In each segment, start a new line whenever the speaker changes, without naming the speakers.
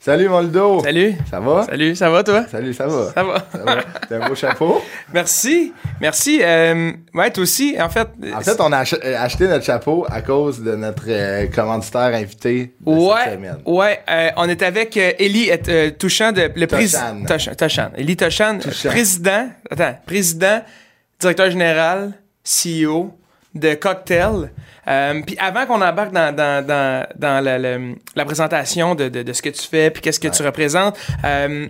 Salut Moldo!
Salut.
Ça va?
Salut, ça va toi?
Salut, ça va?
Ça va.
Ça va? T'as un beau chapeau?
Merci. Merci. Euh, ouais, toi aussi, en fait.
En fait, on a ach- euh, acheté notre chapeau à cause de notre euh, commanditaire invité de cette
Ouais,
semaine.
ouais euh, on est avec euh, Élie euh, Touchant, de, le président. Toshan. Toshan. Élie Toshan,
Touchant.
euh, président, attends, président, directeur général, CEO de Cocktail. Euh, puis avant qu'on embarque dans, dans, dans, dans la, la- la présentation de, de, de ce que tu fais, puis qu'est-ce que tu représentes, euh,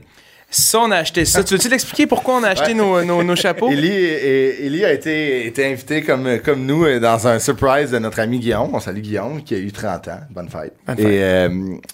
ça, on a acheté ça. Tu veux-tu l'expliquer pourquoi on a acheté nos, nos, nos chapeaux?
Élie, et- et- Élie a été, été invité comme, comme nous euh, dans un surprise de notre ami Guillaume. On salue Guillaume qui a eu 30 ans. Bonne fête.
Bonne fête.
et, euh,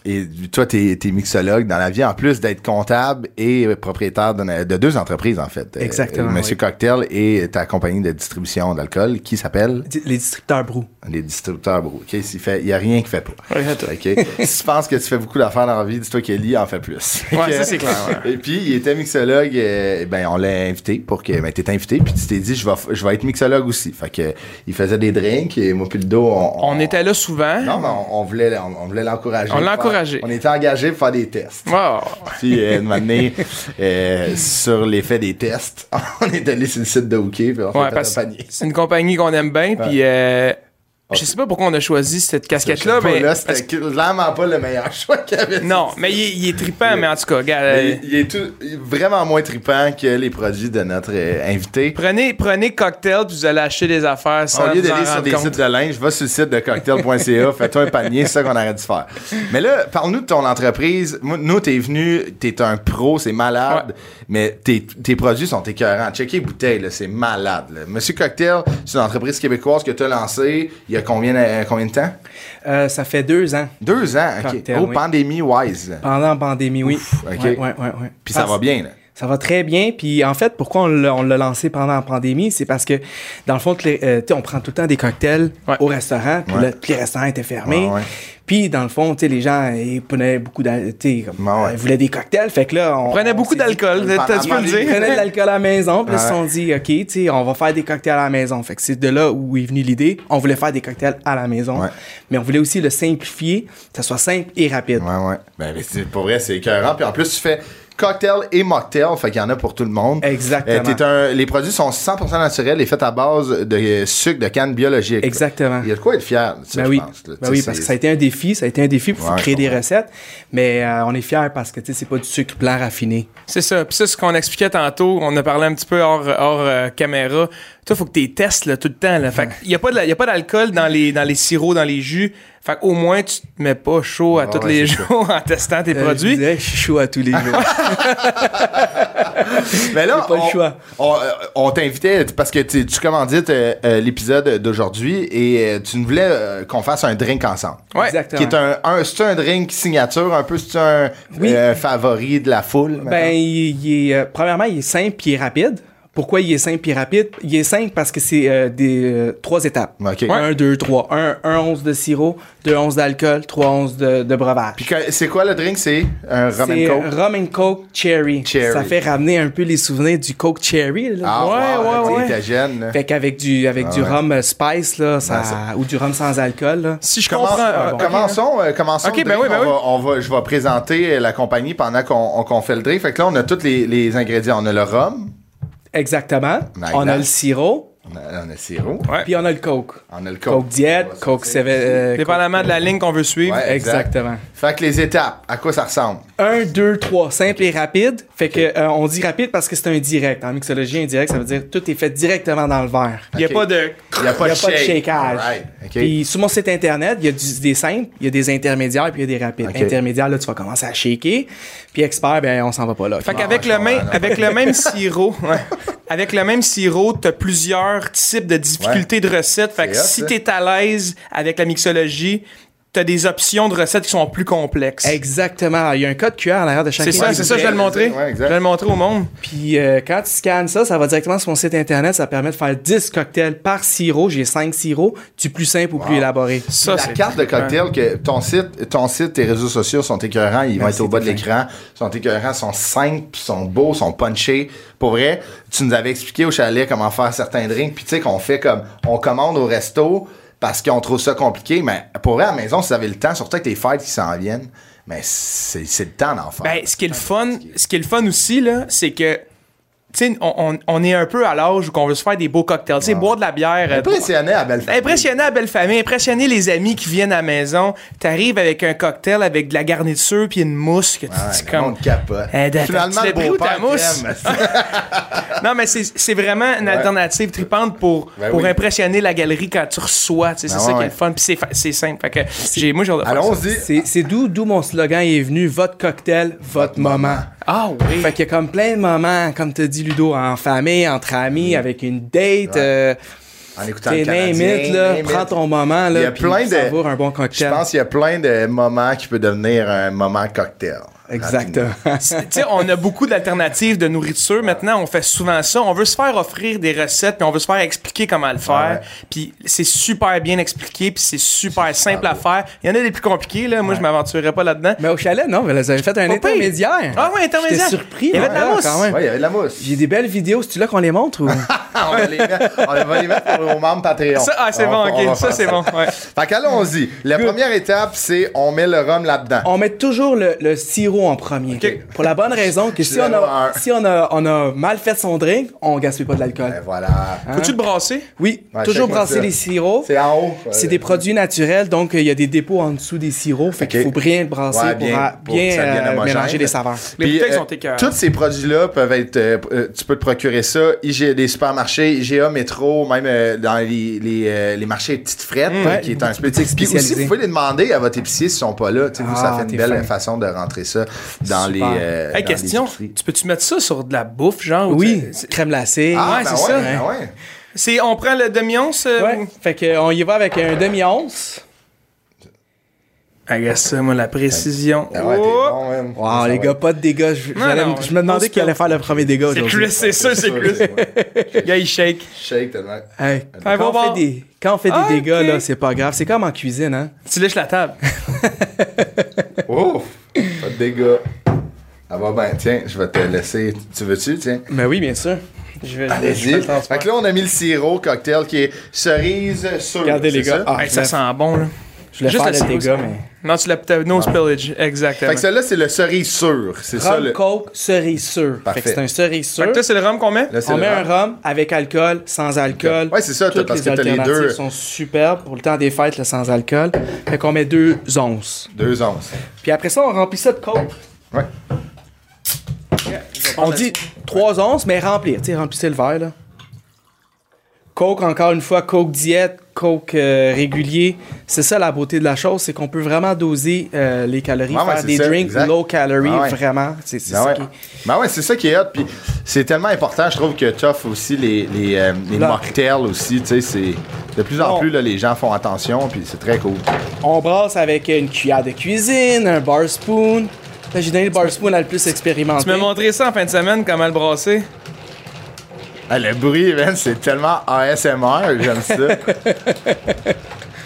et toi, t'es es mixologue dans la vie, en plus d'être comptable et euh, propriétaire d'une- de deux entreprises, en fait. Euh,
Exactement,
Monsieur
oui.
Cocktail et ta compagnie de distribution d'alcool qui s'appelle
Di- Les distributeurs brou.
Les Distributeurs Bro. OK? S'il fait- Il n'y a rien qui fait pas.
Ouais, attends.
OK? si tu penses que tu fais beaucoup d'affaires dans la vie, dis-toi qu'Eli en fait plus.
Ouais, ça, c'est clair, ouais.
Et puis, il était mixologue, euh, ben, on l'a invité pour que, ben, t'es invité, puis tu t'es dit, je vais, f- je vais être mixologue aussi. Fait que, il faisait des drinks, et moi, puis le dos, on,
On était là souvent.
Oh. Non, mais on, on voulait, on, on voulait l'encourager.
On l'a
Faire-
encouragé.
On était engagé pour faire des tests.
Wow.
Puis, euh, de m'amener euh, sur l'effet des tests, on est allé sur le site de Hockey, puis on s'est
Ouais,
fait
parce
un
que
panier.
c'est une compagnie qu'on aime bien. Puis, euh, je sais pas pourquoi on a choisi cette casquette-là,
Je sais pas,
mais.
là,
ben, parce
c'était clairement pas le meilleur choix qu'il y avait.
que- non, mais il, est- il est trippant, mais en tout cas, regarde. euh,
Mais il, il est tout- il est vraiment moins tripant que les produits de notre euh, invité.
prenez, prenez cocktail, puis vous allez acheter des affaires sans
Au lieu
vous en
d'aller sur
rendre
des
compte.
sites de linge, va sur le site de cocktail.ca, fais-toi un panier, c'est ça qu'on aurait dû faire. Mais là, parle-nous de ton entreprise. Moi, Nous, t'es venu, t'es un pro, c'est malade, mais tes, tes produits sont écœurants. Check les bouteilles, là, c'est malade. là. Monsieur Cocktail, c'est une entreprise québécoise que t'as lancée il y a combien, euh, combien de temps?
Euh, ça fait deux ans.
Deux ans, OK.
Cocktail,
oh,
oui.
pandémie-wise.
Pendant la pandémie, oui.
ok.
Ouais, ouais, ouais, ouais.
Puis ça
Ah,
va bien, là.
Ça va très bien. Puis en fait, pourquoi on l'a, on l'a lancé pendant la pandémie, c'est parce que dans le fond, tous les- euh, tu sais, on prend tout le temps des cocktails
Ouais.
au restaurant, puis
Ouais.
là, tous les restaurants étaient fermés.
Ouais, ouais.
Puis dans le fond, tu sais, les gens ils prenaient beaucoup d'al- tu sais, comme,
Ouais, ouais.
euh, voulaient des cocktails, fait que là, on
Prenez
on
beaucoup
s'est dit-
d'alcool,
on
t'as-
parle-
tu peux
on
le
parle-
Ils prenaient de
dire.
l'alcool à la maison, puis là, ils se
Ouais.
sont dit, OK, tu sais, on va faire des cocktails à la maison. Fait que c'est de là où est venue l'idée. On voulait faire des cocktails à la maison,
Ouais.
mais on voulait aussi le simplifier, que ça soit simple et rapide.
Ouais, ouais. Ben, mais c'est- pour vrai, c'est écœurant. Puis en plus, tu fais cocktail et mocktail, fait qu'il y en a pour tout le monde.
Exactement.
Euh, t'es un- les produits sont 100% naturels et faits à base de euh, sucre de canne biologique.
Exactement.
Il y a de quoi être fier, tu sais,
Ben
je
oui,
pense. là.
Ben
Tu sais,
oui
c'est-
parce que ça a été un défi, ça a été un défi pour
Ouais, je
créer des
comprends.
recettes, mais euh, on est fiers parce que tu sais, c'est pas du sucre blanc raffiné.
C'est ça. Puis ça, ce qu'on expliquait tantôt, on a parlé un petit peu hors, hors euh, caméra. Toi, faut que tu testes là, tout le temps. Là. Fait qu'il y a pas de la- il n'y a pas d'alcool dans les, dans les sirops, dans les jus. Fait qu'au moins, tu te mets pas chaud à
Ah
tous
ouais,
les
c'est ça.
jours en testant tes
Euh, Je,
produits.
disais, je suis chaud à tous les jours.
Mais là,
J'ai pas le
on,
choix.
on, euh, on t'invitait parce que tu, tu commandites euh, euh, l'épisode d'aujourd'hui et euh, tu nous voulais euh, qu'on fasse un drink ensemble.
Ouais.
Exactement.
Qui est un, un c'est un drink signature, un peu c'est un
Oui.
euh, favori de la foule. mettons?
Ben, il, il est, euh, premièrement, il est simple puis il est rapide. Pourquoi il est simple puis rapide? Il est simple parce que c'est euh, des euh, trois étapes.
Ok.
1, 2, 3. 1, 1 once de sirop, 2 onces d'alcool, 3 onces de, de breuvage.
Puis que- c'est quoi le drink? C'est un rum and
C'est
coke?
rum and coke cherry.
Cherry.
Ça fait ramener un peu les souvenirs du coke cherry. là.
Ah,
Ouais, ouais,
t'es-
ouais.
t'es jeune, là.
Fait qu'avec du, avec du
hein. Ah, ouais.
rhum euh, spice, là, ça,
Ouais, ça-
ou du rhum sans alcool, là.
Si je
Comment-
comprends.
euh,
Ok,
commençons, euh, commençons
Ok,
le
ben
drink.
oui, ben
on
oui.
va- on va- je vais présenter euh, la compagnie pendant qu'on on- qu'on fait le drink. Fait que là, on a tous les, les ingrédients. On a le rhum,
Exactement.
Nice.
On a le sirop,
on a, on a le sirop,
Ouais.
puis on a le coke.
on a le coke.
Coke diète, coke seven. euh,
Dépendamment de la ligne qu'on veut suivre.
Ouais.
coke- Exactement.
Fait que les étapes, à quoi ça ressemble?
1, 2, 3, simple et rapide. Fait que euh, on dit rapide parce que c'est un direct. En mixologie, indirect, ça veut dire tout est fait directement dans le verre.
Il n'y a
Ok.
pas de.
Il n'y a pas
il
de
n'y a pas de
shake.
shakeage.
Alright, ok.
Puis sur mon site internet, il y a du- des simples, il y a des intermédiaires, puis il y a des rapides.
Ok.
Intermédiaire, là, tu vas commencer à shaker. Puis expert, ben on s'en va pas là.
Fait qu'avec
ouais,
le,
je
même,
comprends,
avec le même sirop, ouais. avec le même sirop, t'as plusieurs types de difficultés de recettes. Fait que
C'est hot,
si
ça.
t'es à l'aise avec la mixologie, t'as des options de recettes qui sont plus complexes.
Exactement. Il y a un code QR à l'arrière de chaque
C'est ça,
étape.
c'est ça, je vais le montrer.
Ouais,
je
exact.
vais le montrer au monde.
Puis euh, quand tu scannes ça, ça va directement sur mon site internet. Ça permet de faire 10 cocktails par sirop. J'ai 5 sirops, du plus simple au plus élaboré.
Ça,
la
c'est-
carte de cocktail que ton site, ton site, tes réseaux sociaux sont écœurants, ils vont être au bas de l'écran, sont écœurants, sont simples, sont beaux, sont punchés. Pour vrai, tu nous avais expliqué au chalet comment faire certains drinks, puis tu sais qu'on fait comme on commande au resto parce qu'on trouve ça compliqué, mais pour vrai à la maison, si vous avez le temps, surtout avec les fêtes qui s'en viennent, Mais c'est c'est le temps d'en faire.
Ben, ce qui est le fun, ce qui est le fun aussi, là, c'est que, tu sais, on, on- on est un peu à l'âge où on veut se faire des beaux cocktails. Tu sais, boire de la bière. euh,
Impressionnant à belle
Impressionner la belle famille, impressionner les amis qui viennent à la maison. T'arrives avec un cocktail avec de la garniture puis une mousse que tu
Ouais,
dis
le
comme.
monde capote.
Eh, t'as-
Finalement,
tu
le
l'as pris où, ta
beau-père
mousse?
t'aime.
Non, mais c'est c'est vraiment une alternative tripante pour,
Ben
pour
oui.
impressionner la galerie quand tu reçois. tu sais, C'est
Ben
ça qui
ouais.
est le fun. Puis c'est fa- c'est simple. Fait que j'ai, moi, j'ai hâte de faire ça.
Allons-y.
C'est c'est d'où d'où mon slogan est venu, votre cocktail, votre moment.
Ah oui.
Fait qu'il y a comme plein de moments, comme t'as dit Ludo, en famille, entre amis, avec une date,
Mm. Ouais.
euh,
En écoutant
t'es
le Canadien,
name it, là,
name it.
prends ton moment,
Il y
là,
a
puis
plein de-
savoure un bon
Je
cocktail.
pense qu'il y a plein de moments qui peut devenir un moment cocktail.
Exactement.
C'est- tu sais, on a beaucoup d'alternatives de nourriture. Maintenant, on fait souvent ça. On veut se faire offrir des recettes, puis on veut se faire expliquer comment le faire. Puis c'est super bien expliqué, puis c'est super simple à faire. Il y en a des plus compliqués, là. Moi, je m'aventurerais pas là-dedans.
Mais au chalet, non, mais là, vous avez fait un
Pas pire.
intermédiaire.
Ah ouais, intermédiaire.
J'étais surpris.
Il y avait de la
ouais,
mousse.
quand même.
Oui, il y avait de la mousse.
J'ai des belles vidéos, c'est-tu là qu'on les montre ou...
on, va les mettre, on va les mettre pour aux membres Patreon.
Ça, ah, c'est
On
bon,
va- on va
ok. Ça,
faire
c'est bon. ouais.
Fait qu'allons-y. La première étape, c'est on met le rhum là-dedans.
On met toujours le, le sirop en premier.
Ok.
Pour la bonne raison que si,
vais
on a,
avoir un.
si on, a, on a mal fait son drink, on gaspille pas de
Ben
l'alcool.
voilà.
Hein?
Faut-tu te brasser?
Oui,
Ouais,
toujours
check-moi
brasser
ça.
les sirops.
C'est en haut.
C'est
Euh,
des produits naturels, donc euh, il y a des dépôts en dessous des sirops. Fait qu'il
Ok.
faut bien le brasser
Ouais,
pour,
bien-
a-
pour que
bien,
ça devienne
euh,
homogène.
mélanger les saveurs.
Les
Puis,
bouteilles
euh,
sont écœurants.
Tous ces produits-là peuvent être. euh, euh, tu peux te procurer ça. IG, des supermarchés, IGA, métro, même euh, dans les, les, euh, les marchés petites frettes, euh,
Mm. ouais,
qui est un
boutique
spécifique. Puis aussi,
spécialisée.
vous pouvez les demander à votre épicier s'ils sont pas là. Tu sais, vous,
Ah,
ça fait une
t'es
belle
fin.
façon de rentrer ça dans
Super.
les. euh, dans
Hey,
les
question.
épiceries.
Tu peux-tu mettre ça sur de la bouffe, genre? ou
Oui,
tu-
crème glacée.
Ah,
Ouais,
ben
c'est ça.
ben ouais.
C'est, on prend le demi-once? euh,
Ouais.
ou-
Fait qu'on y va avec un demi-once.
Regarde ça, euh, moi, la précision.
Ah ouais, t'es
Oh!
bon, man.
Wow,
Ça
les
va.
gars, pas de dégâts. Je,
Non,
j'allais-
non,
je me demandais
on se
qui allait faire le premier dégât
C'est
aujourd'hui.
Chris, c'est ça, c'est Chris. Le Gars, il shake.
Shake tellement.
Hey,
Un
quand,
bon
on
bar.
fait des, quand on fait des
Ah,
dégâts,
ok.
là, c'est pas grave. C'est comme en cuisine, hein?
Tu lèches la table.
Ouf! Pas de dégâts. Ah bah ben, tiens, je vais te laisser. Tu veux-tu, tiens?
Ben oui, bien sûr. Je vais,
Allez-y. Fait que là, on a mis le sirop cocktail qui est cerise sur.
Regardez les gars. Ah,
Hey, ça
je voulais-
sent bon, là.
je voulais
Juste
faire
le
le
sirop,
dégât,
ça.
mais...
Non, tu l'as peut-être. No spillage, exactement.
Fait que celle-là, c'est le cerise sûr. C'est ça
Rhum,
le.
coke, cerise sûre. Fait
Parfait.
que c'est un cerise
Fait
sûre.
que toi, c'est le rhum qu'on met?
Là, Ben, c'est
On
le
met un
rhum.
rhum avec alcool, sans alcool.
Ouais, c'est ça, t'as-
Toutes
parce
les
que t'as les deux.
alternatives sont superbes pour le temps des fêtes, le sans alcool. Fait qu'on met deux onces.
Deux onces.
Puis après ça, on remplit ça de coke.
Ouais.
On dit trois onces, mais remplir. Tu sais, remplissez le verre, là. Coke, encore une fois, coke diète, coke euh, régulier. C'est ça la beauté de la chose, c'est qu'on peut vraiment doser euh, les calories,
Ah ouais,
faire
c'est
des
ça,
drinks
exact.
low calorie,
Ah ouais.
vraiment. C'est c'est
Ben
ça
ouais.
qui est-
Ben ouais, c'est ça qui est hot. Puis c'est tellement important, je trouve, que t'offres aussi les, les, euh, les
Là.
mocktails aussi. Tu sais, c'est. De plus en
Bon.
plus, là, les gens font attention, puis c'est très cool.
On brasse avec une cuillère de cuisine, un bar spoon. Là, j'ai donné le bar spoon à le plus expérimenté.
Tu m'as montré ça en fin de semaine, comment le brasser.
Ah, le bruit, man, c'est tellement ASMR, j'aime ça. ouais,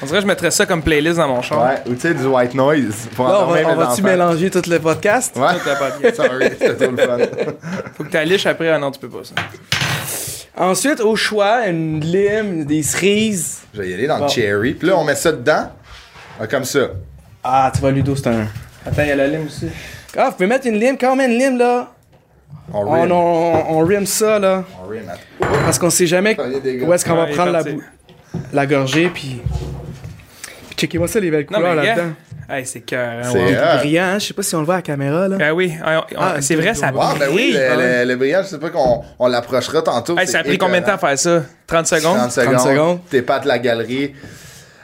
On dirait que je mettrais ça comme playlist dans mon char.
ou tu sais, du white noise. Pour
Là, on va-
endormir
on
les
va-tu
enfants.
mélanger tout le podcast?
Ouais.
Tout le podcast.
Sorry, c'était trop le fun.
Faut que tu liches après. Ah non, tu peux pas ça.
Ensuite, au choix, une lime, des cerises.
Je vais y aller dans
Bon.
le cherry. Puis là, on met ça dedans. Ah, Comme ça.
Ah, tu vois, Ludo, c'est un...
Attends, il y a la lime aussi.
Ah, vous pouvez mettre une lime. Quand on met une lime, là,
On
on,
rim.
on, on rim ça, là.
On rim. attends.
Parce qu'on sait jamais
Ah, il y a des gars.
où est-ce qu'on
Ouais,
va
il est
prendre la,
parti.
bou- la gorgée, puis... puis Checkez-moi ça, les belles
Non,
couleurs
mais gars.
là-dedans.
Hey, c'est cœur.
C'est-
C'est
Ah.
brillant, hein? Je sais pas si on le voit à la caméra, là.
Ben oui, on- on-
Ah,
c'est vrai, ça a
Wow, ben oui,
pris.
le,
Hey,
le- le brillage, je sais pas qu'on on l'approchera tantôt.
ça a
c'est
pris combien de temps à faire ça? 30 secondes?
30 secondes.
30 secondes.
T'es pas de la galerie.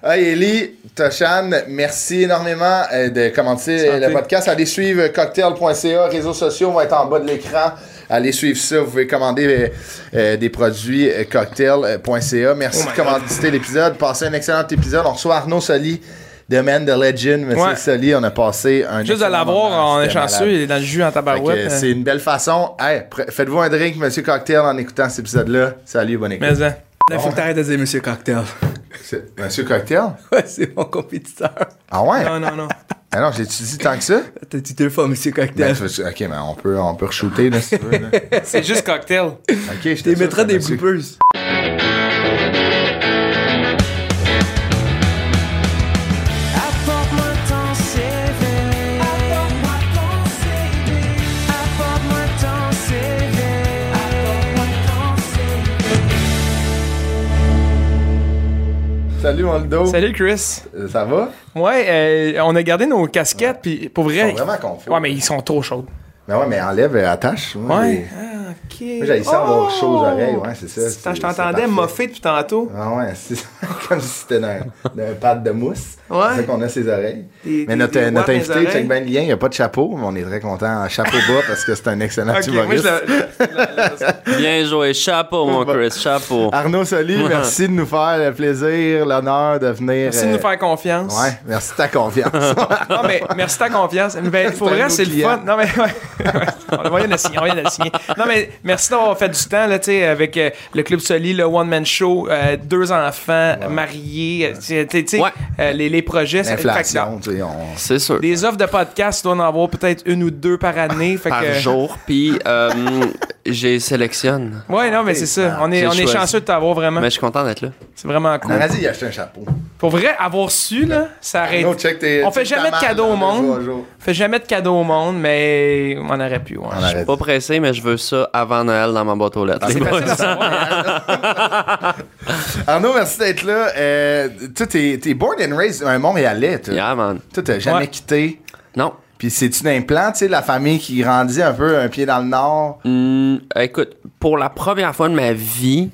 Hey Ellie, Toshan, merci énormément euh, de commenter euh, le
Santé.
podcast. Allez suivre cocktail.ca, réseaux sociaux vont être en bas de l'écran. Allez suivre ça, vous pouvez commander euh, euh, des produits euh, cocktail.ca. Merci
Oh my
de commanditer l'épisode. Passez un excellent épisode. On reçoit Arnaud Soli de Man the Legend. Monsieur
Ouais.
Soli, on a passé un
Juste de
excellent
l'avoir,
moment.
on est
Ah, C'était
chanceux,
malade.
il est hein. dans le jus en
Fait que, euh,
tabarouette.
C'est une belle façon. Hey, pr- faites-vous un drink, Monsieur Cocktail, en écoutant cet épisode-là. Salut, bonne écoute.
Mais, hein.
Là, faut que t'arrêtes de dire Monsieur Cocktail.
C'est- Monsieur Cocktail?
Ouais, c'est mon compétiteur.
Ah ouais?
Non, non, non.
Ah non, j'ai-tu dit tant que ça?
T'as dit deux fois Monsieur
Ben,
Cocktail.
tu veux- ok, mais on peut, on peut re-shooter, là, si tu veux. là.
C'est juste cocktail.
Ok, je
T'es mettras des
bloopers.
bloopers.
À forte mon temps sévère.
Salut, mon Ludo.
Salut Chris.
Euh, Ça va?
Ouais, euh, on a gardé nos casquettes, puis pour
Ils
vrai.
sont vraiment confus.
Ouais, mais ils sont trop chaudes.
Mais ouais, mais enlève, euh, attache. Moi,
Ouais. Oh!
j'ai-
Ah, ok.
Moi, j'avais ça avoir chaud aux oreilles, ouais, c'est ça,
Attends,
c'est-
je
c'est
t'entendais
parfait.
moffer depuis tantôt.
Ah ouais, c'est comme si c'était d'un, d'un pad de mousse.
Ouais.
C'est ça qu'on a ses oreilles.
Des-
mais
des-
notre,
des
notre
watts dans les
invité, check
oreilles.
bien le lien, il n'y a pas de chapeau, mais on est très content. Chapeau bas parce que c'est un excellent
Ok, moi, je
humoriste.
l'avais-
Bien joué. Chapeau, mon Chris. Chapeau.
Arnaud Soli,
Ouais.
merci de nous faire le plaisir, l'honneur de venir.
Merci de
euh,
nous faire confiance.
Ouais, merci de ta confiance.
Non, mais merci de ta confiance. Ben, pour
un
vrai,
nouveau
c'est le
client.
fun. Non, mais ouais. on vient de le signer, on vient de le signer. Non, mais merci d'avoir fait du temps, là, tu sais, avec euh, le Club Soli, le One Man Show, euh, deux enfants, mariés, tu sais, tu sais,
Ouais.
euh, les, les projets. ça- fait
L'inflation,
que,
tu sais, on.
C'est sûr.
Des offres de podcast, tu dois en avoir peut-être une ou deux par année. fait
Par
que-
jour. Puis, euh, j'ai sélectionne.
Ouais, non, mais c'est ça.
Ah,
On est,
J'ai
on est
choisi.
chanceux de t'avoir vraiment.
Mais je suis content d'être là.
C'est vraiment cool.
On a dit, il a acheté un chapeau.
Pour vrai, avoir su, là, ça aurait
Arnaud, check tes-
On fait
check ta
jamais de
malle,
cadeaux
là,
au
deux jours à
monde.
jour.
On fait jamais de cadeaux au monde, mais on aurait pu. ouais.
On arrête.
Pas pressé, mais je veux ça avant Noël dans ma boîte aux lettres.
C'est
les boys.
facile à savoir.
Arnaud, merci d'être là. Euh, tu t'es, t'es born and raised un Montréalais, toi.
Yeah, man.
Toi, t'as jamais
Ouais.
quitté.
Non.
Puis c'est-tu d'un plan, tu sais, la famille qui grandit un peu un pied dans le nord?
Hmm, écoute, pour la première fois de ma vie,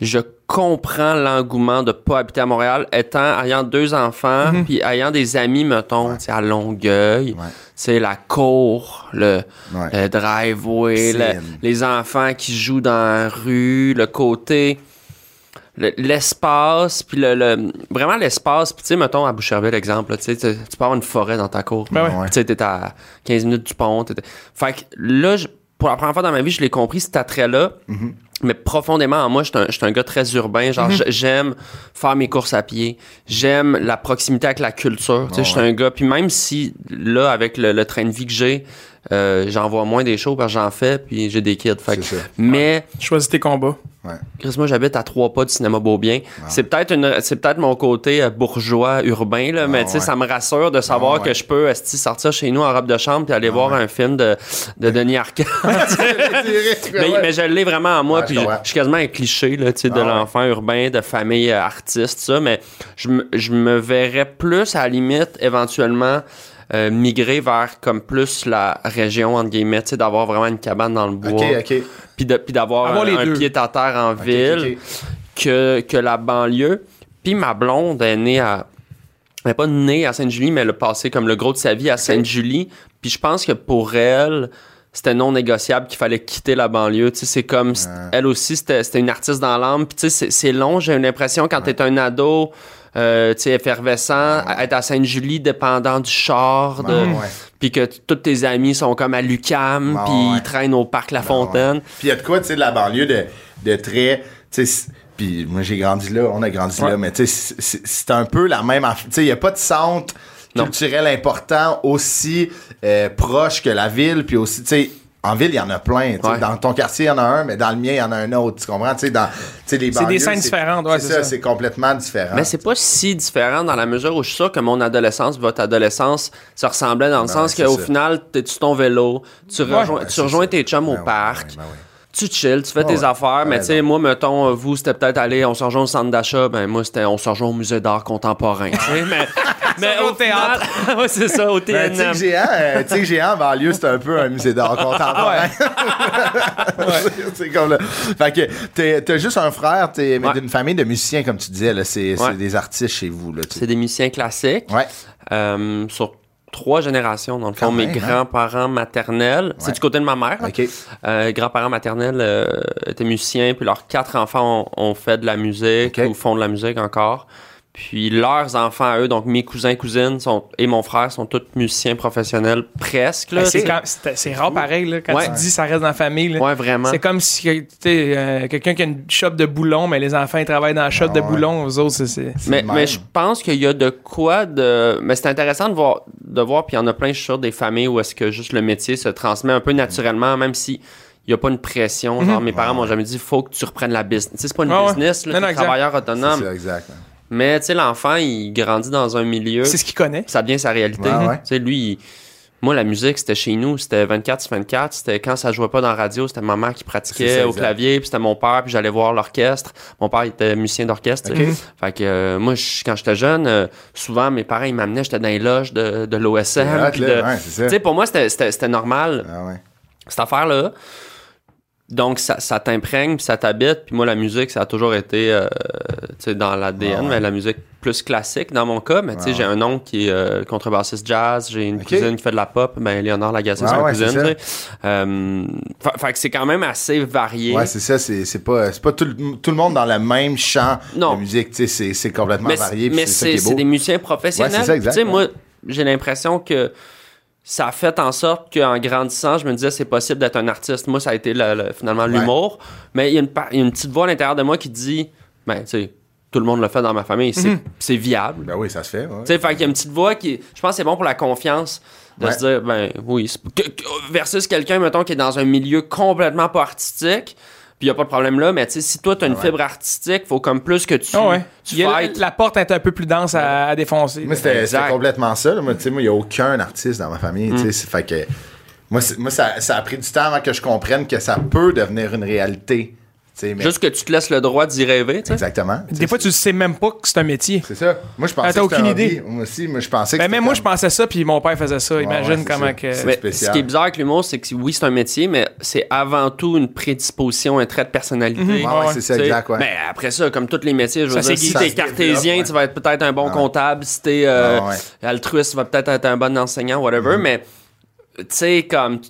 je comprends l'engouement de pas habiter à Montréal, étant ayant deux enfants, puis ayant des amis, mettons, tu sais, à Longueuil,
Mhm. Ouais.
c'est la cour, le,
Ouais.
le driveway, le-
Piscine.
les enfants qui jouent dans la rue, le côté, le- l'espace, puis le, le- vraiment l'espace, puis tu sais, mettons à Boucherville, exemple, là, tu sais, tu tu peux avoir une forêt dans ta cour.
Ben ouais.
Ouais.
Tu sais, t'es à 15 minutes du pont. t'étais- Fait que là, je- pour la première fois dans ma vie, je l'ai compris, cet attrait-là.
Mhm.
Mais profondément, en moi, je suis un, je suis un gars très urbain. Genre, j- j'aime faire mes courses à pied. J'aime la proximité avec la culture. Tu sais, je suis un gars. Puis même si, là, avec le, le train de vie que j'ai, euh, j'en vois moins des shows parce que j'en fais, puis j'ai des kids. Fait que-
C'est ça.
mais,
Choisis tes combats.
Ouais.
Chris, moi, j'habite à trois pas du cinéma Beaubien.
Ah.
C'est peut-être une, c'est peut-être mon côté euh, bourgeois urbain, là, mais tu sais,
Ah ouais.
ça me rassure de savoir
Ah ouais. Ah
que je peux esti, sortir chez nous en robe de chambre puis aller voir un film de, de
Ben,
Denis Arcand. mais, mais je l'ai vraiment en moi,
Ouais, je
puis je,
comprends.
je suis quasiment un cliché là, tu sais, de
Ah ouais.
l'enfant urbain, de famille euh, artiste, ça, mais je, me- je me verrais plus à la limite éventuellement euh, migrer vers comme plus la région entre guillemets, tu sais, d'avoir vraiment une cabane dans le bois
Ok, ok.
puis de- puis d'avoir
Avoir
un,
les
un
deux.
pied à terre en ville
ok.
Que, que la banlieue. Puis ma blonde est née à. Elle n'est pas née à Sainte-Julie, mais elle a passé comme le gros de sa vie à Sainte-Julie. Puis je pense que pour elle, c'était non négociable qu'il fallait quitter la banlieue. Tu sais, c'est comme. c't- Elle aussi, c'était c'était une artiste dans l'âme. Puis tu sais, c'est- c'est long, j'ai l'impression, quand t'es un ado. euh, tu sais, effervescent, être à Sainte-Julie dépendant du char, de-
Ouais, ouais.
puis que t- tous tes amis sont comme à Lucam,
Ouais,
puis
ouais.
ils traînent au parc La Ah, Fontaine.
Puis il y a de quoi, tu sais, de la banlieue de, de très. tu sais, c- Puis moi, j'ai grandi là, on a grandi là, mais tu sais, c'est- c'est c'est un peu la même. aff- Tu sais, il n'y a pas de centre
Non.
culturel important aussi euh, proche que la ville, puis aussi, tu sais. En ville, il y en a plein. tu sais.
Ouais.
Dans ton quartier, il y en a un, mais dans le mien, il y en a un autre. Tu comprends? Tu sais, dans, tu sais, les
C'est des
banlieues,
scènes différentes, ouais,
c'est
c'est
ça.
ça.
C'est complètement différent.
Mais c'est pas si différent dans la mesure où je suis sûr que mon adolescence, votre adolescence, se ressemblait dans le
Ben
sens
ouais,
qu'au
c'est ça.
final, t'es sur ton vélo, tu rejoins,
Ouais,
tu
c'est
rejoins
ça.
tes chums
Ben
au
ouais,
parc,
ben ouais, ben ouais.
tu chill, tu fais
Ah
tes
ouais,
affaires, mais
t'as
tu sais,
raison.
moi, mettons, euh, vous, c'était peut-être aller, on se rejoint au centre d'achat, ben moi, c'était on se rejoint au musée d'art contemporain, tu sais, mais,
Ah,
mais
Se rejoint au
final- ouais, c'est ça, au
Ben, Tu sais
TNM.
que géant, euh, tu sais que géant, en banlieue, c'est un peu un musée d'art contemporain. c'est comme là. Fait que t'es- t'as juste un frère, t'es mais
Ouais.
d'une famille de musiciens, comme tu disais. là. C'est c'est
Ouais.
des artistes chez vous. Là, tu sais.
C'est des musiciens classiques.
Ouais.
euh, sur trois générations, dans le fond,
Quand
mes
même, hein?
grands-parents maternels, c'est
Ouais.
du côté de ma mère. là.
OK.
Euh, grands-parents maternels euh, étaient musiciens, puis leurs quatre enfants ont, ont fait de la musique
OK.
ou font de la musique encore. Puis leurs enfants à eux, donc mes cousins, cousines sont, et mon frère sont tous musiciens professionnels
Ah,
presque. là.
Ben, c'est quand- C'est c'est rare pareil, là, quand
Ouais.
tu dis ça reste dans la famille. là.
Ouais, vraiment.
C'est comme si tu sais, euh, quelqu'un qui a une shop de boulons, mais les enfants ils travaillent dans la shop
Ah
de
ouais.
boulons, aux autres, c'est- c'est.
C'est
Mais,
le même.
mais je pense qu'il y a de quoi de. Mais c'est intéressant de voir, de voir, puis il y en a plein, je suis sûr, des familles où est-ce que juste le métier se transmet un peu naturellement, même si. Il n'y a pas une pression. Genre, mes parents m'ont jamais dit faut que tu reprennes la business. Tu sais, C'est pas une
Mhm. Ouais, ouais.
business, là,
Non, non,
t'es
exact.
travailleur
C'est
autonome.
ça, exact.
Mais tu sais, l'enfant, il grandit dans un milieu.
C'est ce qu'il connaît.
Ça devient sa réalité.
Ouais, ouais.
Tu sais, lui, il- Moi, la musique, c'était chez nous, c'était 24 sur 24. C'était quand ça jouait pas dans la radio, c'était ma mère qui
C'est
pratiquait
ça,
au
exact.
clavier, puis c'était mon père, puis j'allais voir l'orchestre. Mon père était musicien d'orchestre. tu sais. Fait que euh, moi, je- quand j'étais jeune, euh, souvent mes parents ils m'amenaient, j'étais dans les loges de, de l'OSM.
hot,
puis
là.
de-
Ouais, c'est
Tu
ça.
sais, pour moi, c'était- c'était c'était normal
Ah ouais.
cette affaire-là. Donc, ça, ça t'imprègne, puis ça t'habite. Puis moi, la musique, ça a toujours été euh, tu sais, dans l'ADN,
Ah ouais.
mais la musique plus classique dans mon cas. Mais tu sais,
Ah
j'ai un oncle qui est euh, contrebassiste jazz, j'ai une
Ok.
cousine qui fait de la pop, ben Léonard Lagacé,
Ah
c'est ma
ouais,
cousine.
c'est ça.
tu sais. Euh, fa- fait que c'est quand même assez varié.
Ouais, c'est ça, c'est c'est pas, c'est pas tout, le- tout le monde dans le même champ
Non.
de musique, tu sais, c'est- c'est complètement
mais
varié, puis
mais
c'est ça qui
c'est
est beau.
c'est des musiciens professionnels.
Ouais, c'est ça, exact,
Tu sais,
ouais.
moi, j'ai l'impression que ça a fait en sorte qu'en grandissant, je me disais, c'est possible d'être un artiste. Moi, ça a été le- le- finalement l'humour. Mais il y, a une par- il y a une petite voix à l'intérieur de moi qui dit, ben, tu sais, tout le monde le fait dans ma famille, c'est
Mhm.
c'est viable.
Ben oui, ça se fait, ouais.
Tu sais, fait qu'il y a une petite voix qui. Je pense que c'est bon pour la confiance de
Ouais.
se dire, ben oui. c'est- que- que- versus quelqu'un, mettons, qui est dans un milieu complètement pas artistique, puis il n'y a pas de problème là, mais tu sais, si toi, tu as une
Ouais.
fibre artistique, faut comme plus que tu,
Ah ouais.
tu
Il y a-
fightes.
la porte est un peu plus dense à, à défoncer.
Moi, c'était
Exact. Mm.
c'était complètement ça. là. Moi, tu sais, moi, il n'y a aucun artiste dans ma famille. tu sais, c'est- Fait que, moi, c'est- moi ça, ça a pris du temps avant que je comprenne que ça peut devenir une réalité. tu sais, Mais
Juste que tu te laisses le droit d'y rêver, tu sais.
Exactement.
Des fois, tu ne sais même pas que c'est un métier.
C'est ça. Moi, je
Ah,
pensais que c'était
t'as aucune
un
idée.
hobby. Moi aussi, moi, je pensais que
Ben, même moi, je
c'était
pensais ça, puis mon père faisait ça. Imagine
ouais, c'est
comment
ça.
que.
C'est-
Mais
spécial.
ce qui est bizarre avec l'humour, c'est que oui, c'est un métier, mais c'est avant tout une prédisposition, un trait de personnalité.
Mhm. Ouais, ouais, c'est ça,
Tu sais.
exact, ouais.
Mais après ça, comme tous les métiers, je veux
Ça
dire,
s'aiguise.
si
Ça
t'es
se développe,
cartésien,
ouais.
tu vas être peut-être un bon
ouais.
comptable. Si t'es euh,
Ah, ouais. Mhm.
altruiste, tu vas peut-être être un bon enseignant, whatever. Mais tu sais, comme. t-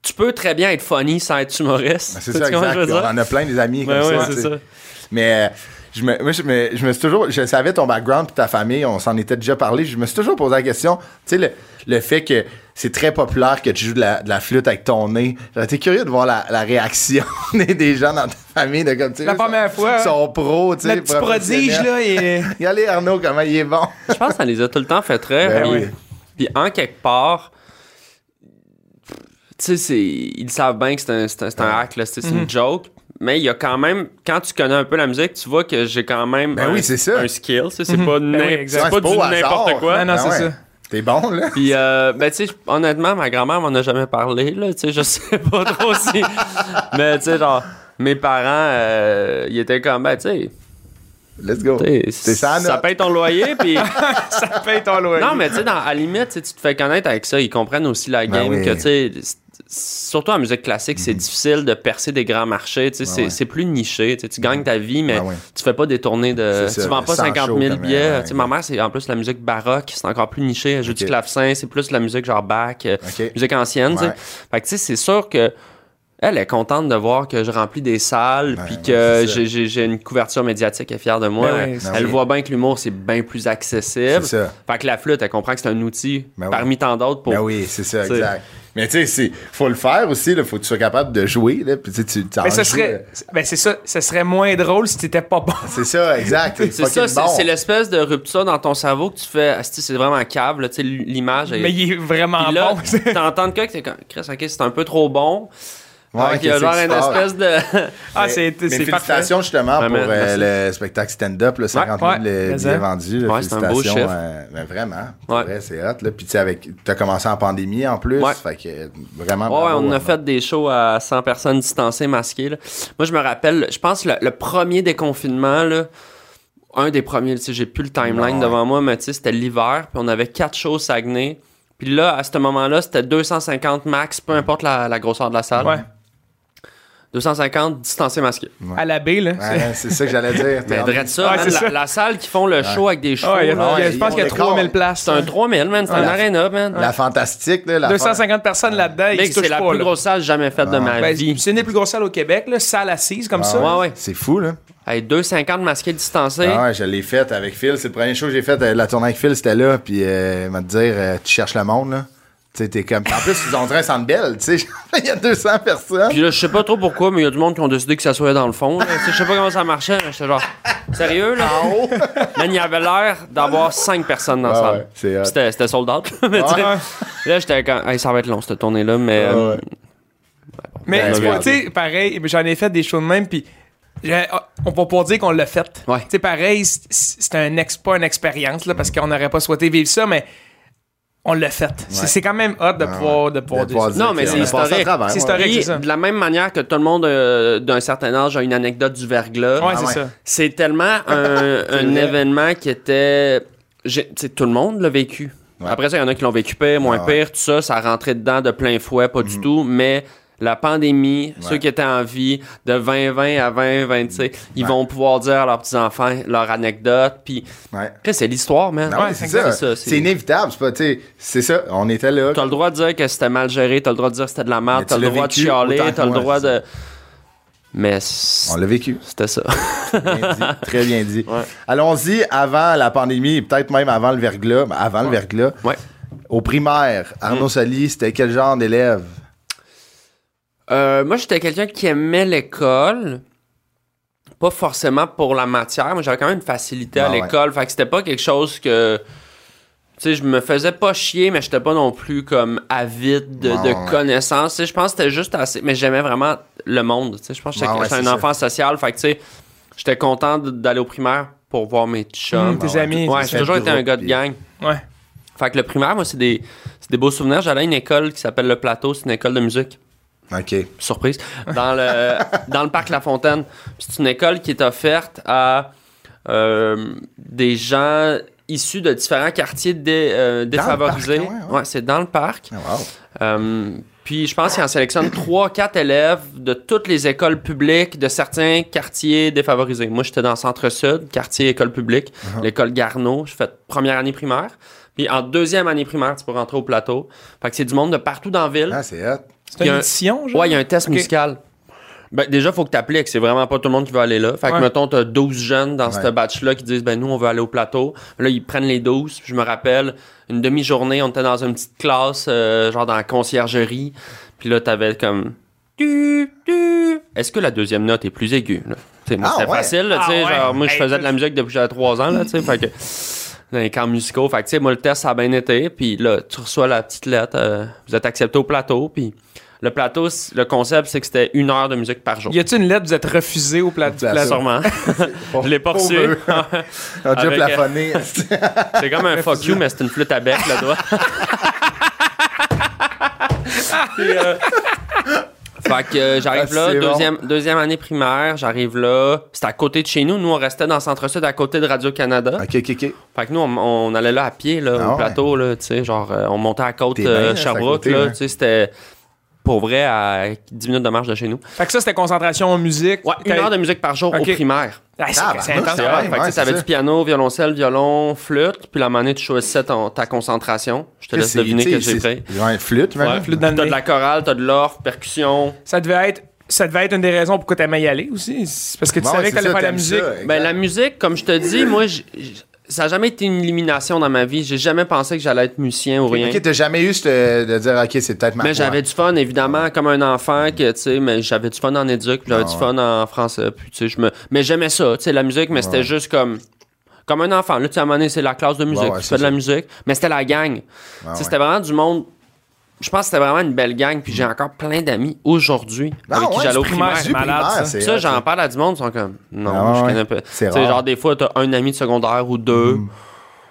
Tu peux très bien être funny sans être humoriste.
Ben, C'est
Tu
ça,
comprends ce que
exact.
je veux
On
dire?
en a plein des amis comme
Ben ouais,
ça.
c'est
tu sais.
ça.
Mais euh, je me, moi, je, me, je me suis toujours. Je savais ton background et ta famille, on s'en était déjà parlé. Je me suis toujours posé la question. Tu sais, le, le fait que c'est très populaire que tu joues de la, de la flûte avec ton nez. J'aurais été curieux de voir la, la réaction des- des gens dans ta famille. De, comme, tu sais,
La
eux,
première
sont-
fois,
sont pros, tu sais.
Le petit prodige, là, il est-
Regardez Arnaud, comment il est bon.
Je pense que ça les a tout le temps fait
Eh
rire.
Ben
puis,
oui.
puis en quelque part, tu sais, c'est- ils savent bien que c'est un, c'est un, c'est un hack, là, c'est c'est
Mhm.
une joke. Mais il y a quand même, quand tu connais un peu la musique, tu vois que j'ai quand même
Ben
un,
oui, c'est ça.
un skill. tu sais, C'est pas,
Ben oui,
n'im-
exact.
c'est
Ouais,
pas
au
du n'importe
hasard. Ben
quoi.
Non, non, c'est ça.
T'es bon, là.
Puis, euh, ben, tu sais, honnêtement, ma grand-mère m'en a jamais parlé, là, tu sais, je sais pas trop si... Mais, tu sais, genre, mes parents, euh, ils étaient comme, ben, tu sais,
Let's go.
tu sais,
C'est ça,
ça
notre-
paye ton loyer, puis...
ça paye ton loyer.
Non, mais tu sais, dans- à la limite, tu sais, tu te fais connaître avec ça. Ils comprennent aussi la
Ben
game
oui. Mhm.
que, tu sais, c'est- surtout en musique classique, c'est difficile de percer des grands marchés. Tu sais, c'est-
Ben ouais.
c'est plus niché. Tu sais, tu gagnes ta vie, mais
Ben ouais.
tu fais pas des tournées de.
C'est ça,
tu vends pas
sans
50
show,
000
comme,
billets.
ouais,
Tu sais,
ouais.
ma mère, c'est en plus la musique baroque, c'est encore plus niché. Elle joue du
Ok.
clavecin, c'est plus de la musique genre bac, euh,
Ok.
musique ancienne. tu sais.
Ouais.
Fait que, tu sais, c'est sûr que. Elle est contente de voir que je remplis des salles,
Ben,
puis
ouais,
que
c'est ça.
j'ai- j'ai j'ai une couverture médiatique, elle est fière de moi.
Ben ouais,
Elle-
c'est
elle
ça.
voit bien que l'humour, c'est bien plus accessible.
C'est ça.
Fait que la flûte, elle comprend que c'est un outil
Ben oui.
parmi tant d'autres pour.
Ben oui, c'est ça,
T'sais.
exact. Mais tu sais, c'est- faut le faire aussi, là, faut que tu sois capable de jouer. Là, puis tu sais, tu t'en
Mais ça
joues, là.
serait. Ben, c'est ça. Ça serait moins drôle si t'étais pas bon.
C'est ça, exact.
C'est ça, c'est c'est l'espèce de rupture dans ton cerveau que tu fais. Asti, c'est vraiment cave, là, tu sais, l'image. elle-
Mais il est vraiment
Puis là,
bon.
t'entends de quoi que t'es comme, Chris, ok, c'est un peu trop bon.
Ouais,
Fait qu'il y a
qu'est-ce
genre
qui se
une
passe?
espèce de.
ah,
Mais-
c'est
mais
c'est parfait.
félicitations justement
Vraiment,
pour euh,
Ah, merci.
le spectacle stand-up, là, 50
ouais,
000 le-
mais
billets
ça.
vendus. là,
Ouais, c'est un beau
félicitations,
chiffre.
euh, ben, vraiment,
Ouais.
ouais. c'est hot. Là. Puis tu sais, avec, t'as commencé en pandémie en plus,
Ouais.
fait que euh, vraiment.
Ah,
Ouais,
bravo,
on a
vraiment.
fait des shows à 100 personnes distancées, masquées. là. Moi, je me rappelle, je pense le, le premier déconfinement, là, un des premiers, tu sais, j'ai plus le timeline
Ouais.
devant moi, mais tu sais, c'était l'hiver, puis on avait quatre shows au Saguenay. Puis là, à ce moment-là, c'était 250 max, peu importe la, la grosseur de la salle.
Ouais.
250 distancés masqués.
À la baie, là. c'est-
Ouais, c'est ça que j'allais dire.
Mais
T'es en-
drette ça,
Ouais,
man,
c'est
la,
ça.
la salle qui font le show avec des shows,
Ah, il y a-
là,
il y a-
ouais,
je pense
ils
qu'il y a
ont des
3000
corps.
places. hein.
c'est un 3000, man, c'est un
Ouais.
arena, man.
La fantastique, là. La
250 personnes là-dedans,
Mec,
ils se
c'est
touchent
la
pas.
plus
là.
grosse salle jamais faite de ma
Ben,
vie.
c'est une des plus grosses salles au Québec, là, salle assise comme
fan-
ça.
Ouais, ouais.
C'est fou, là.
Hey, 250 masqués distancés.
Ah ouais, je l'ai faite avec Phil. C'est le premier show que j'ai fait. euh, La tournée avec Phil, c'était là. Puis, euh, il m'a dit euh, tu cherches le monde, là. Tu sais, t'es comme. En plus, ils ont un centre belle, tu sais. Il y a 200 personnes.
Puis là, je sais pas trop pourquoi, mais il y a du monde qui ont décidé que ça soit dans le fond. là. Tu sais, Je sais pas comment ça marchait. mais J'étais genre, sérieux, là? Man, il y avait l'air d'avoir cinq personnes dans la
Ah
salle.
ouais, c'est hot.
Puis C'était c'était sold out. mais tu sais,
Ouais.
Là, j'étais comme, hey, ça va être long, cette tournée-là, mais.
Ah
euh,
ouais.
Mais
Ben,
tu
ben,
vois, tu sais, pareil, j'en ai fait des shows de même, puis j'ai- ah, on va pas dire qu'on l'a fait.
Ouais.
Tu sais, pareil, c'est c'est un ex, pas une expérience, là, parce qu'on n'aurait pas souhaité vivre ça, mais on l'a fait. C'est- C'est quand même hot de
Ouais,
pouvoir, de
ouais.
pouvoir
De
dire
pouvoir
ça.
dire
Non, mais
qu'on
c'est
a passé à
historique.
travers,
C'est
ouais.
historique.
Puis,
c'est ça.
de la même manière que tout le monde euh, d'un certain âge a une anecdote du verglas,
Ouais,
Ah
c'est
ouais.
ça.
c'est tellement un, un
vrai.
événement qui était. j'ai- tu sais, Tout le monde l'a vécu.
Ouais.
Après ça, il y en a qui l'ont vécu pire, moins
Ah ouais. Mhm.
pire, tout ça, ça rentrait dedans de plein fouet, pas du tout, mais. La pandémie,
Ouais.
ceux qui étaient en vie de 2020 à 2025, ils
Ouais.
vont pouvoir dire à leurs petits-enfants leur anecdote. Puis,
Ouais.
Après, c'est l'histoire, man.
Non, mais c'est ça. C'est inévitable. C'est pas, tu sais, c'est ça. On était là.
T'as le droit de dire que c'était mal géré, t'as le droit de dire que c'était de la merde,
Mais tu
t'as le
l'as
droit de
vécu
chialer,
autant que
t'as le
moi,
droit
c'est
de. Mais
On
c-
l'a vécu.
c'était ça.
Bien dit. Très bien dit.
Ouais.
Allons-y avant la pandémie, peut-être même avant le verglas. mais Avant le verglas.
Ouais. Mm.
Au primaire, Arnaud Soli, c'était quel genre d'élève?
Euh, moi, j'étais quelqu'un qui aimait l'école. Pas forcément pour la matière. Moi, j'avais quand même une facilité à
Ah ouais.
l'école. Fait que c'était pas quelque chose que. Tu sais, je me faisais pas chier, mais j'étais pas non plus comme avide de,
Ah
de
ouais.
connaissances. Tu sais, je pense que c'était juste assez. Mais j'aimais vraiment le monde. Tu sais, je pense que j'étais
Ah ouais,
j'étais un
c'est ça.
enfant social. Fait que, tu sais, j'étais content de- d'aller au primaire pour voir mes chums.
Hum, tes
Ah ouais.
amis.
Ouais,
c'est
j'ai
ça.
toujours
Le
été un
groupe,
gars de
puis-
gang.
Ouais.
Fait que le primaire, moi, c'est des, c'est des beaux souvenirs. J'allais à une école qui s'appelle Le Plateau. C'est une école de musique.
OK.
Surprise. Dans le, dans le parc La Fontaine. Puis C'est une école qui est offerte à euh, des gens issus de différents quartiers dé- euh, défavorisés.
parc, ouais, ouais.
Ouais, c'est dans le parc.
Ah, wow.
Euh, puis je pense qu'ils en sélectionnent 3-4 élèves de toutes les écoles publiques de certains quartiers défavorisés. Moi, j'étais dans Centre-Sud, quartier école publique,
Uh-huh.
l'école Garneau. Je fais première année primaire. Puis en deuxième année primaire, tu peux rentrer au plateau. Fait que c'est du monde de partout dans la ville.
Ah, c'est hot.
C'est
Il y a
une
un-
édition, genre.
Ouais, il y a un test
Ok.
musical. Ben, déjà, faut que t'appliques. C'est vraiment pas tout le monde qui veut aller là. Fait que,
Ouais.
mettons, t'as 12 jeunes dans ce
Ouais.
batch-là qui disent, ben, nous, on veut aller au plateau. Là, ils prennent les 12. Je me rappelle, une demi-journée, on était dans une petite classe, euh, genre dans la conciergerie. Puis là, t'avais comme... Tu, tu. Est-ce que la deuxième note est plus aiguë? là? Tu sais, moi,
Ah,
c'était
ouais.
facile. là, tu sais,
Ah, ouais.
genre, moi, je
Hey,
faisais de la
écoute.
musique depuis que j'avais 3 ans. Là, tu sais, fait que, dans les camps musicaux. Fait que, tu sais, moi, le test, ça a bien été. Puis là, tu reçois la petite lettre. euh, vous êtes accepté au plateau. Puis le plateau, c- le concept, c'est que c'était une heure de musique par jour.
Y a-tu une lettre, vous êtes refusé au plat du
Au
plateau?
plateau.
Sûrement.
Pauvre-
Je l'ai pas reçu.
pauvre eux. On a déjà
Avec-
plafonné.
C'est comme un fuck you, mais c'est une flûte à bec, le doigt. Puis, euh, Fait que euh, j'arrive
Ah,
là,
c'est bon.
deuxième, deuxième année primaire, j'arrive là. C'était à côté de chez nous. Nous, on restait dans Centre-Sud, à côté de Radio-Canada.
OK, OK, OK.
Fait que nous, on, on allait là à pied, là,
Ah
au
ouais.
plateau, là, tu sais, genre, euh, on montait à la côte
T'es bien,
euh,
là, c'est à
Sherbrooke,
côté,
là,
ouais.
tu sais, c'était pour vrai à 10 minutes de marche de chez nous.
Fait que ça, c'était concentration en musique.
Ouais, une
T'as-
heure de musique par jour
Ok.
au primaire.
Ah, c'est-
Ah, bah,
c'est
moi,
intense.
c'est
Ouais,
vrai.
fait que tu sais,
ouais, c'est
t'avais
ça.
du piano, violoncelle, violon, flûte, puis la manette, tu choisissais ton- ta concentration. Je te laisse
C'est-
deviner
tu sais,
que j'ai
c'est-
pris.
Ouais, flûte, même.
Ouais,
flûte dans
T'as
le
de
nez.
la chorale, t'as de l'orgue, percussion.
Ça devait être. Ça devait être une des raisons pourquoi t'aimais y aller aussi. C'est Parce que tu
Bon,
savais
ouais,
que
c'est
t'allais
ça,
faire de la
t'aimes
musique.
ça, exact.
Ben, la musique, comme je te dis, moi, j- j- ça n'a jamais été une élimination dans ma vie. J'ai jamais pensé que j'allais être musicien ou rien.
OK, t'as jamais eu ce- euh, de dire, OK, c'est peut-être ma
hein. Mais
voix.
j'avais du fun, évidemment, comme un enfant, que, tu sais, mais j'avais du fun en éduc, puis j'avais
Ah
du
ouais.
fun en français, puis, tu sais, je me... Mais j'aimais ça, tu sais, la musique, mais c'était juste comme... Comme un enfant. Là, tu sais, à un moment donné, c'est la classe de musique,
Ouais, ouais,
tu
c'est
fais de la
ça.
musique, mais c'était la
Ah,
gang. Tu sais,
ouais.
c'était vraiment du monde... Je pense que c'était vraiment une belle gang, puis j'ai encore plein d'amis aujourd'hui
Mm. Ah,
avec qui
ouais,
j'allais au
du
primaire.
du
malade, ça.
c'est
Ça,
hot,
j'en parle à du monde, ils sont comme... Non,
Ah ouais,
je
ouais.
connais pas.
C'est
Tu sais,
rare. Mm.
genre, des fois, t'as un ami de secondaire ou deux,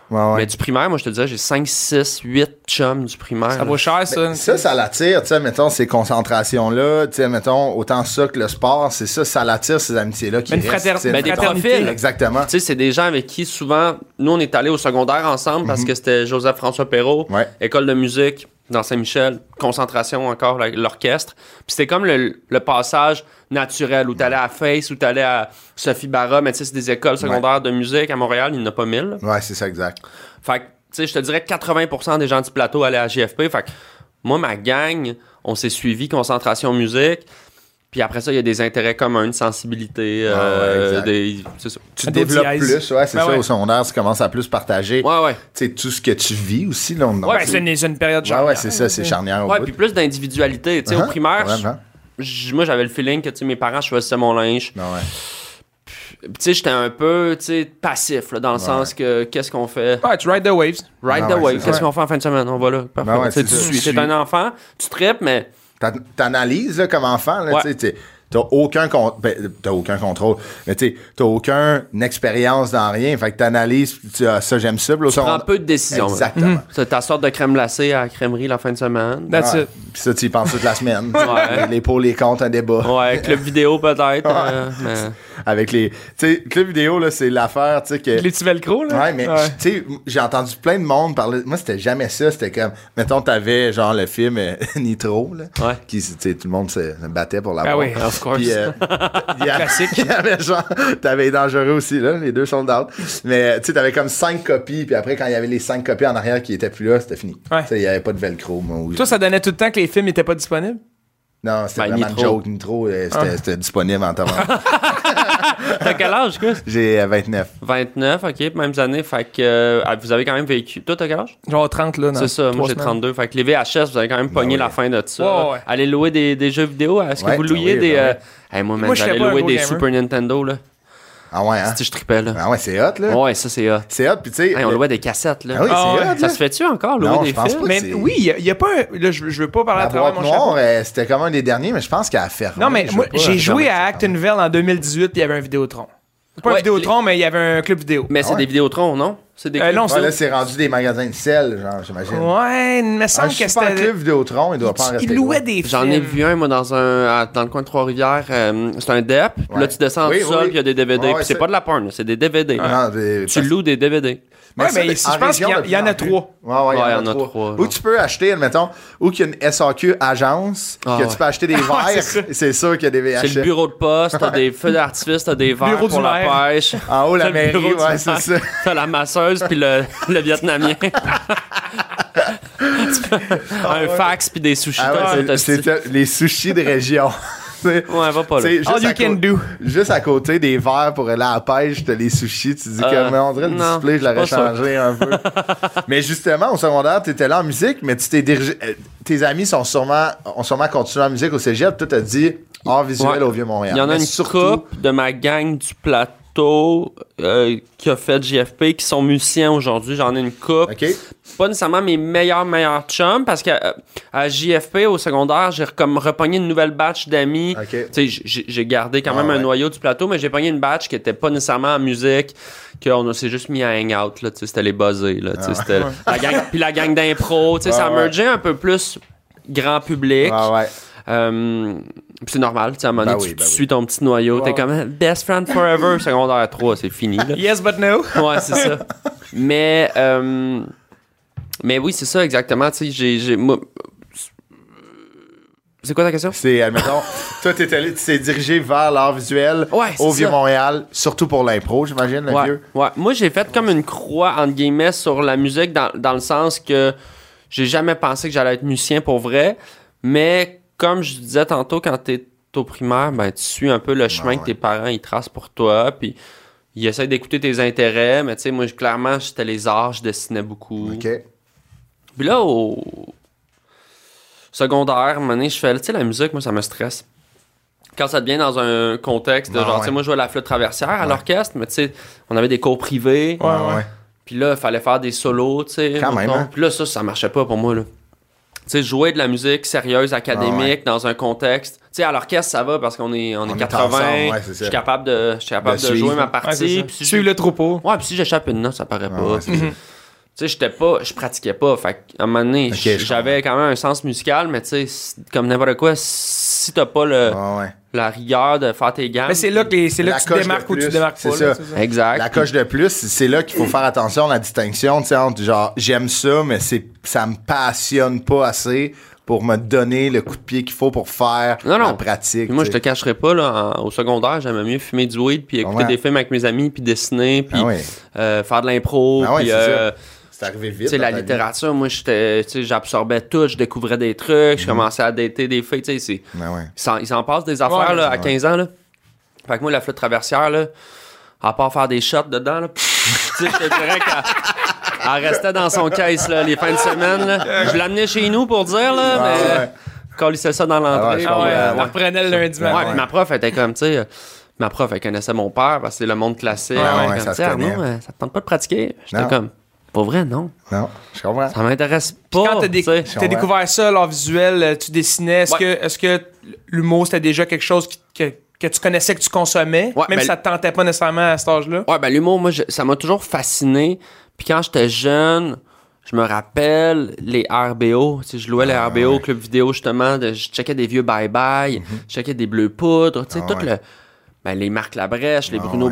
Ouais, ouais.
mais du primaire, moi, je te disais, j'ai 5, 6, 8 chums du primaire.
Ça
là.
vaut cher, ça.
Ben, Ça, ça l'attire, tu sais, mettons, ces concentrations-là, tu sais, mettons, autant ça que le sport, c'est ça, ça l'attire, ces amitiés-là qui
Une
restent,
frater-
tu sais,
ben,
des
mettons.
fraternité. profils.
Exactement.
Tu sais, c'est des gens avec qui souvent, nous, on est allés au secondaire ensemble parce que c'était Joseph-François Perrault,
Mhm. Ouais.
école de musique dans Saint-Michel, concentration encore, la- l'orchestre. Puis c'était comme le, le passage naturel où t'allais à Face, où t'allais à Sophie Barra, mais tu sais, c'est des écoles secondaires de musique. À Montréal, il n'y en a pas mille. là.
Ouais, c'est ça, exact.
Fait que, tu sais, je te dirais que 80% des gens du plateau allaient à JFP. Fait que, moi, ma gang, on s'est suivi concentration musique. Puis après ça, il y a des intérêts communs, une sensibilité.
Ah ouais,
euh,
exact.
des, c'est ça.
Tu
Un
te développes
DDIs.
plus, ouais, c'est
Ben
ça,
ouais.
au secondaire, tu commences à plus partager,
Ouais, ouais.
tu sais, tout ce que tu vis aussi, là, on
Ouais, c'est une, c'est une période
Ouais,
charnière.
ouais, c'est ça, c'est charnière au
Ouais,
bout.
puis plus d'individualité. Tu sais, au
Ah, Uh-huh,
primaire,
vraiment.
j- moi, j'avais le feeling que, tu sais, mes parents choisissaient mon linge.
Non, ouais.
Puis, tu sais, j'étais un peu, tu sais, passif, là, dans le sens que, qu'est-ce qu'on fait?
Ah, Ouais, tu ride the waves.
Ride
Ah ouais,
the wave.
c'est
Qu'est-ce
ça.
qu'on fait en fin de semaine? On va là. Parfait.
Ben ouais,
Tu sais,
c'est ça.
tu suis.
Tu
T'es un enfant, tu tripes, mais
T'an- T'analyses, là, comme enfant, là,
Ouais.
tu sais, t'es- T'as aucun, con- ben, t'as aucun contrôle. Mais tu sais, t'as aucune expérience dans rien. Fait que t'analyses, tu dis, ah, ça, j'aime ça. puis là,
Tu
ça,
prends
on-
peu de décisions.
Exactement.
là. Mm-hmm. C'est ta sorte de crème glacée à la crèmerie la fin de semaine.
That's
Ouais.
it.
Puis ça, tu y penses toute la semaine.
Ouais.
Les pour, les contre, un débat.
Ouais, club vidéo peut-être. euh, mais-
Avec les. Tu sais, Club Vidéo, là, c'est l'affaire, tu sais, que.
Les petits velcro, là.
Ouais, mais tu sais, j'ai entendu plein de monde parler. Moi, c'était jamais ça. C'était comme, mettons, t'avais genre le film euh, Nitro, là.
Ouais.
Qui, tu sais, tout le monde se, se battait pour l'avoir.
Ah oui,
of course.
Puis, euh, il y a-
Classique.
Il y avait genre, t'avais les dangereux aussi, là. Les deux sont out. Mais tu sais, t'avais comme cinq copies. Puis après, quand il y avait les cinq copies en arrière qui étaient plus là, c'était fini.
Ouais.
Tu sais, il n'y avait pas de velcro. moi, où-
Toi, ça donnait tout le temps que les films n'étaient pas disponibles?
Non, c'était
Ben,
vraiment
Nitro.
une joke. Nitro, euh, c'était
Ah.
c'était disponible en temps.
T'as quel âge, Chris?
J'ai euh, 29.
29, ok, mêmes années. Fait que euh, vous avez quand même vécu. Toi, t'as quel âge?
Genre 30, là. dans
Hein?
C'est ça, moi
trois
j'ai
semaines.
32. Fait que les VHS, vous avez quand même pogné
Ben oui.
la fin de ça.
Ouais, ouais.
Allez louer des, des jeux vidéo. hein? Est-ce que
Ouais,
vous louiez
oui,
des.
ben
euh,
oui.
hey, moi, man,
Moi, j'étais
j'allais
pas un
louer
gros
des
gamer.
Super Nintendo, là.
Ah ouais, hein?
Si je tripais, là.
Ah ouais, c'est hot, là.
Ouais, ça, c'est hot.
C'est hot, puis tu sais.
Hey, on louait des cassettes, là.
Ah oui,
Ah ouais,
c'est hot,
ça
là.
se fait-tu encore, louer
Non,
des
je pense
films?
pas.
Mais
C'est-
oui, il n'y a, pas un. Là, je, je veux pas parler
La
à travers
boîte
mon
noire,
chapeau.
euh, c'était comme un des derniers, mais je pense qu'elle a fermé.
Non, mais
je sais
moi,
pas.
j'ai joué à
fermé,
Act Nouvelle en 2018, puis il y avait un Vidéotron. Pas un
Ouais,
Vidéotron, mais il y avait un club vidéo.
Mais c'est
Ah ouais.
des Vidéotrons, non? C'est des
Euh, non,
Ouais, là, c'est rendu des magasins de sel, genre, j'imagine.
Ouais, il me
Un
semble que
super
c'était.
club Vidéotron, il doit pas en rester.
Il louait
loin.
des films.
J'en ai vu un, moi, dans un à- dans le coin de Trois-Rivières. euh, c'est un DEP. puis Là,
Ouais.
tu descends
Oui,
tout
oui,
seul,
oui.
puis il y a des DVD.
Ouais,
Puis c'est
ça-
pas de la porn, là, c'est des DVD.
Non, Ah, des-
Tu
parce-
loues des DVD.
Ouais,
ça,
mais
en
si- je pense
région,
qu'il y a-
de
il y en a
plus
trois.
plus. Ouais, ouais, il y en a trois. Ou
genre.
tu peux acheter, admettons, ou qu'il y a une SAQ agence,
Ah,
que
ouais.
tu peux acheter des
c'est
verres.
ça.
C'est sûr qu'il y a des VHS.
C'est le bureau de poste, t'as des feux d'artifice, t'as des verres
Bureau
pour
du
la
maire.
pêche.
En haut,
T'as
la
le
mairie,
bureau du
ouais, c'est
maire,
ça.
T'as la masseuse puis le, le vietnamien. un fax puis des sushis.
Ah ouais,
T'as-
c'est-
t'as-
c'était les sushis de région. C'est-
Ouais, va pas là.
c'est juste
All you
à
can
côté-
do.
Juste à côté des verres pour aller à la pêche, t'as les sushis, tu dis
Euh,
que mais on dirait le
non,
display, je l'aurais
c'est pas
changé un peu. mais justement, au secondaire, t'étais là en musique, mais tu t'es dirigé. euh, Tes amis sont sûrement, ont sûrement continué en musique au Cégep, toi t'as dit art visuel
Ouais.
au Vieux-Montréal.
Il y en a
Mais
une couple de ma gang du plateau euh, qui a fait JFP, qui sont musiciens aujourd'hui. J'en ai une coupe.
OK.
Pas nécessairement mes meilleurs, meilleurs chums, parce que euh, à JFP, au secondaire, j'ai comme repogné une nouvelle batch d'amis.
OK.
Tu sais, j- j'ai j'ai gardé quand
Ah,
même un
ouais.
noyau du plateau, mais j'ai pogné une batch qui était pas nécessairement en musique, qu'on s'est juste mis à hang-out, là, tu sais, c'était les buzzés, là, tu sais, c'était la gang, puis la gang d'impro, tu sais,
Ah,
ça
ouais.
mergeait un peu plus grand public.
Ah ouais.
Euh, puis c'est normal, tu sais, à un moment
Ben
donné,
oui,
tu,
ben
tu
oui.
suis ton petit noyau, t'es
Ouais.
comme best friend forever, secondaire 3, c'est fini, là.
Yes, but no.
Ouais, c'est ça. Mais, euh, mais oui, c'est ça, exactement, tu sais, j'ai. j'ai- moi- C'est quoi ta question?
C'est, admettons, toi t'étais allé- tu t'es dirigé vers l'art visuel
Ouais, c'est
au
ça.
Vieux-Montréal, surtout pour l'impro, j'imagine, le
ouais,
vieux.
ouais. Moi, j'ai fait comme une croix, entre guillemets, sur la musique, dans, dans le sens que j'ai jamais pensé que j'allais être musicien pour vrai. Mais comme je disais tantôt, quand t'es au primaire, ben, tu suis un peu le chemin que
ouais.
tes parents ils tracent pour toi. Puis ils essaient d'écouter tes intérêts. Mais tu sais, moi, je- clairement, j'étais les arts, je dessinais beaucoup.
OK.
Puis là, au secondaire, à un moment donné, je fais, tu sais, la musique, moi, ça me stresse. Quand ça devient dans un contexte, de
Ah,
genre, tu
ouais.
sais, moi, je jouais à la flûte traversière à l'orchestre, mais tu sais, on avait des cours privés.
Ouais,
Ah
ouais.
Puis là, il fallait faire des solos, tu sais.
Quand même,
mettons.
hein.
Puis là, ça, ça marchait pas pour moi, là. Tu sais, jouer de la musique sérieuse, académique,
Ah ouais.
dans un contexte. Tu sais, à l'orchestre, ça va parce qu'on est, on est
On est
80.
ensemble, ouais, c'est
je
ça.
suis capable de, je suis capable
De
de,
suivre.
jouer ma
Ouais, c'est
partie.
ça.
puis si
Suivre
je-
le troupeau.
Ouais, puis si j'échappe une note, ça paraît
Ah
pas.
ouais, c'est ça.
Tu sais, j'étais pas, je pratiquais pas. Fait qu'à un moment donné,
Ok,
j-
je
j'avais quand même un sens musical, mais tu sais, c'est- comme n'importe quoi, si t'as pas le,
Ah ouais.
la rigueur de faire tes gammes.
Mais c'est là que, les- c'est là
La
que tu
coche de
démarques ou tu
plus,
démarques pas.
c'est
là,
ça.
Exact.
La coche de plus, c'est là qu'il faut faire attention à la distinction, tu sais, entre genre j'aime ça, mais c'est ça me passionne pas assez pour me donner le coup de pied qu'il faut pour faire
Non, non.
la pratique.
Puis moi, je
tu
te
sais.
cacherais pas, là, en- au secondaire, j'aimais mieux fumer du weed, puis écouter
Ouais.
des films avec mes amis, puis dessiner, puis
Ah ouais.
euh, faire de l'impro,
Ah ouais,
puis
c'est
euh,
C'est arrivé
tu
vite.
sais,
dans
la
ta vie.
littérature, moi, j'étais, tu sais, j'absorbais tout, je découvrais des trucs, je commençais à dater des filles, tu sais, c'est...
Ah Mm-hmm. ouais.
Il s'en- il s'en passe des affaires
Ouais,
là, à
ouais.
15 ans. Là. Fait que moi, la flotte traversière, là, à part faire des shots dedans, là, tu sais, je te dirais qu'elle elle restait dans son caisse là, les fins de semaine. là. Je l'amenais chez nous pour dire, là,
Ah
mais
ouais.
quand il ça dans
Ah ouais,
l'entrée.
je
puis,
Ah ouais,
Ouais,
euh,
on
ouais.
reprenait le lundi
ouais,
matin.
puis ma prof elle était comme, tu sais, euh, ma prof, elle connaissait mon père parce que c'est le monde classique.
Ouais,
Elle
Ah ouais,
était
ça
comme,
se
Tu sais,
connaît.
Arnaud, euh, ça te tente pas de pratiquer? J'étais
Non.
comme, pas vrai, non.
Non, je comprends.
Ça m'intéresse pas.
Quand t'as, déc-
Oh, tu sais.
t'as découvert ça, l'art visuel, euh, tu dessinais, est-ce
Ouais.
que, est-ce que l'humour c'était déjà quelque chose qui, que, que tu connaissais, que tu consommais,
Ouais,
même
ben,
si ça te tentait pas nécessairement à cet âge-là.
Ouais, ben l'humour, moi, je- ça m'a toujours fasciné. Puis quand j'étais jeune, je me rappelle les RBO. Tu sais, je louais les
Ah,
RBO au club vidéo, justement. de- je checkais des vieux bye-bye, je checkais des bleus poudres, tu sais,
Mhm. Ah
tout
ouais.
le... Ben, les Marc Labrèche, les
Ah
Bruno
ouais.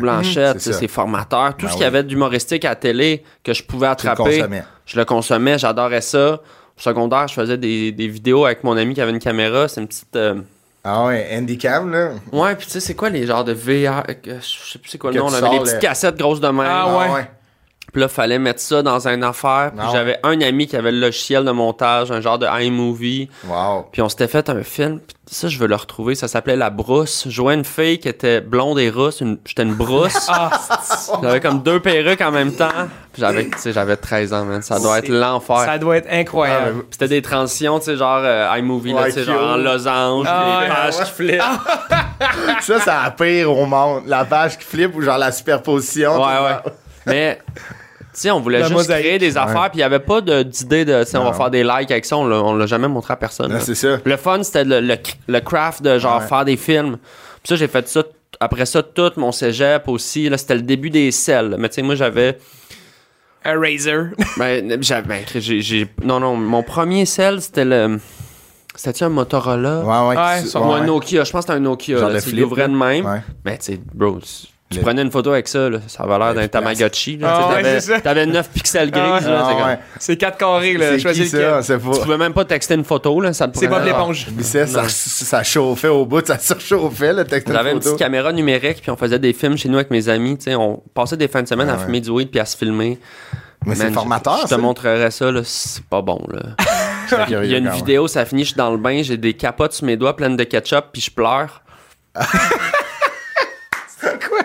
Mhm.
Blanchette, tu sais,
C'est
ces formateurs, tout
Ben
ce qu'il y
oui.
avait d'humoristique à la télé que je pouvais
Tu le
attraper,
consommais.
je le consommais, j'adorais ça. Au secondaire, je faisais des, des vidéos avec mon ami qui avait une caméra, c'est une petite... euh,
Ah ouais, Andy Cam, là.
Ouais, puis tu sais, c'est quoi les genres de VR... euh, Je sais plus c'est quoi le
Que
nom,
tu
là, mais les
sors
petites
le-
cassettes grosses de même.
Ah ouais.
Puis là, fallait mettre ça dans une affaire. Puis
Ah ouais.
j'avais un ami qui avait le logiciel de montage, un genre de iMovie.
Wow.
Puis on s'était fait un film. Puis ça, je veux le retrouver. Ça s'appelait La Brousse. Je jouais une fille qui était blonde et rousse. Une... J'étais une brousse.
Ah.
j'avais comme deux perruques en même temps. Puis j'avais, tu sais, j'avais 13 ans, man. Ça doit
C'est-
être l'enfer.
Ça doit être
Ah,
incroyable.
Puis C'était des transitions, tu sais, genre euh, iMovie, là,
Ouais,
tu sais,
cute.
genre en losange,
Ah
les
ouais.
pages qui flippent.
Ça, c'est la pire au monde. La page qui flippe ou genre la superposition.
Ouais, ouais. Mais, tu sais, on voulait
Le
juste
mosaïque.
créer des affaires, puis il n'y avait pas de- d'idée de, tu sais, on va
Non.
faire des likes avec ça, on l'a- on l'a jamais montré à personne.
Non,
là.
c'est ça.
Le fun, c'était le, le, le craft de genre
Ouais.
faire des films. Puis ça, j'ai fait ça, t- après ça, tout mon cégep aussi, là, c'était le début des selles. Mais tu sais, moi, j'avais.
Un Razer.
Ben, j'avais. ben, j'ai- j'ai- non, non, mon premier sel, c'était le. C'était-tu un Motorola?
Ouais, ouais.
Ouais,
tu-
sur
Ou un
ouais.
Nokia, je pense que c'était un Nokia.
Genre
là,
le
tu
flip,
l'ouvrais de même.
Ouais.
Mais tu sais, bro, tu, tu
Le-
prenais une photo avec ça, là, ça avait l'air
Ouais,
d'un
puis là,
Tamagotchi. là, tu sais,
Ah ouais,
t'avais-
c'est ça.
T'avais 9 pixels gris.
Ah ouais.
Ah ouais.
C'est quatre carrés, là.
C'est
Choisis
qui
lequel.
ça? Ah, C'est
Tu
pas...
pouvais même pas texter une photo, là, ça te
C'est
prenait-
Bob l'éponge.
Puis ça, ça, ça chauffait au bout, ça surchauffait, le texte
J'avais une
photo.
petite caméra numérique, puis on faisait des films chez nous avec mes amis. tu sais, on passait des fins de semaine
Ah
à
ouais.
fumer du weed puis à se filmer.
Mais c'est
Man,
formateur,
Je, je te
ça.
montrerais ça, là, c'est pas bon. Là.
J'étais
Il
curieux
y a une
quand même.
vidéo, ça finit, je suis dans le bain, j'ai des capotes sur mes doigts pleines de ketchup, puis je pleure. Mais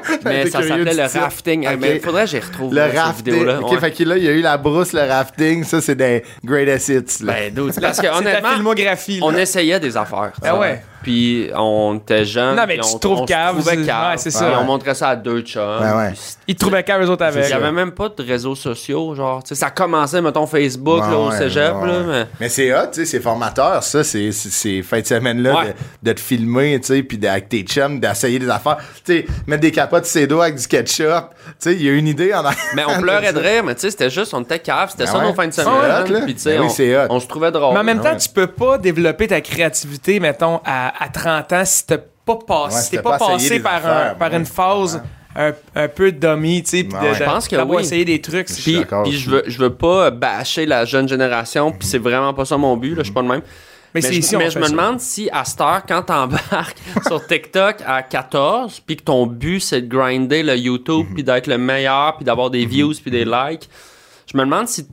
J'étais
ça
curieux
s'appelait
du
le
titre.
rafting. Ah,
Ok.
mais faudrait que j'y retrouve là,
Le
cette
rafting.
vidéo-là.
Ok,
Ouais.
fait que là, il y a eu la brousse, le rafting. Ça, c'est des greatest hits. Là.
Ben, dude, parce que
C'est la
honnêtement,
filmographie, là.
on essayait des affaires. tu
Ah
sais.
ouais.
Puis on était jeunes.
Non, mais
puis
tu
on-
te trouves
on se
cave,
trouvait
c'est-
cave.
ouais, c'est ça.
Puis
Ouais.
on montrait ça à deux chums.
Ouais, Ben, ouais.
Puis c'était-
Ils te trouvaient qu'un, eux autres,
Il
avec.
n'y avait même pas de réseaux sociaux, genre. tu sais, ça commençait, mettons, Facebook, là, au
Ben Ouais,
cégep,
ouais,
là,
ouais.
mais...
Mais c'est hot, tu sais, c'est formateur, ça, c'est c'est- ces fins de semaine-là,
Ouais.
de, de te filmer, tu sais, puis de- avec tes chums, d'essayer des affaires. Tu sais, mettre des capotes sur ses doigts avec du ketchup. Tu sais, il y a une idée en arrière
Mais on
de
pleurait de
ça.
rire, mais tu sais, c'était juste, on était cave, c'était
Ah, Ben
ça nos
ouais.
fins de
C'est
semaine.
hot, là.
Puis tu sais,
Ben oui,
on-
c'est hot.
on, se trouvait drôle. hein.
Mais en même temps,
Ah ouais.
tu peux pas développer ta créativité, mettons, à, à 30 ans si t'as pas passé,
Ouais,
si
si
t'es
t'as
pas,
pas essayé
passé
des
par,
affaires,
un, par
ouais,
une phase un, un peu dummy, tu sais, pis
Ouais,
de-
je
de-
pense que
d'avoir
oui.
essayé des trucs. c'est-
suis
Puis,
d'accord
puis
aussi.
je veux, je veux pas bâcher la jeune génération, puis c'est vraiment pas ça mon but, là, je suis pas le même.
Mais c'est
je,
ici, on
mais
fait
je me
ça.
demande si à cette heure, quand t'embarques sur TikTok à 14, puis que ton but c'est de grinder le YouTube,
Mhm.
puis d'être le meilleur, puis d'avoir des views, puis des likes, je me demande si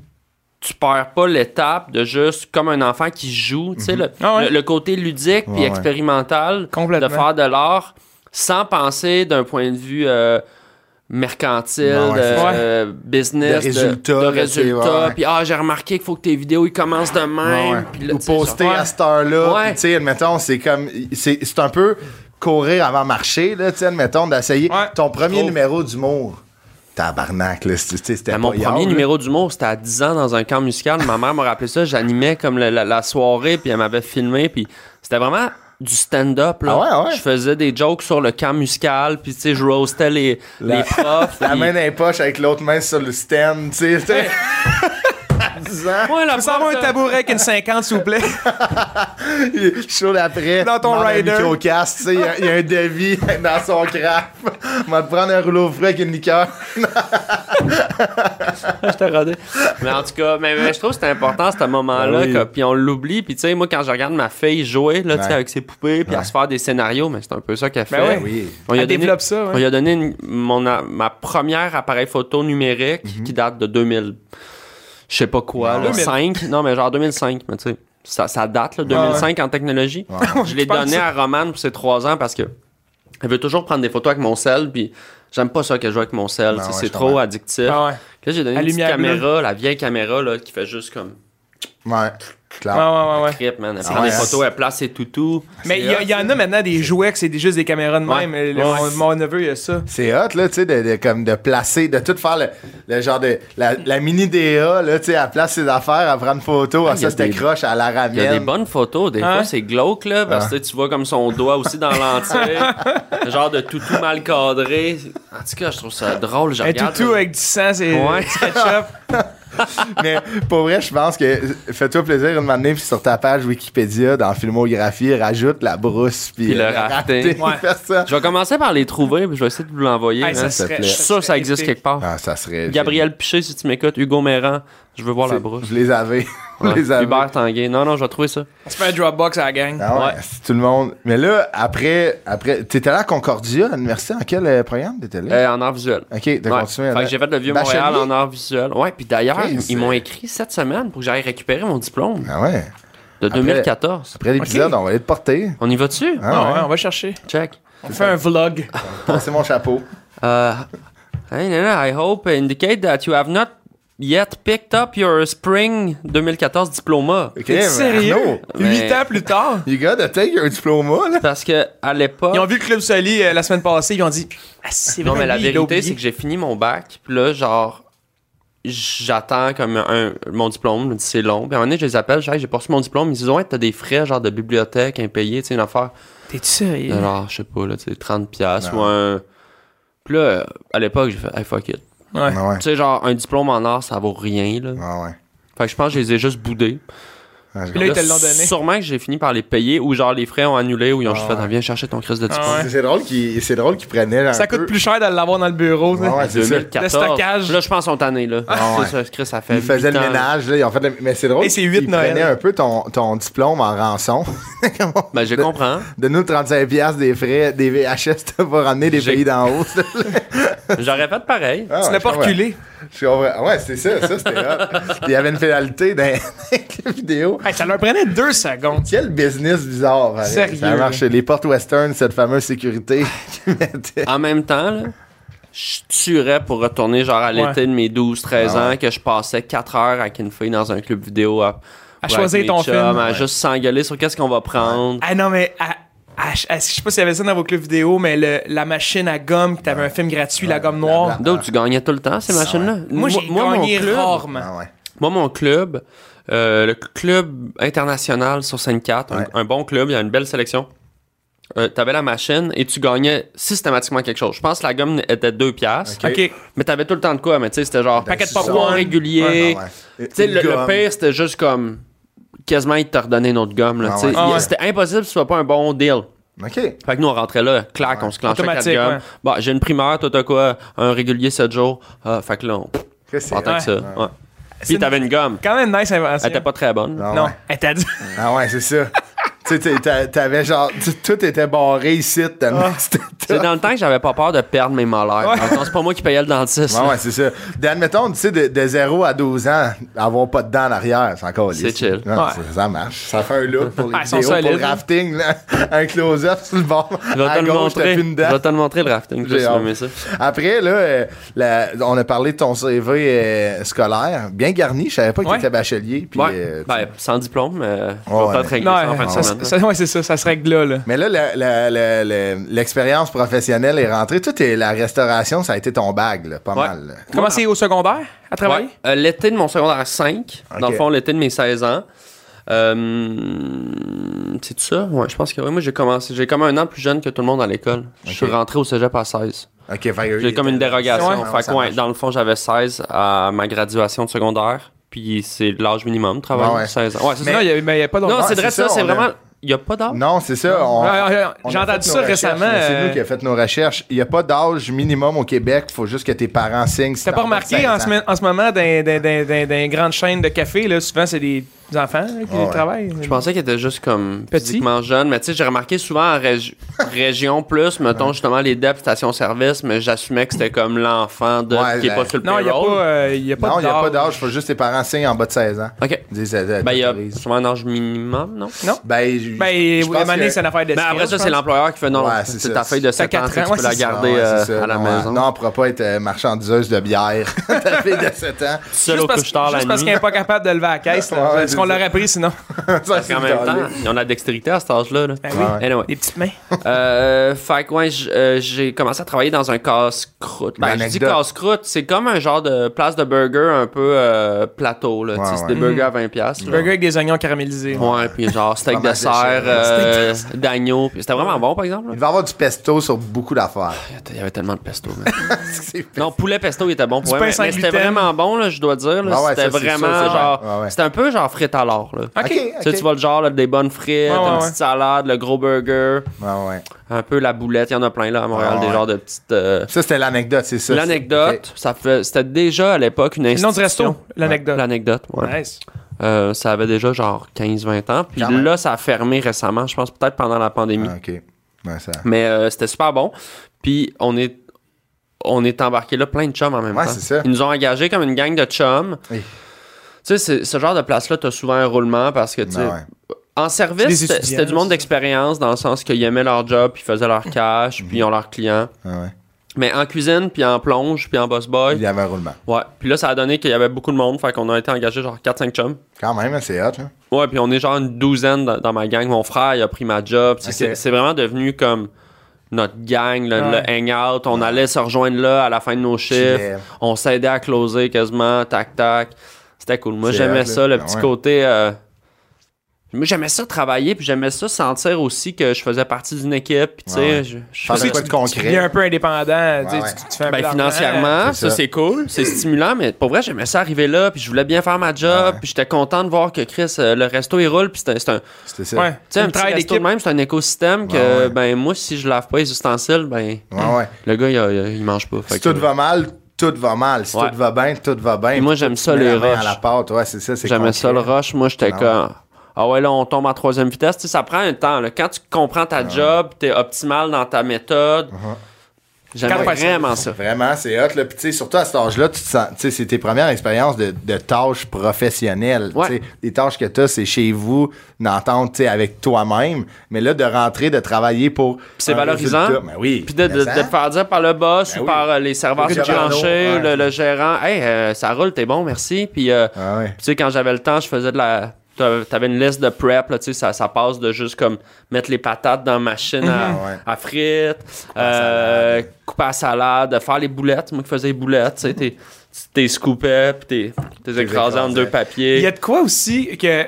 tu perds pas l'étape de juste comme un enfant qui joue, tu sais, le,
Ah ouais.
le- le côté ludique, puis
Mhm. Ouais, ouais.
expérimental de
Complètement.
faire de l'art sans penser d'un point de vue euh, mercantile,
Ouais, ouais, c'est
euh,
ça.
euh, business,
De résultats,
de,
là, tu sais,
résultats.
ouais.
Puis ah, j'ai remarqué qu'il faut que tes vidéos ils commencent de
Ouais,
même.
ouais.
puis là,
Ou
tu sais,
poster
genre,
à cette heure-là.
Ouais.
puis Tu sais, admettons, c'est comme. C'est c'est un peu courir avant marcher, là, tu sais, admettons, d'essayer
Ouais,
ton premier
trouve.
numéro d'humour. Tabarnak, là, c'est- tu sais, c'était
Ben, mon
pas hier,
premier
là.
numéro d'humour, c'était à 10 ans dans un camp musical. Ma mère m'a rappelé ça. J'animais comme la, la- la soirée, puis elle m'avait filmé. Puis c'était vraiment du stand-up. là.
Ah ouais, ouais.
Je faisais des jokes sur le camp musical, puis tu sais, je roastais les,
La-
les profs.
La
puis-
main dans les poches avec l'autre main sur le stand, tu sais, tu sais. À 10 ans.
Ouais, la
Faut savoir un
prof de-
tabouret avec une 50, s'il vous plaît.
chaud après.
Dans ton
demande un
rider.
microcast, tu sais, il y a- il y, a un devis dans son craft. On va te prendre un rouleau frais avec une liqueur.
J'étais rodé. Mais en tout cas, mais, mais je trouve que c'est important ce moment-là.
Ah oui.
que- Puis on l'oublie. Puis tu sais, moi, quand je regarde ma fille jouer là, tu sais,
Ouais.
avec ses poupées, puis à se faire des scénarios, mais c'est un peu ça qu'elle fait.
Ben ouais.
Oui.
On lui a
Elle
donné-
développe ça, ouais.
On lui a donné une- mon, a- ma première appareil photo numérique
Mhm.
qui date de 2000. Je sais pas quoi,
Ouais.
là,
2000.
5. Non, mais genre 2005. Mais tu sais, ça, ça date, là, 2005 en technologie. Je l'ai
Je pense
donné
ça.
à Romane pour ses 3 ans parce que elle veut toujours prendre des photos avec mon sel. Puis j'aime pas ça qu'elle joue avec mon
Ben
sel. tu sais,
ouais,
c'est
je comprends.
trop addictif.
Ah ouais.
Là, j'ai donné
La
une petite
lumière bleue.
caméra, la vieille caméra, là, qui fait juste comme.
Ouais. Claire.
Ouais, Ah ouais, ouais, Ah ouais.
Trip, man. Elle
C'est
prend des
vrai.
photos, elle place ses toutous.
Mais il y, a- il y en a maintenant des jouets que c'est des- juste des caméras de
Ouais.
même. Le- Mon, mon neveu, il a ça.
C'est hot, là, tu sais, de, de- comme de placer, de tout faire le, le genre de. La, la mini DA, là, tu sais, elle place ses affaires, elle prend une photo, ah,
il y
ça,
a
c'était
des-
croche, elle la ramène.
Il y a des bonnes photos. Des
Hein?
fois, c'est glauque, là, parce
Ah.
que tu vois comme son doigt aussi dans l'entier. Le genre de toutou mal cadré. En tout cas, je trouve ça drôle. Je
Un
regarde,
toutou
là.
avec du sang, c'est
Ouais.
du ketchup.
Mais pour vrai, je pense que fais-toi plaisir une matinée, puis sur ta page Wikipédia, dans filmographie, rajoute la brousse, puis
Puis le
euh,
rafting.
rafting, faire ça.
Je vais commencer par les trouver, puis je vais essayer de vous l'envoyer.
Hey,
hein.
ça
s'il te
serait,
plaît.
Je suis sûr que ça
serait
existe
épique.
quelque part.
Ah, ça serait.
Gabriel Piché, si tu m'écoutes, Hugo Méran, je veux voir la
C'est-
brousse.
Je les avais. Je
Ouais.
les avais.
Hubert Tanguay. Non, non, je vais trouver ça.
On se fait un Dropbox à la gang.
Ah ouais,
Ouais.
c'est tout le monde. Mais là, après, après t'étais là à Concordia, à l'université, en quel euh, programme t'étais là?
Euh, en art visuel.
ok, t'as
Ouais.
continué.
Fait
là.
que j'ai fait le vieux
Bachelier?
Montréal en art visuel. Ouais, puis d'ailleurs,
Ok, c'est-
ils m'ont écrit cette semaine pour que j'aille récupérer mon diplôme
Ah ouais.
de 2014.
Après l'épisode, on va aller te porter.
On y va dessus?
Ah
Ah
ouais.
ouais, on va chercher.
Check.
On fait un vlog.
Passez mon chapeau.
Uh, hey, Nana, I hope indicate that you have not yet picked up your spring 2014 diplôme.
Ok,
T'es
mais
sérieux?
Arnaud,
Huit
Mais-
ans plus tard,
You gotta take your diploma, là.
Parce que
ils
à
ont
l'époque.
vu le Club Soli euh, la semaine passée, ils ont dit Ah, c'est
Non,
vrai,
mais la
lui, il l'a
vérité, c'est
oublié.
que j'ai fini mon bac, puis là, genre, j'attends comme un, mon diplôme, c'est long. Puis à un moment donné, je les appelle, j'ai, hey, j'ai pas reçu mon diplôme. Ils disent, ouais, t'as des frais, genre, de bibliothèque impayés, tu sais, une affaire.
T'es-tu sérieux?
Alors, je sais pas, là, tu sais, 30 piastres
Non.
ou un. Puis là, euh, à l'époque, j'ai fait, hey, fuck it.
Ouais.
Ah ouais.
Tu sais, genre, un diplôme en art, ça vaut rien, là.
Ah ouais.
Fait que je pense que je les ai juste boudés.
Ah, je
Puis là, ils te l'ont donné.
Sûrement que j'ai fini par les payer ou genre les frais ont annulé ou ils ont juste
Ah
fait Ah, viens chercher ton crise de diplôme.
Ah
C'est- C'est drôle qu'il c'est drôle qu'il prenait genre, un
Ça coûte
peu-
plus cher de l'avoir dans le bureau. tu sais.
Ouais, ouais, Ah, c'est ça.
2014.
Le stockage.
Là, je pense qu'on t'en est là.
Ah, ouais.
C'est ça, Chris, ça fait.
Il faisait
huit
le
ans.
ménage, là, ils ont fait le- mais c'est drôle.
Et c'est huit
il
Noël.
prenait un peu ton, ton diplôme en rançon.
Ben, je comprends.
de nous 35 piastres des frais des VHS, t'as pas ramener des
J'ai-
pays d'en haut. ça.
J'aurais fait pareil.
Ah
Tu
ouais,
l'as
Ah je
pas
comprends.
reculé.
Je comprends. Ouais, c'est ça, ça c'était hot. Il y avait une pénalité dans dans la vidéo.
Hey, ça leur prenait deux secondes.
Quel business bizarre, pareil.
Sérieux,
Ça marche. Les portes western, cette fameuse sécurité qui mettait.
En même temps, là, je tuerais pour retourner genre à l'été
Ouais.
de mes 12-13
Ah,
ans que je passais 4 heures avec une fille dans un club vidéo à,
À
ou
choisir
avec mes
ton
chums,
film.
À juste s'engueuler sur qu'est-ce qu'on va prendre.
Ah non, mais à- à- à- je sais pas s'il y avait ça dans vos clubs vidéo, mais le- la machine à gomme, que t'avais un film gratuit, la gomme
la-
noire.
la-
D'autres, tu gagnais tout le temps ces machines-là.
Moi, j'ai
mon
gagné
club-
rarement.
Ah ouais.
Moi, mon club, euh, le club international sur scène 4,
Ouais.
un, un bon club, il y a une belle sélection. Euh, t'avais la machine et tu gagnais systématiquement quelque chose. Je pense que la gomme était 2 piastres,
Ah, Ok.
Ok.
mais t'avais tout le temps de quoi, mais tu sais, c'était genre
Paquet de
c'est
trois
popcorn.
réguliers.
Ah ouais.
Tu sais,
Une
le, le
gomme.
pire, c'était juste comme quasiment ils te redonnaient une autre gomme. là,
Ah
tu sais.
ouais.
Il-
Ah ouais.
C'était impossible que ce soit pas un bon deal.
OK.
Fait que nous, on rentrait là, clac, on se clenchait quatre
Automatique,
gommes.
ouais.
Bon, Bah, j'ai une primaire, toi, t'as quoi? Un régulier 7 jours. Ah, fait que là, on
Qu'est-ce
on
que c'est?
entend que ça.
Ouais.
ouais. Puis t'avais une gomme.
Quand même nice invention.
Elle était pas très bonne.
Ah
Non,
ouais.
elle t'a dit.
Ah ouais, c'est ça. tu sais, t'sais, t'a- t'avais genre. tu- Tout était barré ici, tellement
Ah.
c'était
C'est
top.
dans le temps que j'avais pas peur de perdre mes molaires.
Ouais.
Attends, C'est pas moi qui payais le dentiste.
Ouais,
là.
ouais, c'est ça. De- Admettons, tu sais, de, de 0 à 12 ans, avoir pas de dents en arrière, c'est encore lisse.
C'est chill.
Non,
Ouais.
c'est- Ça marche. Ça fait un look pour les
Ah, ils sont
vidéos, pour
solides,
le rafting, là. un close-up sur le bord.
Je vais
à
te le
gauche, t'as
montrer.
plus une
Je vais
dent.
te le montrer le rafting.
J'ai
J'ai
hâte.
ça.
Après, là, euh, la- on a parlé de ton CV euh, scolaire, bien garni. Je savais pas que
Ouais.
t'étais bachelier. puis,
Ouais.
euh, tu-
Ben, sans diplôme, euh, je
Ouais,
vais pas
mais-
te régler
Non,
ça en fin de
ça-
semaine.
ça- ouais, c'est ça, ça se règle là. là.
Mais là, la- la- la- la- l'expérience professionnelle est rentrée. Tout est la restauration, ça a été ton bag, là, pas
Ouais.
mal. là.
Comment c'est au secondaire à travailler?
Ouais. Euh, l'été de mon secondaire 5, dans
Ok.
le fond, l'été de mes 16 ans. Euh, c'est tout ça? Ouais, je pense que oui. Moi, j'ai commencé. J'ai comme un an plus jeune que tout le monde à l'école. Je suis
Ok.
rentré au cégep à 16.
Ok, fait que-
J'ai comme une dérogation.
Ouais.
Non,
Fait que,
ça
ouais,
marche.
dans le fond, j'avais 16 à ma graduation de secondaire. Puis c'est l'âge minimum, travailler
Ah ouais.
16 ans. Ouais, c'est ça.
Sinon, il y avait- mais il y a pas
Non,
d'endroit.
Ouais,
c'est vrai,
c'est
ça,
ça,
c'est
on a-
vraiment. Il n'y a pas d'âge.
Non, c'est ça. on-
Ouais, ouais, ouais,
on a
J'ai
fait
entendu
nos
ça
recherches,
récemment.
mais C'est nous
euh,
qui avons fait nos recherches. Il n'y a pas d'âge minimum au Québec. Il faut juste que tes parents signent. si
T'as pas
en bas de
remarqué
16
en
ans.
ce, en ce moment dans des grandes chaînes de café, là, souvent c'est des enfants là, qui
Ouais, ouais.
travaillent.
Je pensais qu'il était juste comme
Petit.
physiquement jeune, mais tu sais, j'ai remarqué souvent en régi- région plus, mettons justement les DEP, station-service, mais j'assumais que c'était comme l'enfant de
Ouais, ben.
qui est
la-
pas sur le
Non, il n'y a
payroll.
pas, euh, y a pas
Non, il n'y a pas
d'âge.
d'âge. Il faut juste que tes parents signent en bas de 16 ans.
Ok.
Ils disent, euh,
Ben, il y a
t'autorises.
souvent un âge minimum, non?
Non?
Ben, je-
Ben,
je
oui, à un
pense
moment donné,
que-
c'est une affaire de
Mais Ben, après
skill,
ça,
je
c'est
pense.
l'employeur qui fait non,
Ouais, c'est
c'est
ça.
ta feuille de 7 ans,
quatre
tu sais,
ans,
tu
ouais,
peux la
c'est ça.
garder
Ouais,
euh,
c'est ça.
à la
Non,
maison.
Non, on ne pourra pas être euh, marchandiseuse de bière. T'as fait de 7 ans.
Seul au
Juste parce,
couche-tard la
juste parce
nuit.
qu'il n'est pas capable de lever la caisse. là.
Ouais, c'est
c'est qu'on l'aurait pris sinon.
Parce qu'en même temps, ils ont la dextérité à cet âge-là. là.
Ben
Ouais.
oui.
Anyway.
Des petites mains.
Euh, fait que, ouais, j- euh, j'ai commencé à travailler dans un casse-croûte. Ben, je dis
L'anecdote.
casse-croûte, c'est comme un genre de place de burger un peu euh, plateau, là.
Ouais,
tu sais, C'est
ouais.
des burgers à 20$. piastres, là.
Mhm. Burger avec des oignons caramélisés.
Ouais, puis genre steak de
Fromage
serre,
séché.
euh, d'agneau. puis C'était vraiment bon, par exemple. là.
Il devait avoir du pesto sur beaucoup d'affaires.
Il y avait tellement de pesto. man.
C'est-
non, poulet pesto, il était bon. Pour
Du
vrai,
pain sans
mais mais c'était
gluten.
vraiment bon, là, je dois dire. là.
Ah ouais, ça,
c'était
c'est
vraiment
sûr, c'est
genre.
bon. Ah ouais.
C'était un peu genre frites à l'or. Là.
ok.
Ok.
Tu sais, tu vois le genre là, des bonnes
Ouais,
frites,
ouais,
une
ouais.
petite salade, le gros burger,
Ah ouais.
un peu la boulette. Il y en a plein là à Montréal,
Ah
des
ouais.
genres de petites. euh,
Ça, c'était l'anecdote, c'est ça.
L'anecdote, ça fait, c'était déjà à l'époque une
Le nom du
institution.
resto, l'anecdote.
L'anecdote, ouais.
Nice.
Euh, ça avait déjà genre 15-20 ans. Puis
Quand même.
là, ça a fermé récemment, je pense peut-être pendant la pandémie.
Ok. Ah, ok. Ouais, ça.
Mais euh, c'était super bon. Puis on est, on est embarqué là plein de chums en même
Ouais,
temps.
c'est ça.
Ils nous ont engagés comme une gang de chums.
Oui.
Tu sais, c'est- ce genre de place-là, t'as souvent un roulement parce que, tu sais,
Ah ouais.
en
C'est des
service, c'était-
étudiants,
c'était du monde
c'est
d'expérience dans le sens qu'ils aimaient leur job, puis ils faisaient leur
Mm-hmm.
cash, puis ils ont leurs clients.
Ah ouais.
Mais en cuisine, puis en plonge, puis en boss boy,
Il y avait un roulement.
Ouais, puis là, ça a donné qu'il y avait beaucoup de monde, fait qu'on a été engagé genre 4-5 chums.
Quand même, hein, c'est hot, là.
Ouais, puis on est genre une douzaine dans, dans ma gang. Mon frère, il a pris ma job. Tu sais,
Ok.
C'est c'est vraiment devenu comme notre gang, le,
Ouais.
le hangout. On allait se rejoindre là à la fin de nos chiffres.
Chillait.
On s'aidait à closer quasiment, tac-tac. C'était cool. Moi,
C'est hot,
j'aimais
là.
ça, le
Ah
petit
ouais.
côté. euh, Moi, j'aimais ça travailler, puis j'aimais ça sentir aussi que je faisais partie d'une équipe. Puis, tu sais,
Ouais.
je, je
Faire de
faisais-
quoi de
Tu deviens
concret.
un peu indépendant. tu sais,
Ouais, ouais.
Tu, tu fais un peu
ben,
d'argent.
financièrement,
C'est
ça,
ça.
c'est cool, c'est stimulant, mais pour vrai, j'aimais ça arriver là, puis je voulais bien faire ma job,
Ouais.
puis j'étais content de voir que Chris, euh, le resto, il roule, puis c'est un, c'est un, tu
C'était ça.
Ouais.
Ouais,
sais,
C'est
un
le
petit
travail
resto de
d'équipe.
même, c'est un écosystème que,
Ouais, ouais.
ben, moi, si je lave pas les ustensiles, ben,
ouais.
le gars, il, a- il- il mange pas. Fait
Si
que,
tout va mal, tout va mal. Si
Ouais.
tout va bien, tout va bien.
Et moi, j'aime ça,
Tu mets
les
la main
rushs.
à la pâte, ouais, c'est ça. c'est
J'aimais ça le
concret.
rush, moi, j'étais
Ah
comme, ah ouais, là, on tombe en troisième vitesse, tu sais, ça prend un temps, là. Quand tu comprends ta job, t'es optimal dans ta méthode,
Uh-huh.
j'aimais
Quand-
vraiment ça.
Vraiment, c'est hot. Là. Puis, tu sais, surtout à cet âge-là, tu te sens, tu sais, c'est tes premières expériences de, de tâches professionnelles.
Ouais.
Tu sais, Les tâches que tu as, c'est chez vous, d'entendre tu sais, avec toi-même. Mais là, de rentrer, de travailler pour.
c'est
un
valorisant.
résultat. Ben oui.
Puis de, de, de
Mais
te
ça,
faire dire par le boss
Ben
ou
oui.
par euh, les serveurs
Le
sur le
gérant,
plancher,
ouais.
le, le gérant, hey, euh, ça roule, t'es bon, merci. Puis, euh,
Ah ouais.
tu sais, quand j'avais le temps, je faisais de la. t'avais- T'avais une liste de prep, là, tu sais, ça, ça passe de juste comme mettre les patates dans la machine à,
Mhm. Ouais.
à frites, euh, couper la salade, faire les boulettes. Moi qui faisais les boulettes, tu sais, t'es- tu t'es scoopais, puis t'es- t'es écrasé en
écrasais.
deux
Il y a
papiers.
de quoi aussi que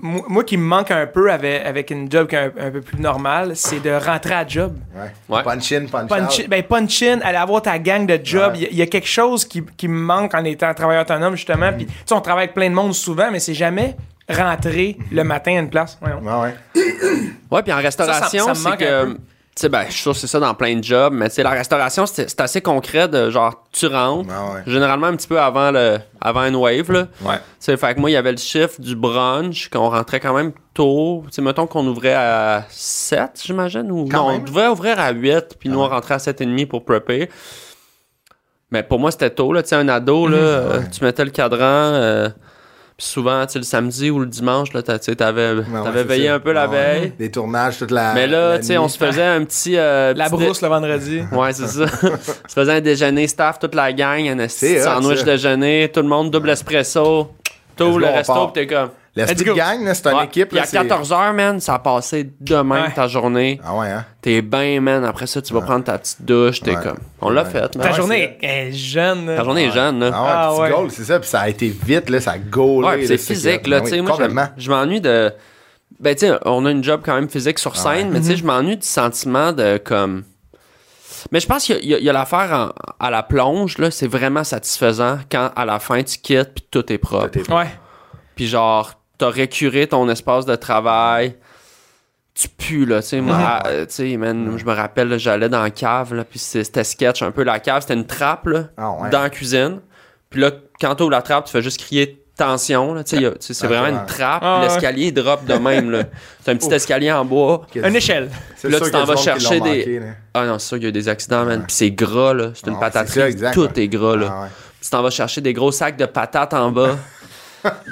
moi moi qui me manque un peu avec, avec une job qui est un, un peu plus normale, c'est de rentrer à job.
Ouais.
Ouais.
Punch in, punch,
Punch,
out.
ben punch in, aller avoir ta gang de job.
Ouais.
Il y a- il y, a quelque chose qui, qui me manque en étant travailleur autonome, justement.
Mm-hmm.
Puis, tu sais, on travaille avec plein de monde souvent, mais c'est jamais rentrer le matin à une place. Voyons.
Mm-hmm. Ouais, ouais.
Ouais, puis en restauration,
ça me
c'est
manque un
que.
peu.
Tu sais, ben, je suis sûr que c'est ça dans plein de jobs, mais tu sais, la restauration, c'est c'est assez concret de genre, tu rentres,
Ouais, ouais.
généralement un petit peu avant, le, avant une wave, là.
Ouais.
Tu sais, fait que moi, il y avait le chiffre du brunch, qu'on rentrait quand même tôt. Tu sais, mettons qu'on ouvrait à 7, j'imagine, ou...
Quand
non,
même.
on devait ouvrir à 8, puis nous, on rentrait à 7,5 pour prepper. Mais pour moi, c'était tôt, là. Tu sais, un ado,
Mhm.
là, euh, tu mettais le cadran... euh, puis souvent, tu sais, le samedi ou le dimanche, là, t'as- tu sais, t'avais,
ouais,
t'avais
c'est
veillé
ça.
un peu la
Ouais, ouais.
veille.
Des tournages toute la.
Mais là,
la
tu sais, on
nuit.
se faisait un petit. euh,
La
petit
brousse le vendredi.
dé- Ouais, c'est ça. on se faisait un déjeuner staff, toute la gang, un esti de
C'est hot,
sandwich
ça.
déjeuner, tout le monde double espresso.
Let's
Tout
go,
le
on
resto,
part.
pis t'es comme.
L'esprit
Let's
de
go.
gang, là, c'est une
ouais,
équipe.
Puis
là,
à
c'est-
14h, man, ça a passé demain
Ouais.
ta journée.
Ah ouais, hein?
T'es bien, man. Après ça, tu vas prendre ta petite douche. T'es
Ouais.
comme. On l'a
Ouais.
fait,
Ta
man.
ouais,
journée est jeune.
Ta journée est jeune, là.
Ah ouais,
Ah
petit
ouais.
goal, c'est ça. Puis ça a été vite, là, ça a gaulé.
Ouais, puis
là,
c'est
ce
physique,
qu'il y a.
là.
Ben
Tu
oui,
sais, moi,
complètement.
je- je m'ennuie de. Ben, tu sais, on a une job quand même physique sur scène, mais tu sais, je m'ennuie du sentiment de comme. Mais je pense qu'il y a- il y a, il y a l'affaire en- à la plonge, là. C'est vraiment satisfaisant quand à la fin, tu quittes, puis tout est propre.
Tout est-
Ouais.
Puis genre, t'as récuré ton espace de travail. Tu pues, là, tu sais, moi, à- euh, tu sais, man,
Mhm.
je me rappelle, là, j'allais dans la cave, là, puis c'est- c'était sketch un peu la cave, c'était une trappe, là,
Ah ouais.
dans la cuisine. Puis là, quand t'ouvres la trappe, tu fais juste crier tension, là, tu sais, y a- tu sais, c'est
Ah,
vraiment
ouais.
une trappe,
Ah,
puis
ouais.
l'escalier, il drop de même, là. C'est un petit escalier en bois.
Une échelle.
C'est
Là,
sûr
tu
qu'il y a
t'en vas
du monde qui
chercher
l'ont
des-
manqué, là.
Ah non, c'est sûr qu'il y a eu des accidents, man, puis c'est gras, là, c'est une
Ah ouais,
pataterie,
c'est ça, exact,
tout
ouais.
est gras, là.
Ah ouais.
Tu t'en vas chercher des gros sacs de patates en bas.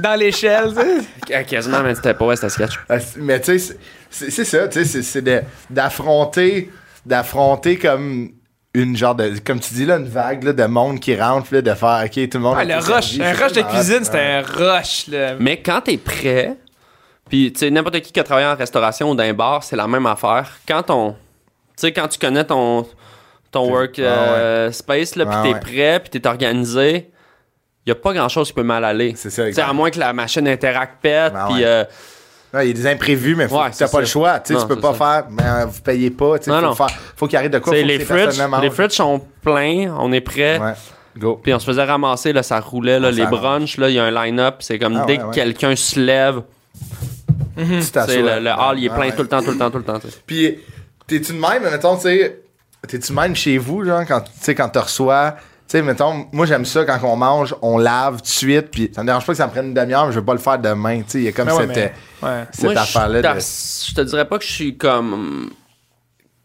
Dans l'échelle, tu sais.
Ah, Quasiment, man, c'était pas, ouais, c'était sketch.
Ah, c'est- Mais tu sais, c'est- c'est c'est ça, tu sais, c'est- c'est de- d'affronter, d'affronter comme une genre de. Comme tu dis là, une vague là, de monde qui rentre, là, de faire OK, tout le monde.
Ah, le
a tout
rush.
servi,
Un
c'est
rush de
malade.
cuisine, c'était un rush, là.
Mais quand t'es prêt, puis tu sais, n'importe qui qui a travaillé en restauration ou dans un bar, c'est la même affaire. Quand on. Tu sais, quand tu connais ton, ton work
Ah
euh, space, là, puis
Ah
t'es
ouais.
prêt, puis t'es organisé, y a pas grand chose qui peut mal aller.
C'est ça,
Tu sais, à
exact.
moins que la machine interact pète,
Ah
puis.
ouais.
euh,
Non, Il y a des imprévus, mais faut
Ouais,
que
c'est
t'as pas
ça.
le choix. Tu sais,
Non,
tu peux
c'est
pas
ça.
faire, mais euh, vous payez pas. tu sais,
Non,
faut
non.
faire- faut qu'il arrive de quoi.
Tu sais,
faut
les
que ces personnes
fridges,
là mangent.
les fridges sont pleins, on est prêt.
Ouais. Go.
Puis on se faisait ramasser, là, ça roulait, là,
Ah,
les
ça
brunchs, là, il y a un line-up. C'est comme
Ah,
dès
ouais,
que
ouais.
quelqu'un se lève,
Tu
tu sais,
t'assois.
le, le hall, il est
Ah,
plein
ouais.
tout le temps, tout le temps, tout le temps. tu sais.
Puis, t'es-tu de même, mettons, tu sais, t'es-tu de même chez vous, genre, quand, tu sais, quand tu reçois, tu sais, mettons, moi, j'aime ça quand on mange, on lave tout de suite, puis ça me dérange pas que ça me prenne une demi-heure, mais je veux pas le faire demain, tu sais, il y a comme
Mais ouais,
cette, euh,
mais- ouais.
cette
Moi, je suis
affaire-là
dans-
de...
Je te dirais pas que je suis comme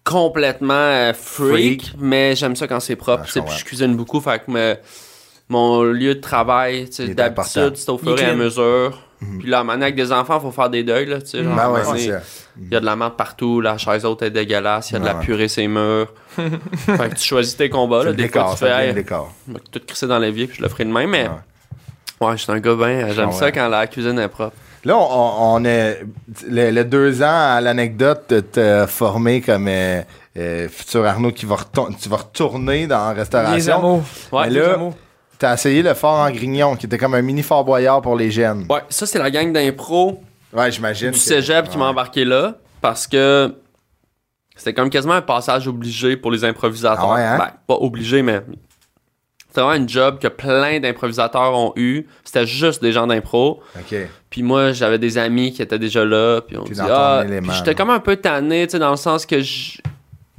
complètement euh, freak,
Freak.
mais j'aime ça quand c'est propre.
Ah, je
tu sais, puis
comprends.
je cuisine beaucoup, fait que me- mon lieu de travail, tu sais,
Il est
d'habitude,
important. Mhm.
c'est au
Il est
fur et à
clean.
mesure. Puis là, maintenant, avec des enfants, faut faire des deuils, là, tu sais. genre,
Ben ouais,
à un moment
c'est
donné,
ça.
Il y a de la merde partout, la chaise haute est dégueulasse, il y a de la
Ouais.
purée ses murs. fait que tu choisis tes
C'est
combats, Ah, là.
le
Des fois,
décor,
tu
ça devient
fais,
le
hey,
décor.
je vais tout crisser dans l'évier, puis je le ferai de même, mais. Ouais, je suis un gars bien. J'aime ça
Ah ouais.
quand la cuisine est propre.
Là, on, on- on est... Les deux ans à l'anecdote, de te former comme... euh, euh, futur Arnaud qui va, retour- tu vas retourner dans la restauration.
Les amours.
Ouais,
Mais
Les
là,
amours.
t'as essayé le fort en grignon, qui était comme un mini fort boyard pour les jeunes.
Ouais, ça, c'est la gang d'impro.
Ouais, j'imagine.
du
que-
cégep qui m'a
Ouais.
embarqué là parce que c'était comme quasiment un passage obligé pour les improvisateurs.
Ah ouais, hein?
Ben, pas obligé, mais c'était vraiment un job que plein d'improvisateurs ont eu. C'était juste des gens d'impro.
OK.
Puis moi, j'avais des amis qui étaient déjà là. Puis on
T'es
dit,
dans ton
ah,
élément,
puis j'étais
là.
comme un peu tanné, tu sais, dans le sens que je-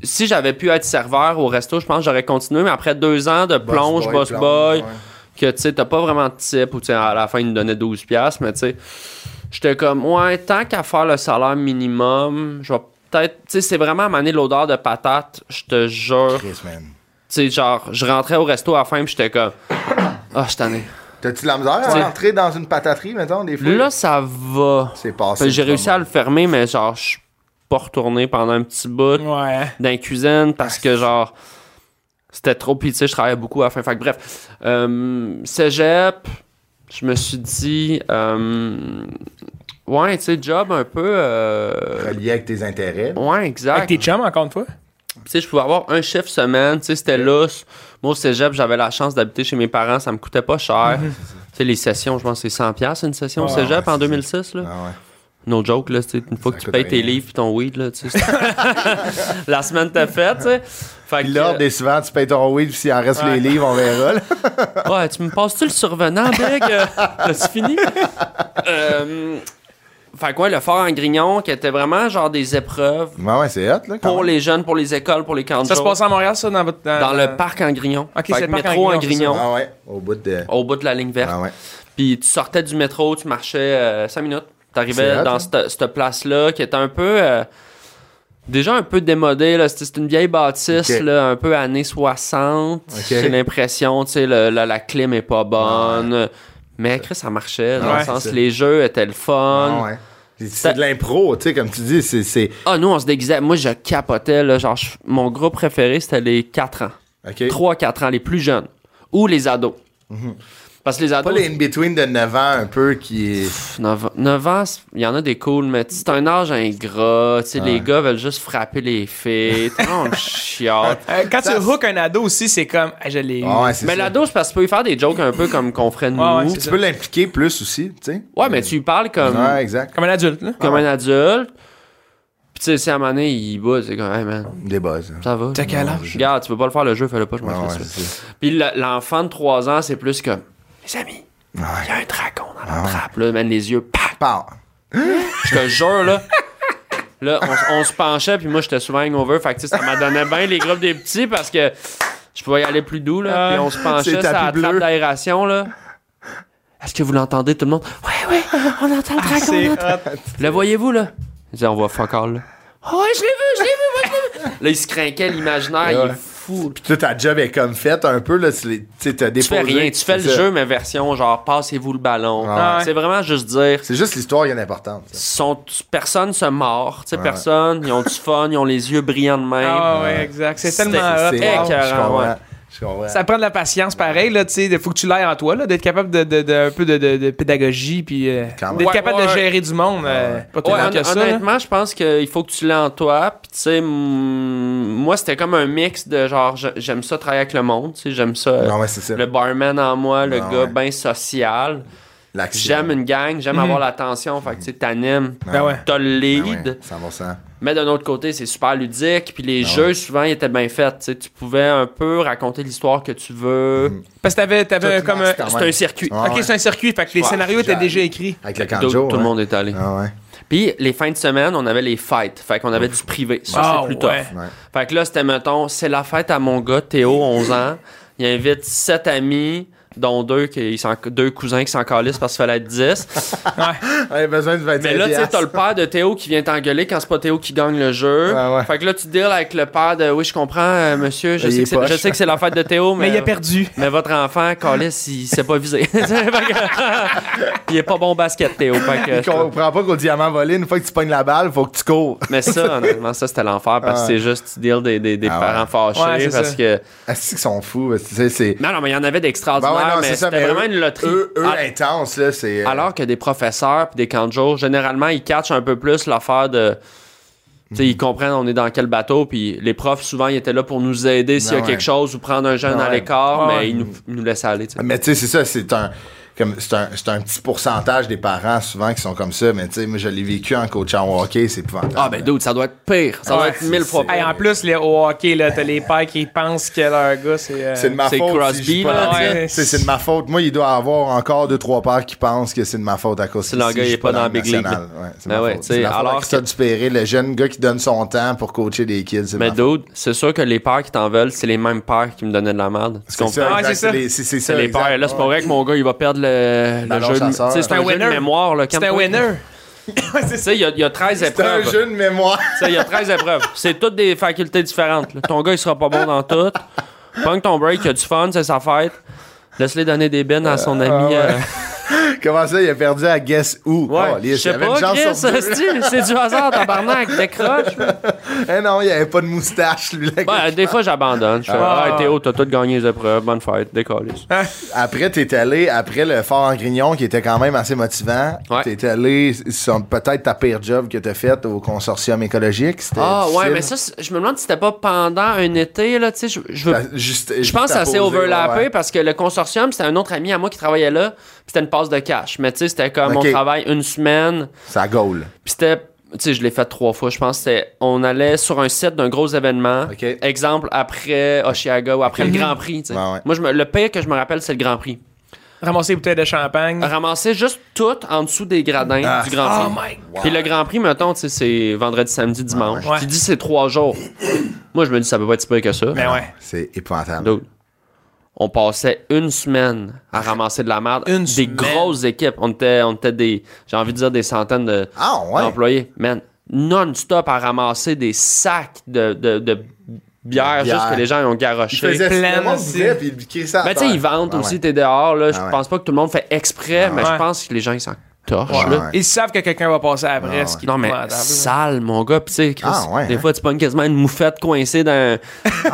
si j'avais pu être serveur au resto, je pense que j'aurais continué. Mais après deux ans de plonge, boss boy,
plonge, ouais.
que tu sais, t'as pas vraiment de type ou tu sais, à la fin, ils nous donnaient 12 piastres, mais tu sais, j'étais comme, ouais, tant qu'à faire le salaire minimum, je vais peut-être, tu sais, c'est vraiment à m'amener l'odeur de patate, je te jure. Tu
Chris, man.
sais, genre, je rentrais au resto à la fin, puis j'étais comme, ah, je t'en ai.
T'as-tu de la misère
T'sais-
à rentrer dans une pataterie, mettons, des fois?
Là, ça va.
c'est passé.
Fait que J'ai réussi à le fermer, mais genre, je suis pas retourné pendant un petit bout.
Ouais.
dans la cuisine
Ah,
parce que genre c'était trop puis tu sais je travaillais beaucoup à la fin fait que bref euh, cégep je me suis dit euh, ouais tu sais job un peu euh,
Relié avec tes intérêts.
ouais
Avec
exact
tes chums, encore une fois.
tu sais, je pouvais avoir un chiffre semaine, tu sais, c'était lousse. Moi, au cégep, j'avais la chance d'habiter chez mes parents, ça me coûtait pas cher. Tu sais, les sessions, je pense que c'est 100$ piastres, une session au
Ouais,
cégep
ouais, c'est
en
ça.
2006, là.
Ah ouais.
No joke, là, tu sais, une fois que tu
coûte
payes tes
rien.
livres et ton weed, là, tu sais, c'est- la semaine t'as faite, tu sais. Fait
Puis ben,
que- euh,
l'ordre est souvent, tu payes ton weed, puis s'il en reste
Ouais.
les livres, on verra. là.
Ouais, tu me passes-tu le survenant, Big? T'as-tu fini? Euh, fait quoi, le fort en grignon, qui était vraiment genre des épreuves
ouais, ouais, c'est hot, là. quand
pour
même.
les jeunes, pour les écoles, pour les camps de
Ah Ça se
jour.
passait à Montréal, ça, dans votre.
dans le parc en grignon.
Ok,
Fait
c'est
que
le parc en
métro en
Grignon, c'est
grignon,
Ah ouais, au bout de.
au bout de la ligne verte.
Ah ouais.
Puis tu sortais du métro, tu marchais 5 minutes.
C'est
T'arrivais
hot,
dans
hein?
cette, cette place-là qui était un peu. euh, déjà un peu démodée. là. C'était c'était une vieille bâtisse,
Ok.
là, un peu années 60.
Ok.
J'ai l'impression, tu sais, le- la, la clim est pas bonne. Mais Chris, ça marchait. Dans
Ouais,
le sens,
c'est ça.
les jeux étaient le
Ah
fun.
ouais. C'est- C'est de l'impro, tu sais, comme tu dis, c'est. c'est...
Ah, nous, on se déguisait. Moi, je capotais. Là, genre, je- mon groupe préféré, c'était les 4 ans.
OK. Mhm.
3-4 ans, les plus jeunes. Ou les ados. Parce que les
Pas
ados,
les in-between de 9 ans, un peu, qui est.
9, ans, c'est- il y en a des cool, mais c'est un âge ingrat. tu sais, Les
Ouais.
gars veulent juste frapper les filles. on chiate.
Euh, quand
Ça-
tu hook un ado aussi, c'est comme. Ah, je l'ai eu.
Ah ouais, c'est
Mais
ça.
l'ado, c'est parce que tu peux lui faire des jokes un peu comme qu'on ferait nous.
Ouais, ouais,
Ouais,
c'est
Tu
ça.
peux l'impliquer plus aussi, tu sais.
mais tu lui parles comme,
Ouais, exact.
Comme un adulte, là.
comme un adulte. Puis tu sais, si à un moment donné, il bat, c'est comme, hey man,
Des buzz. hein. Ah,
ça va.
T'as quel âge?
Regarde, tu peux pas le faire le jeu, fais-le pas, je m'en
Ouais,
fais
ouais,
ça.
c'est ça.
Puis le- l'enfant de 3 ans, c'est plus comme, les amis, il y a un dragon dans
Ah.
la trappe, là, man, les yeux, pac,
Part.
Je te jure, là. Là, on, on se penchait, puis moi, j'étais souvent hangover. Fait que, tu sais, ça m'a donné bien les groupes des petits parce que je pouvais y aller plus doux, là. Puis on se penchait,
c'est
ça
tapis
attrape
bleu.
l'aération, là. Est-ce que vous l'entendez, tout le monde? Ouais, ouais, on entend le dragon. on entend- Le voyez-vous, là? Il disait, on voit fuck all, là. Ah ouais, je l'ai vu, je l'ai vu, moi, je l'ai vu. Là, il se craquait, l'imaginaire, il est
fou.
Puis toute ta job est comme faite un peu, là. Tu les- tu sais, t'as
Tu fais
déposé.
rien, tu fais le
C'est ça.
jeu, mais version genre passez-vous le ballon.
Ah
ouais.
C'est vraiment juste dire
C'est juste l'histoire qui est importante. ça.
sont, personne se mord, tu sais,
Ouais.
personne, ils ont du fun, ils ont les yeux brillants de même.
Ah ouais, exact. C'est tellement hot. hein.
c'est-
écœurant,
Je comprends.
ouais.
Je comprends.
Ça prend de la patience, pareil, là, tu sais, il faut que tu l'ailles en toi, là, d'être capable de, de- de- un peu de, de- de pédagogie, puis euh,
Quand même.
d'être
Ouais,
capable
ouais.
de gérer du monde, euh, pas
Ouais,
tant
hon-
que ça, là.
honnêtement, je pense qu'il faut que tu l'aies en toi. Puis, tu sais, mm, moi, c'était comme un mix de genre, je- j'aime ça travailler avec le monde, tu sais, j'aime ça. euh,
Non, ouais, c'est ça.
le barman en moi, le
Ah
gars
ouais.
bien social.
L'action.
J'aime une gang, j'aime
Mhm.
avoir l'attention. Fait que, tu sais, t'animes,
Ben ouais.
t'as le
Ben
lead.
ouais, 100%.
Mais d'un autre côté, c'est super ludique. Puis les
Ah
jeux, souvent, ils étaient bien faits. tu sais. Tu pouvais un peu raconter l'histoire que tu veux.
Mhm.
Parce que t'avais, t'avais
Tout
comme
marche
un-
quand
C'est
même.
un circuit.
Ah
ok,
ouais.
c'est un circuit, fait que les
Ouais,
scénarios étaient
j'aille.
déjà écrits.
Avec le
Donc,
canjo.
tout le monde est allé.
Ah ouais.
Puis les fins de semaine, on avait les fêtes. Fait qu'on avait du privé. Ça,
Ah,
c'est plus
ouais.
tough.
Ouais.
Fait que là, c'était, mettons, c'est la fête à mon gars, Théo, 11 ans. Il invite 7 amis, dont deux, qui, s'en- deux cousins qui s'en calissent parce qu'il fallait être 10.
J'avais besoin de 25
Mais là, tu sais,
piastres.
t'as le père de Théo qui vient t'engueuler quand c'est pas Théo qui gagne le jeu.
Ouais, ouais.
Fait que là, tu deals avec le père de Oui, je comprends, euh, monsieur, je
Il
sais,
est
que c'est- je
poche.
sais que c'est la fête de Théo, mais.
Mais il a perdu.
mais votre enfant, Calis, il s'est pas visé. Fait que- il est pas bon au basket, Théo. Fait que-
Il comprend pas qu'au diamant volé, une fois que tu pognes la balle, faut que tu cours.
mais ça, honnêtement, ça, c'était l'enfer parce que
Ah.
c'est juste, tu deals des, des, des
Ah ouais.
parents fâchés
Ouais, c'est
parce
ça.
que.
Ah, c'est qu'ils sont fous. parce que, tu sais, c'est.
Non, non, mais il y en avait d'extraordinaires,
Ben ouais, non,
mais
c'est ça,
c'était
mais
vraiment
eux-
une loterie.
Eux, eux
Ah,
intenses, là, c'est. euh,
Alors que des professeurs puis des canjos, généralement, ils catchent un peu plus l'affaire de. Tu
Mhm.
sais, ils comprennent on est dans quel bateau, puis les profs, souvent, ils étaient là pour nous aider s'il y a
Ben ouais.
quelque chose ou prendre un jeune
Ben
à
ouais.
l'écart,
Ah
mais
ouais.
ils nous, ils nous laissaient aller. tu sais.
Mais tu sais, c'est ça, c'est un. Comme, c'est, un, c'est un petit pourcentage des parents souvent qui sont comme ça, mais tu sais, moi je l'ai vécu en coachant au hockey, c'est épouvantable.
Ah, ben, dude, ça doit être pire. Ça doit
Ouais,
être mille
c'est-
fois
c'est-
Hey,
pire.
en plus, les, au hockey, là, t'as les pères qui pensent que leur gars, c'est... euh,
c'est de ma
c'est
faute.
Crosby,
si je suis pas
là,
dans-
ouais.
Tu sais, c'est de ma faute. Moi, il doit avoir encore deux, trois pères qui pensent que c'est de ma faute à cause
Si
que
le gars,
je
il est
suis
pas dans la Big League,
nationale. Ouais, c'est
Ben
ma
ouais,
faute.
tu sais,
C'est la faute à
alors
Christophe
que-
Dupéré, le jeune gars qui donne son temps pour coacher des kids. C'est
Mais
ma faute.
dude, c'est sûr que les pères qui t'en veulent, c'est les mêmes pères qui me donnaient de la merde. Tu
C'est
comprends?
ça,
Ah,
exact,
c'est ça.
c'est les- c'est- c'est ça,
C'est les
exact.
pères. Là, c'est pas vrai que mon gars, il va perdre le, le
Ballon
jeu de,
chasseur.
tu sais, c'est
C'est
un
un
jeu de
winner.
mémoire. là.
C'est
Quand-
un winner.
Tu sais, il y a- il y, a 13
C'est un
épreuves.
jeu de mémoire.
Ça, Il y a 13 épreuves. C'est toutes des facultés différentes. là. Ton gars, il sera pas bon dans tout. Prends ton break, il a du fun, c'est sa fête. Laisse-les donner des bennes à son ami.
ah ouais.
euh,
Comment ça, il a perdu à Guess Who?
ouais.
Oh, il
Je sais
avait
pas,
une chance
Chris,
sur deux.
hostie, c'est du hasard, tabarnak, décroche.
Eh non, il avait pas de moustache, lui. là.
Ouais, des fois, j'abandonne. Je fais,
Ah.
ah, Théo, t'as tout gagné les épreuves, bonne fête, décolle.
Après, t'es allé, après le fort en Grignon, qui était quand même assez motivant,
Ouais.
t'es allé sur peut-être ta pire job que t'as faite au consortium écologique. C'était
Ah, ouais,
difficile.
mais ça, c'est- je me demande si c'était pas pendant un été, là, tu sais, je- je veux
Ben, juste-
Je
juste
pense que ça s'est
t'apposer,
overlappé
ouais, ouais.
parce que le consortium, c'était un autre ami à moi qui travaillait là. puis C'était une passe de cash. Mais tu sais, c'était comme
Ok.
on travaille une semaine.
Ça gaule.
Puis c'était. Tu sais, je l'ai fait trois fois. Je pense que c'était- on allait sur un site d'un gros événement.
Ok.
Exemple, après Oshiaga ou après le Grand Prix. tu sais.
Ouais, ouais.
Moi, je me, le pire que je me rappelle, c'est le Grand Prix.
Ramasser les bouteilles de champagne.
Ramasser juste tout en dessous des gradins
Ah,
du Grand Prix.
Mm. oh my God.
Puis le Grand Prix, mettons, tu sais, c'est vendredi, samedi, dimanche.
Ouais.
Tu dis c'est trois jours. moi, je me dis ça peut pas être si pire que ça.
Mais ouais.
C'est épouvantable.
Dude, on passait une semaine à ramasser de la merde.
Une
des
semaine.
grosses équipes. On était, on était des, j'ai envie de dire des centaines de-
Ah, ouais.
d'employés. Man, non-stop à ramasser des sacs de, de, de bière,
Bière.
juste que les gens ils ont
Il
garoché.
faisait
plein
le monde
aussi.
voulait, puis il piquait ça. à
Mais Ben, tu sais,
terre.
ils vendent
Ah,
aussi,
ouais.
t'es dehors. Là, je
Ah ouais. Ah
pense pas que tout le monde fait exprès, mais
ouais.
je pense que les gens ils s'en torchent.
Ouais,
là.
ouais.
Ils savent que quelqu'un va passer après,
Ah,
ce qui est
Non, mais
épouvantable, là.
sale, mon gars. Puis, tu sais, Chris,
Ah, ouais,
des
hein.
fois, tu pognes quasiment une moufette coincée d'un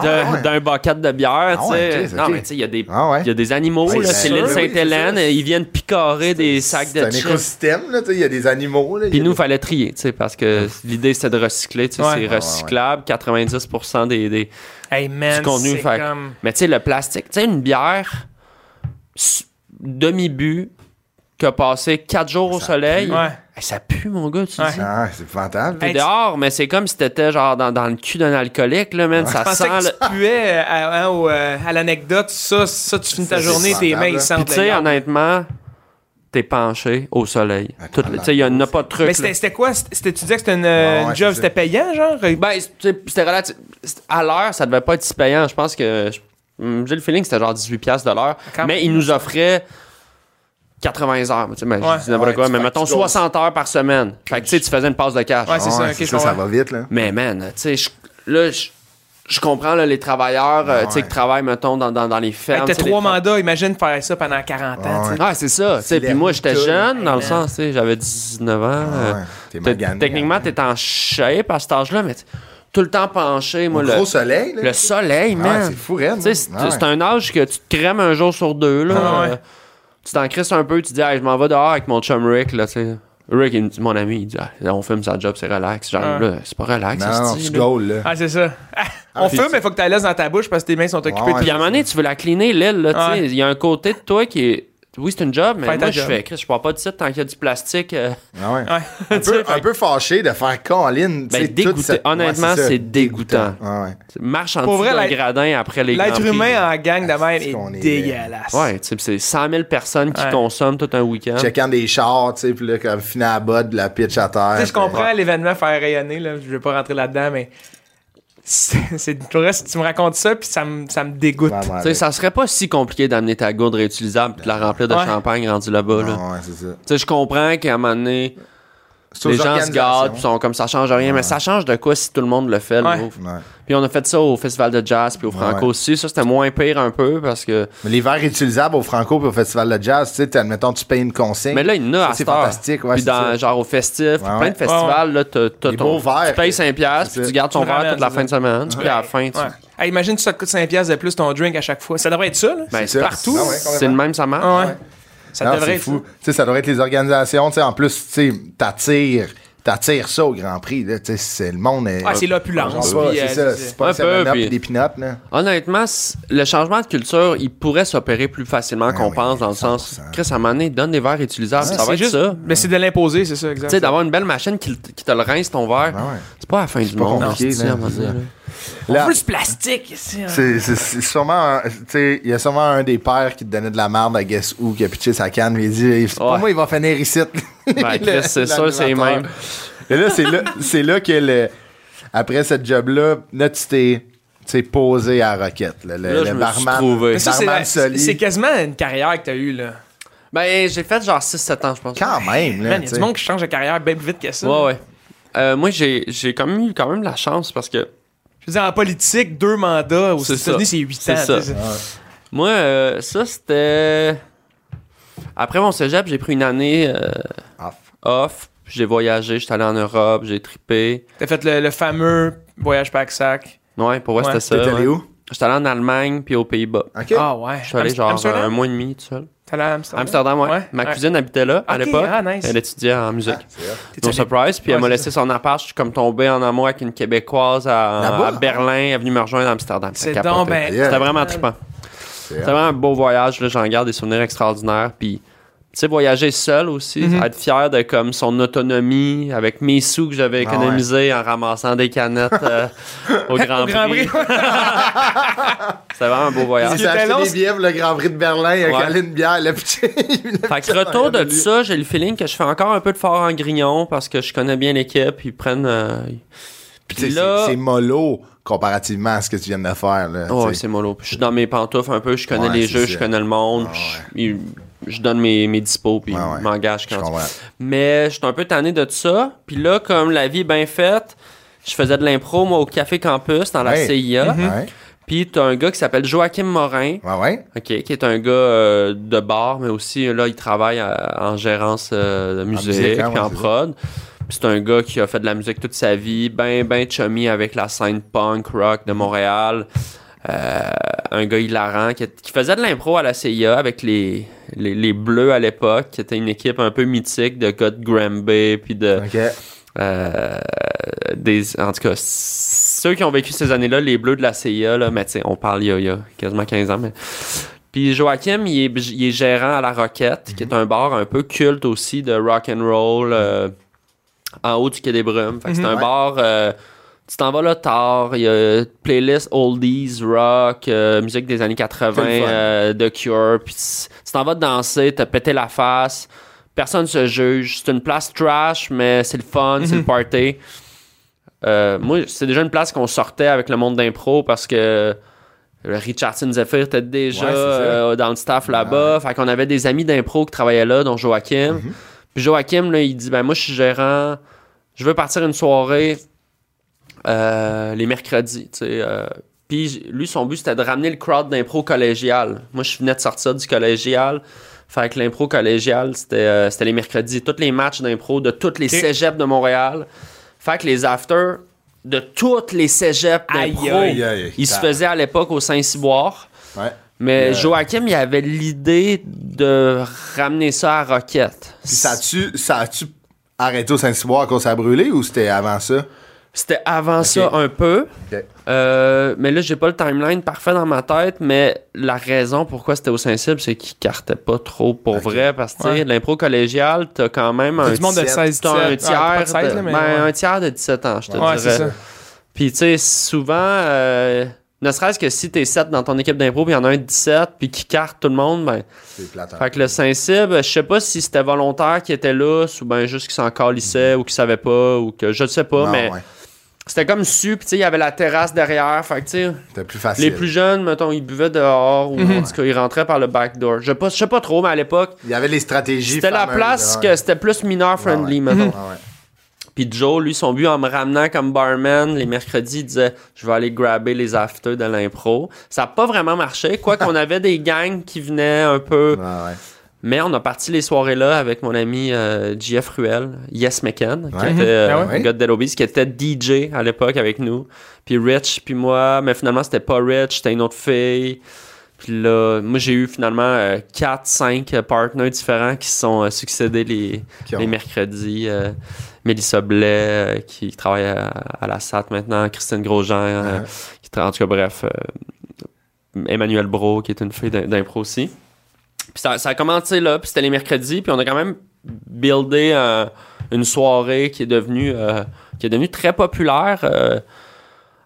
d'un- d'un bucket de bière.
Ah
tu
ouais,
sais.
Chris,
Non,
ok.
mais tu sais, il y a des-
Ah ouais.
il y a des animaux.
C'est
là, C'est
sûr,
l'île
oui, c'est
Sainte-Hélène.
ça.
Ils viennent picorer des sacs
C'est
de
un
chips.
écosystème, là, tu sais, il y a des animaux. Là, il y
Puis
a
nous,
des-
fallait trier, tu sais, parce que l'idée, c'était de recycler. tu sais,
Ouais.
C'est
Ah, ouais,
recyclable. 90% des, des,
Hey,
du
man,
contenu.
c'est
fait que-
comme...
Mais tu sais, le plastique, tu sais, une bière s- demi-but qui a passé 4 jours au soleil.
Ouais.
Hey, ça pue, mon gars, tu
Ouais.
dis.
Ah, c'est épouvantable.
T'es
Hey, tu-
dehors, mais c'est comme si t'étais genre dans, dans le cul d'un alcoolique, là, man.
Je
Ça
pensais
sent
que
le.
tu puais euh, à, hein, au, euh, à l'anecdote, ça, ça, tu finis ta
Ça, c'est
journée, tes mains,
épouvantable,
ils
là.
Puis
sentent
tu sais,
le-
honnêtement, t'es penché au soleil.
Attends,
Tout le- Tu sais, il y en a pas de truc.
Mais
là.
c'était c'était quoi? C'était- c'était- tu disais que c'était une, euh,
Ouais, ouais,
une job,
c'est
c'était payant, genre? Bah,
Ben, c'est- tu sais, c'était relatif. c'était- À l'heure, ça devait pas être si payant. Je pense que. je- hum, J'ai le feeling que c'était genre 18$ de l'heure.
Quand
Mais
même.
ils nous offraient 80 heures. Tu sais, ben,
Ouais.
je dis n'importe
Ouais,
quoi,
tu
mais
fais-
mettons
tu doses.
60 heures par semaine. Fait que tu sais, tu faisais une passe de cash.
Ouais, c'est
Ah,
ça,
ouais,
ok, je
ça, ça
comprends.
va vite, là.
Mais man, tu sais, je- là, je je je comprends là, les travailleurs euh,
Ouais.
tu sais, qui travaillent, mettons, dans, dans, dans les
Fait
fermes.
que
tu
t'as
sais,
trois
les tra-
mandats, imagine faire ça pendant 40 ans.
Ouais.
tu sais.
Ah, c'est ça. tu sais,
la
Puis moi, j'étais
bouteille.
jeune, dans le
Ouais.
sens, tu sais, j'avais 19 ans. euh,
Ouais, t'es
t'es-
magané. hein.
techniquement, t'es en shape à cet âge-là, mais t'es tout le temps penché. Moi,
Au
le,
gros soleil, là.
le soleil,
Ah,
man.
c'est fou, raide,
Tu sais,
hein.
c'est
Ah,
c'est un âge que tu te crèmes un jour sur deux. Là,
Ah ouais.
Euh, tu t'en crisses un peu, tu dis, Hey, je m'en vais dehors avec mon chum Rick. Là, tu sais. Rick, il me dit, mon ami, il dit, Hey, on fume sa job, c'est relax. Genre,
Ah.
là, c'est pas relax.
Non,
hostie,
tu
là.
gaules, là.
Ah, c'est ça. On
puis
fume,
tu-
mais faut que tu laisses dans ta bouche parce que tes mains sont occupées.
Ouais,
Puis à un moment donné, tu veux la cleaner, l'aile. là, tu sais.
Ouais.
Il y a un côté de toi qui est. Oui, c'est une job, mais
Fais ta
moi, je
job.
fais, Chris, je pars pas de site tant qu'il y a du plastique. euh,
Ah ouais.
Ouais.
Un, peu, un peu fâché de faire Colin. tu
Ben,
sais,
dégoûté.
toute cette-
Honnêtement,
Ouais, ça.
c'est Hein? dégoûtant.
Ah ouais.
Tu Marche en
Pour
dessous
vrai,
d'un
l'être-
gradin après les
L'être
Grands Prix.
humain en gang de
Ah,
même
c'est qu'on
est
est
dégueulasse.
Ouais, tu sais, puis c'est 100 000 personnes qui
Ouais.
consomment tout un week-end.
Checkant des chars, tu sais, puis là, comme finir à bas de la pitch à terre.
Tu sais, je
puis-
comprends l'événement faire rayonner, là, je vais pas rentrer là-dedans, mais c'est, c'est- pour vrai, si tu me racontes ça, puis ça me, ça me dégoûte.
Ouais, ouais,
Tu sais, ça serait pas si compliqué d'amener ta gourde réutilisable et de la remplir de
Ouais.
champagne rendue là-bas. Là.
Ah ouais, c'est ça.
Tu sais, je comprends qu'à un moment donné,
C'est
les
aux
gens se gâtent pis
organisations.
sont comme ça change rien, mais ça change de quoi si tout le monde le fait, le
Ouais.
move.
Ouais.
Puis on a fait ça au festival de jazz puis au Franco
Ouais.
aussi. Ça, c'était moins pire un peu parce que.
Mais les verres réutilisables au Franco puis au Festival de Jazz, tu sais, t'as- admettons, tu payes une consigne.
Mais là, il y en a
Ça,
à
c'est
cette heure.
fantastique, ouais,
Puis
c'est
dans,
ça.
genre au festif, puis
Ouais,
plein
ouais.
de festivals, là, t'as, t'as
Des
ton.
beaux verres.
Tu payes 5$, piastres,
C'est
puis tu
ça.
gardes ton
Tu
verre
ramènes,
toute la
c'est
fin de semaine. Puis
bah.
à la fin, tu.
Ouais. Hey, imagine si ça te coûte 5$ de plus ton drink à chaque fois. Ça devrait être ça, là.
Ben,
C'est ça.
partout,
Ah ouais, complètement.
c'est le même, ça marche.
Ah ouais. Ça
Non,
devrait
c'est
être
fou. Tu sais, ça devrait être les organisations. Tu sais, en plus, tu sais, t'attires, t'attires ça au Grand Prix. Là, tu sais, c'est le monde. est-
ça. Ah, c'est l'opulence.
Genre,
puis,
c'est
euh,
ça.
c'est-
C'est pas
Un
un 7-Up
peu, puis-
puis des pinottes, là.
Honnêtement, c- le changement de culture, il pourrait s'opérer plus facilement qu'on
Ben oui,
pense dans le sens.
100%.
Chris, à un moment donné, donne des verres réutilisables. ça va
c'est
être
juste-
ça.
Mais c'est de l'imposer, c'est ça, exact.
Tu sais, d'avoir une belle machine qui, l- qui te le rince ton verre,
Ah ouais.
c'est pas la fin du
pas
monde.
compliqué,
hostie,
là,
à un moment
c'est
donné,
ça.
là.
On
Là-
veut du plastique ici. hein.
C'est c'est- c'est sûrement. un- tu sais, Il y a sûrement un des pères qui te donnait de la merde à Guess Who qui a pitché sa canne. mais Il dit C'est
Ouais.
Pour moi, il va finir ici.
Ben, Chris,
Le-
c'est sûr, c'est
l'animateur.
même.
Et là, c'est là, c'est là que le- après cette job-là, là, tu t'es tu t'es posé à la roquette. là. le,
Là,
le
je me suis
barman.
trouvé.
le
Mais ça, c'est,
barman
la-
Soli.
c'est quasiment une carrière que t'as eue, là.
Ben, j'ai fait genre 6-7 ans, je pense.
Quand même, là.
Man, y
tu
a
sais.
du monde qui change de carrière bien plus vite que ça.
Ouais, ouais. Euh, moi, j'ai j'ai quand même eu quand même la chance parce que
Je veux dire, en politique, deux mandats aux
C'est ça.
États-Unis, c'est 8
C'est
ans.
ça.
tu sais.
moi, euh, ça, c'était. Après mon cégep, j'ai pris une année euh,
Off.
off. J'ai voyagé, j'étais allé en Europe, j'ai trippé.
T'as fait le, le fameux voyage pack-sac.
Ouais, pour moi,
Ouais.
c'était
T'es
ça.
allé
ouais.
où?
J'étais allé en Allemagne puis aux Pays-Bas.
OK.
Ah ouais.
Je suis allé
Am-
genre euh, un
Amsterdam?
mois et demi tout seul.
T'es allé à Amsterdam?
Amsterdam, ouais.
Ouais,
Ma
ouais.
cousine habitait là à
Ok,
l'époque.
ah, nice.
Elle étudiait en musique.
C'est hot.
Ah, T'es
No
allé-
surprise. Puis
Ouais,
elle m'a
c'est
laissé son appart. Je suis comme tombé en amour avec une Québécoise à,
Là-bas?
à Berlin. Elle est venue me rejoindre à Amsterdam.
C'est
Ça capotait.
donc ben...
Yeah.
C'était vraiment trippant. C'était vraiment un beau voyage. là. J'en garde des souvenirs extraordinaires. Puis, tu sais, voyager seul aussi,
Mm-hmm.
être fier de comme son autonomie avec mes sous que j'avais
Ah
économisés en ramassant des canettes euh, au Grand
Au Grand
Prix.
Prix.
C'était vraiment un beau voyage.
Il s'est
était
acheté
long,
des
c'est-
billets pour le Grand Prix de Berlin. Il a
Ouais.
calé une bière. Il a pitché. il a
Fait
pitché
que retour
dans
de
le
tout ça, j'ai le feeling que je fais encore un peu de fort en grignon parce que je connais bien l'équipe. Ils prennent. euh,
Puis
Puis
tu sais,
là-
c'est- C'est mollo comparativement à ce que tu viens de faire. Là,
Ouais,
tu sais.
c'est mollo. Puis Je suis dans mes pantoufles un peu, je connais
Ah, Ouais,
les
c'est
jeux,
ça.
je connais le monde.
Ah
je- il- Je, donne mes, mes dispos, puis
Ouais, ouais.
je m'engage
Je
quand
comprends.
Mais je suis un peu tanné de tout ça. Puis là, comme la vie est bien faite, je faisais de l'impro, moi, au Café Campus, dans la
Ouais. Mm-hmm.
CIA.
Ouais.
Puis t'as un gars qui s'appelle Joachim Morin,
Ouais, ouais.
ok, qui est un gars euh, de bar, mais aussi, là, il travaille euh, en gérance euh, de musique,
musique, hein, ouais,
puis en
c'est ça.
prod. Puis c'est un gars qui a fait de la musique toute sa vie, ben, ben chummy avec la scène punk rock
Mm-hmm.
de Montréal. Euh, un gars hilarant qui, qui faisait de l'impro à la CIA avec les, les, les Bleus à l'époque, qui était une équipe un peu mythique de gars de Granby, puis de...
OK.
Euh, des, en tout cas, ceux qui ont vécu ces années-là, les bleus de la CIA, là, mais tu sais, on parle il y, a, il y a quasiment 15 ans. Mais... Puis Joachim, il est, il est gérant à La Roquette, qui
Mhm.
est un bar un peu culte aussi de rock and roll euh, en haut du Quai des Brumes. Fait que c'est un
Mhm. Ouais.
bar. euh, tu t'en vas là tard, il y a playlist oldies, rock, euh, musique des années 80,
C'est le fun.
euh, The Cure, puis c- tu t'en vas danser, t'as pété la face, personne se juge, c'est une place trash, mais c'est le fun, c'est
Mhm.
le party. Euh, moi, c'est déjà une place qu'on sortait avec le monde d'impro parce que Richardson Zephyr était déjà
Ouais, c'est ça.
euh, dans le staff là-bas. Fait qu'on avait des amis d'impro qui travaillaient là, dont
Mm-hmm.
Joachim. Puis Joachim, là, il dit Ben, moi, je suis gérant, je veux partir une soirée. euh, les mercredis, tu sais. euh. Puis j- lui, son but, c'était de ramener le crowd d'impro collégial. Moi, je venais de sortir du collégial. Fait que l'impro collégial, c'était euh, c'était les mercredis. Tous les matchs d'impro de tous les
Ok.
cégeps de Montréal. Fait que les afters de tous les cégeps d'impro,
Aïe, aïe,
aïe.
ils se faisaient à l'époque au Saint-Cyboire.
Ouais.
Mais
Euh,
Joachim, il avait l'idée de ramener ça à Roquette.
Puis ça a-tu, ça a-tu arrêté au Saint-Cyboire quand ça a brûlé ou c'était avant ça?
C'était avant ça un peu.
Ok.
Euh, mais là, j'ai pas le timeline parfait dans ma tête, mais la raison pourquoi c'était au sensible, c'est qu'il cartait pas trop pour vrai. Parce que tu sais,
Ouais.
l'impro collégiale, t'as quand même un,
du monde de
17,
16
t'as un
17. Ah,
tiers,
pas de 16,
de,
là, mais
ben,
ouais.
un tiers de 17 ans, je te
Ouais, c'est
dirais.
ça.
Puis tu sais, souvent, euh, ne serait-ce que si t'es 7 dans ton équipe d'impro, puis il y en a un de 17, puis qui carte tout le monde, ben,
C'est plate. hein.
fait que le sensible, je sais pas si c'était volontaire qui était là, ou ben juste qu'il s'en calissait, ou qu'il savait pas, ou que je sais pas,
Non,
mais
ouais.
c'était comme su, pis tu sais, il y avait la terrasse derrière, fait que tu sais,
C'était plus facile. Mhm.
les plus jeunes, mettons, ils buvaient dehors, ou en tout cas, ils rentraient par le backdoor. Je sais pas, je sais pas trop, mais à l'époque,
Il y avait les stratégies.
c'était la
fameuses,
place
ouais.
que c'était plus mineur friendly,
Ouais, ouais.
mettons.
Ah ouais.
Puis Joe, lui, son but en me ramenant comme barman les mercredis, il disait Je vais aller grabber les afters de l'impro. Ça a pas vraiment marché, quoi qu'on avait des gangs qui venaient un peu.
Ah ouais.
Mais on a parti les soirées là avec mon ami euh, JF Ruel, Yes McCann, qui
Ouais.
était euh,
Ah ouais?
un gars de Dead Obies, qui était DJ à l'époque avec nous. Puis Rich, puis moi. Mais finalement, c'était pas Rich, c'était une autre fille. Puis là, moi, j'ai eu finalement euh, 4-5 partenaires euh, différents qui se sont euh, succédés les,
Qui ont-
les mercredis. euh, Mélissa Blais, euh, qui travaille à, à la SAT maintenant, Christine Grosjean, euh,
Ah.
Ouais.
qui tra- en tout cas, bref, euh, Emmanuel Bro, qui est une fille d'im- d'impro aussi. Puis ça, ça a commencé là, puis c'était les mercredis, puis on a quand même buildé euh, une soirée qui est devenue, euh, qui est devenue très populaire. euh,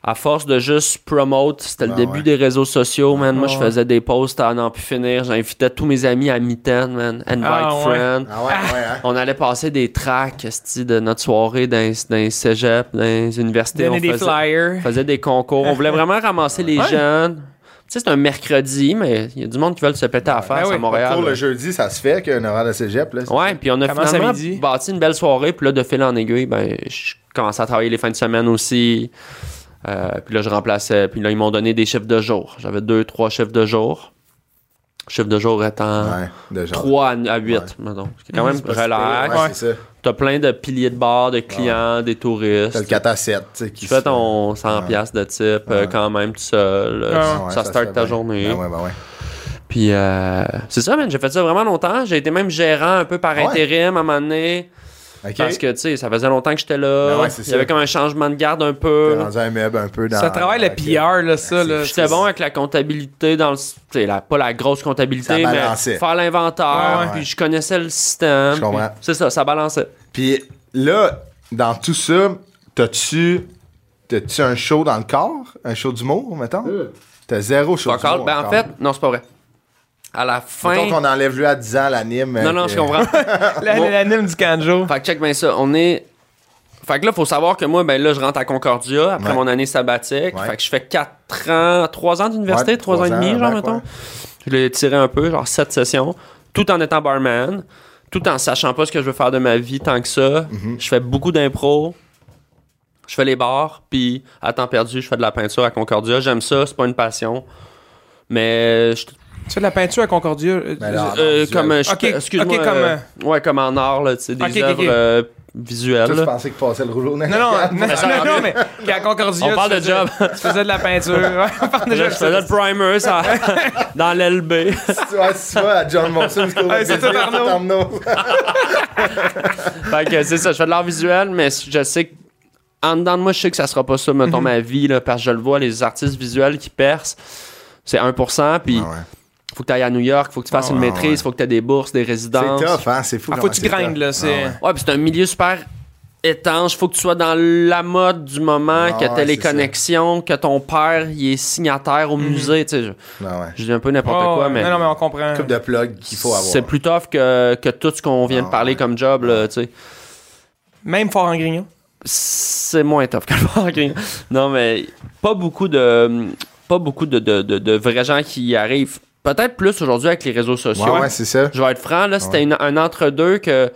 à force de juste promote, c'était le
Ah
début
ouais.
des réseaux sociaux, man. Moi,
Ah
je
ouais.
faisais des posts à n'en plus finir. J'invitais tous mes amis à mi-temps, man. Invite
Ah ouais.
friend.
Ah ouais, ouais, hein.
On allait passer des tracks esti, de notre soirée dans, dans les cégeps, dans les universités.
Donner
on
des
faisait,
flyers.
faisait des concours. On voulait vraiment ramasser les
Ouais.
jeunes. Tu sais, c'est un mercredi, mais il y a du monde qui veut se péter à la face
Ben oui,
à
pas
Montréal.
Pour
là.
le jeudi, ça se fait qu'un horaire de cégep. Là, c'est-
Ah. Ouais, puis on a
Commence à
finalement
midi.
bâti une belle soirée. Puis là, de fil en aiguille, ben, je commençais à travailler les fins de semaine aussi. Euh, puis là, je remplaçais. Puis là, ils m'ont donné des chiffres de jour. J'avais deux, trois chiffres de jour. Chiffre de jour étant
Ouais, de genre.
3 à 8,
Ouais.
mettons. C'est quand même
C'est pas si pire,
relax.
Ouais, c'est ça.
T'as plein de piliers de bar, de clients, des touristes.
Ah T'as le 4 à 7. Tu sais, qui
Tu
se
fais ton 100
Ouais.
piastres de type euh,
Ouais.
quand même tout seul. euh,
Ah
Ouais,
ça,
se
start
fait
ta
bien.
journée.
Ben ouais, ben ouais.
Puis euh, c'est ça, man. J'ai fait ça vraiment longtemps. J'ai été même gérant un peu par
Ouais.
intérim à un moment donné.
Ok.
Parce que, tu sais, ça faisait longtemps que j'étais là.
Ben ouais, c'est
Il y avait
ça.
comme un changement de garde un
T'es
peu.
rendu un meuble un peu dans.
Ça travaille le
ok.
PR, là, ça, là.
J'étais bon avec la comptabilité, dans le, tu sais, la, pas la grosse
Ça
comptabilité, mais
balançait.
faire l'inventaire.
Ouais, ouais.
Puis je connaissais le système.
Je comprends.
puis C'est ça, ça balançait.
Puis là, dans tout ça, t'as-tu. T'as-tu un show dans le corps Un show d'humour, mettons T'as zéro show
Fuck all.
d'humour.
Ben, en
encore.
fait, non, c'est pas vrai. À la fin.
Mettons qu'on enlève lui à 10 ans l'anime. euh,
Non, non, je comprends.
La- la- L'anime du Kanjo.
Fait que check bien ça. On est. Fait que là, faut savoir que moi, ben là, je rentre à Concordia après
Ouais.
mon année sabbatique.
Ouais.
Fait que je fais 4 ans, 3 ans d'université,
Ouais,
3 ans
trois
et demi,
ans,
genre,
bac,
mettons.
ouais.
Je l'ai tiré un peu, genre 7 sessions, tout en étant barman, tout en sachant pas ce que je veux faire de ma vie tant que ça.
Mhm.
Je fais beaucoup d'impro. Je fais les bars, puis à temps perdu, je fais de la peinture à Concordia. J'aime ça, c'est pas une passion. Mais je
Tu fais de la peinture à Concordia. euh,
Mais là,
euh,
euh,
visuel.
comme euh, je-
Ok,
excuse-moi,
ok, comme,
euh, ouais comme en art là, tu sais, des
Ok, ok,
œuvres
ok.
euh,
Toi,
visuelles.
tu
là.
pensais qu'il passait le rouleau.
Non, non, non, non, non, mais à Concordia.
On parle
tu
de
faisais-
job.
Tu faisais de la peinture. Ouais, on parle de
Là,
job.
je faisais le primer ça, dans l'LB.
tu vois, tu vois, à John Monson, c'est
Hey, c'est tout Arnaud.
fait que c'est ça, je fais de l'art visuel, mais je sais que en dedans de moi, je sais que ça sera pas ça,
Mhm.
mettons, ma vie, là, parce que je le vois, les artistes visuels qui percent, c'est 1%, puis faut que tu ailles à New York, faut que tu fasses
Ah
une
Ah ouais,
maîtrise, faut que tu aies des bourses, des résidences.
C'est tough, hein, c'est fou.
Ah, faut
comment
que tu
c'est tough.
grindes, là. C'est.
Ah ouais.
Ouais, puis c'est un milieu super étanche. Faut que tu sois dans la mode du moment,
Ah
que tu
ouais,
les
c'est ça.
connexions, que ton père il est signataire
Mhm.
au musée. Tu sais, je,
Ah ouais.
je dis un peu n'importe
Oh,
quoi, mais,
Non, non, mais on comprend.
Coupe de plug qu'il faut avoir.
c'est plus tough que, que tout ce qu'on vient de
Ah
parler
ouais.
comme job. Là, tu sais.
Même fort en grignon.
c'est moins tough que le parking. Non, mais pas beaucoup de pas beaucoup de, de, de- de vrais gens qui y arrivent. Peut-être plus aujourd'hui avec les réseaux sociaux.
Ouais, ouais, c'est ça.
Je vais être franc, là, c'était une- un entre-deux que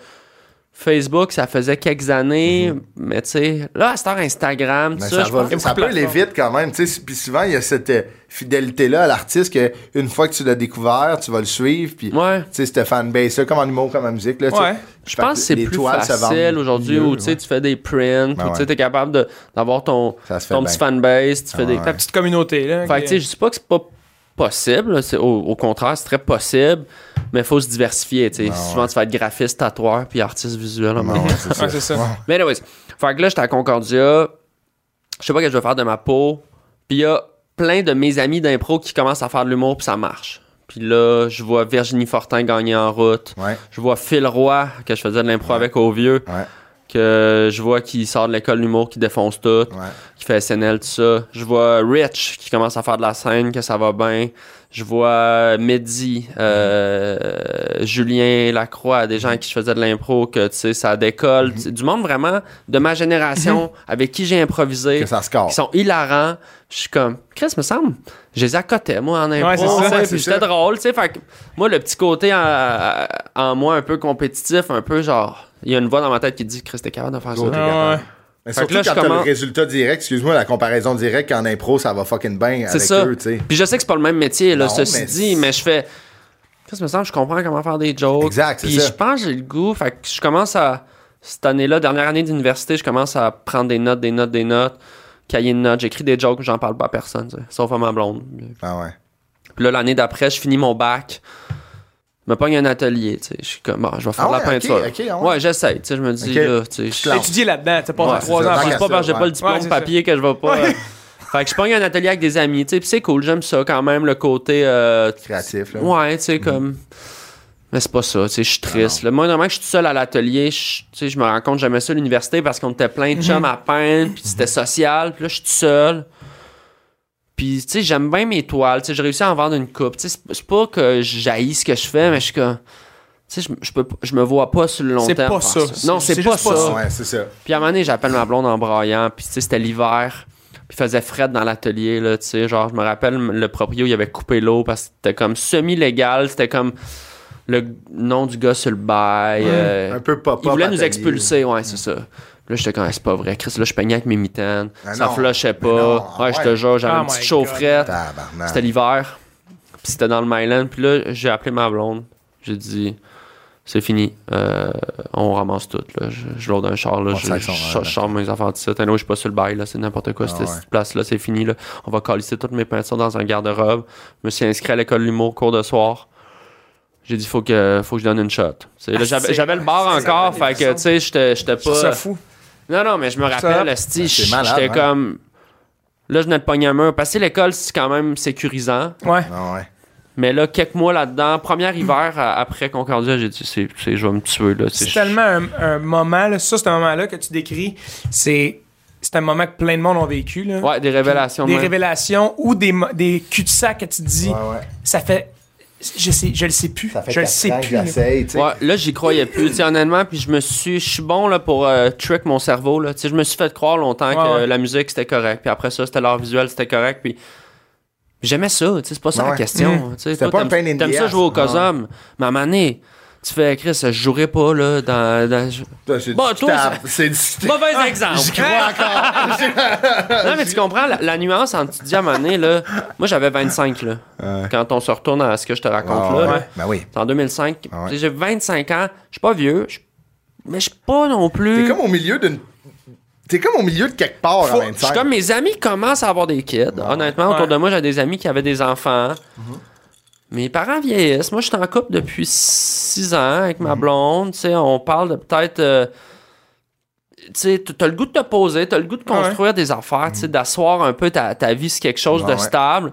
Facebook, ça faisait quelques années, mais tu sais, là, à cette heure, Instagram, tout
Mhm. Ben,
ça,
ça,
je
va-
pense-
ça peut aller vite quand même. tu sais. Puis souvent, il y a cette euh, fidélité-là à l'artiste que une fois que tu l'as découvert, tu vas le suivre. Puis,
Ouais.
tu sais, cette fanbase-là, comme en humour, comme en musique. Là, tu sais.
Ouais.
Je
Fait
pense que c'est
les
plus
toiles se vendent
facile aujourd'hui
mieux,
où tu sais,
ouais.
tu fais des prints,
Ben
où tu sais,
ouais.
t'es capable de- d'avoir ton,
Ça se fait
ton
bien.
petit fanbase, tu fais
Ah
des.
ouais.
Ta petite communauté, là.
Fait que
qui-
tu sais, je dis pas que c'est pas possible, là, c'est- au, au contraire, c'est très possible, mais faut se diversifier, tu
Ah
sais.
ouais.
Souvent, tu vas être graphiste, tatoueur, puis artiste visuel. à un moment
Non,
donné.
ouais, c'est ça.
Ouais, c'est ça.
Ouais.
Mais anyways, fait que là, j'étais à Concordia. Je sais pas ce que je vais faire de ma peau. Puis il y a plein de mes amis d'impro qui commencent à faire de l'humour, puis ça marche. Puis là, je vois Virginie Fortin gagner en route.
Ouais.
Je vois Phil Roy, que je faisais de l'impro avec au vieux.
Ouais.
Que je vois qui sort de l'école d'humour, qui défonce tout,
Ouais.
qui fait SNL, tout ça. Je vois Rich qui commence à faire de la scène, que ça va bien. Je vois Mehdi, euh, Julien Lacroix, des gens à qui je faisais de l'impro, que tu sais, ça décolle. Tu- Du monde vraiment de ma génération, avec qui j'ai improvisé,
Que ça score.
qui sont hilarants. Je suis comme, Chris, me semble, je les accotais, moi, en impro.
Ouais, c'est
tu
ça,
sais,
ouais,
puis
c'est
J'étais
ça.
drôle, tu sais. Fait que moi, le petit côté en, en moi un peu compétitif, un peu genre, il y a une voix dans ma tête qui dit, Chris, t'es capable de faire ça.
Go.
Ah, ouais.
Mais
Fait que
surtout
là, je
quand t'as
commence-
le résultat direct, excuse-moi, la comparaison directe qu'en impro, ça va fucking bien
C'est
avec
ça.
eux, tu sais.
Puis je sais que c'est pas le même métier, là,
Non,
ceci
mais
dit,
c'est-
mais je fais. Qu'est-ce que me semble, je comprends comment faire des jokes.
Exact, c'est
Puis
ça.
je pense que j'ai le goût. Fait que je commence à. Cette année-là, dernière année d'université, je commence à prendre des notes, des notes, des notes, cahier de notes. J'éris des jokes, j'en parle pas à personne, tu sais, sauf à ma blonde.
Ah ouais.
Puis là, l'année d'après, je finis mon bac. Je me pogne un atelier, tu sais. Je suis comme, bon, je vais faire
Ah
de
ouais,
la
ok,
peinture.
ok, ah
ouais,
ouais.
j'essaye, tu sais. Je me dis,
Ok.
là, tu sais. je-
T'as étudié là-dedans, t'as
Ouais,
passé
c'est
trois
ça.
ans à
Bac
c'est
faire
à
pas
ça.
parce que j'ai
ouais.
pas le diplôme
Ouais, c'est
papier que je vais pas. euh, Fait que je pogne un atelier avec des amis, tu sais, puis c'est cool, j'aime ça quand même, le côté. euh,
Créatif, là. Mm. Ah,
ouais, tu sais, comme. Mais c'est pas ça, tu sais, je suis triste. là. Moi, normalement, que je suis tout seul à l'atelier, je- tu sais, je me rends compte, j'aimais ça l'université parce qu'on était plein de
Mm-hmm.
chums à peindre, puis c'était
Mm-hmm.
social, puis là, je suis tout seul. Puis, tu sais, j'aime bien mes toiles, tu sais, j'ai réussi à en vendre une coupe. Tu sais, c'est- c'est pas que j'haïs ce que je fais, mais je suis comme. Tu sais, je- je peux pas- je me vois pas sur le long
C'est
terme.
pas
faire
ça.
Non, c'est
C'est
pas
juste pas
ça.
ça.
Ah Ouais, c'est ça.
Puis à un moment donné, j'appelle ma blonde en braillant, puis tu sais, c'était l'hiver, puis il faisait fret dans l'atelier, là, tu sais, genre, je me rappelle, le proprio, il avait coupé l'eau parce que c'était comme semi-légal, c'était comme le nom du gars sur le bail. euh,
Un peu pop-up.
il voulait nous
atelier.
expulser, ouais, c'est ça. Là, j'étais comme, Ah, c'est pas vrai, Chris, là, je peignais avec mes mitaines,
Ah
ça
non,
flushait
mais non,
pas,
ah
ouais, je te
ouais.
jure, j'avais
Ah
une petite
my
chaufferette,
Tabarnak.
c'était l'hiver. Puis c'était dans le Myland. Puis là, j'ai appelé ma blonde. J'ai dit, c'est fini. Euh, on ramasse tout. Là. Je, je l'aude un char. Là.
On
Je,
sac
je,
son
je,
hein,
verre,
je sors mes affaires de ça. T'as un autre, je suis pas sur le bail. là. C'est n'importe quoi.
Ah
cette,
ouais.
cette place-là, c'est fini. Là. On va colisser toutes mes peintures dans un garde-robe. Je me suis inscrit à l'école de l'humour, cours de soir. J'ai dit, faut que, faut que je donne une shot. Tu sais, là,
Ah,
J'avais
c'est-
j'avais le bar
c'est-
encore.
c'est-
Fait que, tu sais, j'étais j'étais
Je trouve ça
pas.
fou.
Non, non, mais je me rappelle,
Ben,
esti,
c'est
j'étais
malade, hein.
comme. Là, je venais de pogner un mur. Parce que l'école, c'est quand même sécurisant.
Ouais.
Ah ouais.
Mais là, quelques mois là-dedans, premier hiver à- après Concordia, j'ai dit, c'est, c'est- je vais me tuer. Là,
C'est
je-
tellement un, un moment, là, ça, c'est un moment-là que tu décris. C'est c'est un moment que plein de monde ont vécu. Là.
Ouais, des révélations.
Des
ouais.
révélations ou des, mo- des cul-de-sac que tu te dis,
Ouais, ouais.
ça fait. Je, sais, je le sais plus.
Ça fait
je le
quatre
sais
ans que
plus. là.
j'essaye, tu sais.
Ouais, là, j'y croyais plus, tu sais, honnêtement. Puis je me suis, je suis bon là, pour euh, trick mon cerveau. Là. Tu sais, Je me suis fait croire longtemps que
Ouais, ouais.
euh, la musique, c'était correct. Puis après ça, c'était l'art visuel, c'était correct. Puis j'aimais ça. tu sais, C'est pas ça
Ouais, ouais.
la
Hum.
question. tu sais
C'était
Toi,
pas un
t'aimes-
pain in the
T'aimes ça
ass,
jouer au
non.
COSOM. Mais à un moment donné, tu fais, Chris, je jouerai pas là, dans. dans- je-
Toi, c'est
Bon,
du
Bah, toi, Bah,
tap, C'est du
Mauvais
Ah,
exemple. non, mais tu comprends la, la nuance entre tu dis à un moment donné, là. Moi, j'avais 25, là. Quand on se retourne à ce que je te raconte, là. Mm.
Ah
là,
ouais. Ben oui.
C'est en 2005.
Ah ouais.
Tu sais, J'ai 25 ans. Je suis pas vieux. je- Mais je suis pas non
T'es
plus.
comme au milieu d'une. T'es comme au milieu de quelque part
Faut-
en même
Je suis comme mes amis commencent à avoir des kids. Honnêtement, autour
Ouais.
de moi, j'ai des amis qui avaient des enfants.
Mm-hmm.
Mes parents vieillissent. Moi, je suis en couple depuis 6 ans avec
Mm-hmm.
ma blonde. Tu sais, on parle de peut-être. euh, tu sais, t- t'as le goût de te poser, t'as le goût de
Ah ouais.
construire des affaires, tu sais, d'asseoir un peu ta, ta vie sur quelque chose
Ouais,
de
Mm-hmm. Ah ouais.
stable.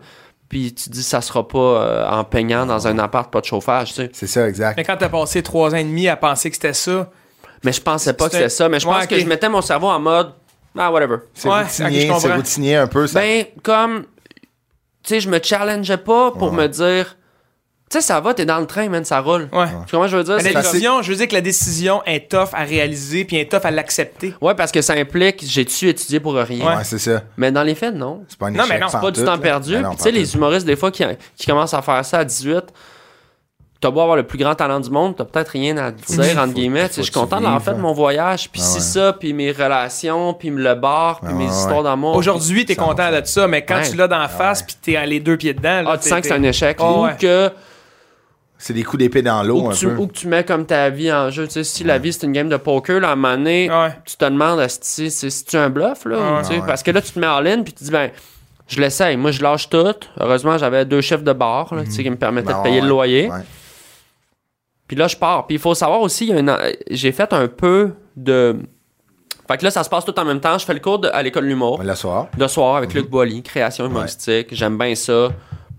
Puis tu dis, ça sera pas euh, en
Ah
peignant dans un appart, pas de chauffage, tu sais.
C'est ça, exact.
Mais quand t'as passé trois ans et demi à penser que c'était ça,
Mais je pensais pas que
C'était-
c'était ça. Mais je pense
Ouais,
que
ok.
je mettais mon cerveau en mode, ah, whatever.
C'est
Ouais, ok, je
routinier,
comprends.
c'est routinier un peu. Ça...
Ben, comme, tu sais, je me challengeais pas pour me dire, tu sais, ça va, t'es dans le train, man, ça roule.
ouais.
Tu comprends ce que je veux
Mais
dire?
La
C'est-
décision, je veux dire que la décision est tough à réaliser puis est tough à l'accepter.
Ouais, parce que ça implique, j'ai-tu étudié pour rien?
Ouais, c'est ça.
Mais dans les faits, non.
C'est pas un
Non,
échec
mais non,
sans
pas du
doute,
temps
là.
perdu.
Ben non,
Puis tu sais,
pas
les humoristes, des fois, qui, qui commencent à faire ça à 18, t'as beau avoir le plus grand talent du monde, t'as peut-être rien à te dire, entre guillemets. Tu sais, Je suis
Faut que tu
content d'avoir
vives,
fait
hein.
mon voyage, puis
Ah
si
ouais.
ça, puis mes relations, puis le bar, puis
Ah
mes
ouais,
histoires d'amour.
Aujourd'hui, t'es
Ça va
content
faire.
de ça, mais quand
Ouais.
tu l'as
Ah
dans la face puis t'es à les deux pieds dedans, là,
Ah, tu
t'es-
sens que c'est
t'es-
un échec.
Ah
ou,
ouais.
que,
C'est des coups d'épée dans
ou,
l'eau,
que
un
tu,
peu.
ou que tu mets comme ta vie en jeu. Tu sais, si la vie, c'est une game de poker, là, à un moment donné,
Ouais. Oh
tu te demandes si c'est un bluff là
Ouais.
ou, tu sais,
Ah, Ouais.
parce que là tu te mets en ligne puis tu dis ben je l'essaye moi je lâche tout heureusement j'avais deux chefs de bar là, tu sais, qui me permettaient
Ben
de payer
ouais,
le loyer
ouais.
puis là je pars puis il faut savoir aussi il y a une- j'ai fait un peu de fait que là ça se passe tout en même temps je fais le cours de- à l'école de l'humour
Le soir.
de soir avec
Mhm.
Luc Boilly, création humoristique j'aime bien ça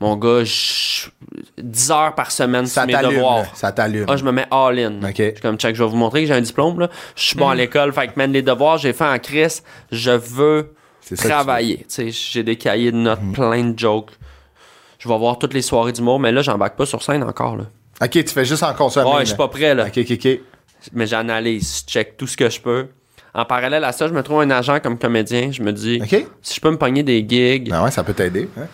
mon gars je- 10 heures par semaine
Ça
sur mes
t'allume.
devoirs
là. Ça t'allume.
ah, je me mets
Ok.
all-in.
Mhm.
Je suis comme, check, je vais vous montrer que j'ai un diplôme. Là. Je suis bon à l'école, fait que même les devoirs, j'ai fait en crise. Je veux
C'est ça que tu Mhm.
travailler. Tu sais, j'ai des cahiers de notes, plein de jokes. Je vais voir toutes les soirées d'humour, mais là, j'embarque pas sur scène encore. Là.
Ok, tu fais juste encore ça.
Ouais,
même.
je suis pas prêt, là.
Ok, ok, ok.
Mais j'analyse, je check tout ce que je peux. En parallèle à ça, je me trouve un agent comme comédien. Je me dis,
Ok.
si je peux me pogner des gigs,
Ben ouais, ça peut t'aider. hein.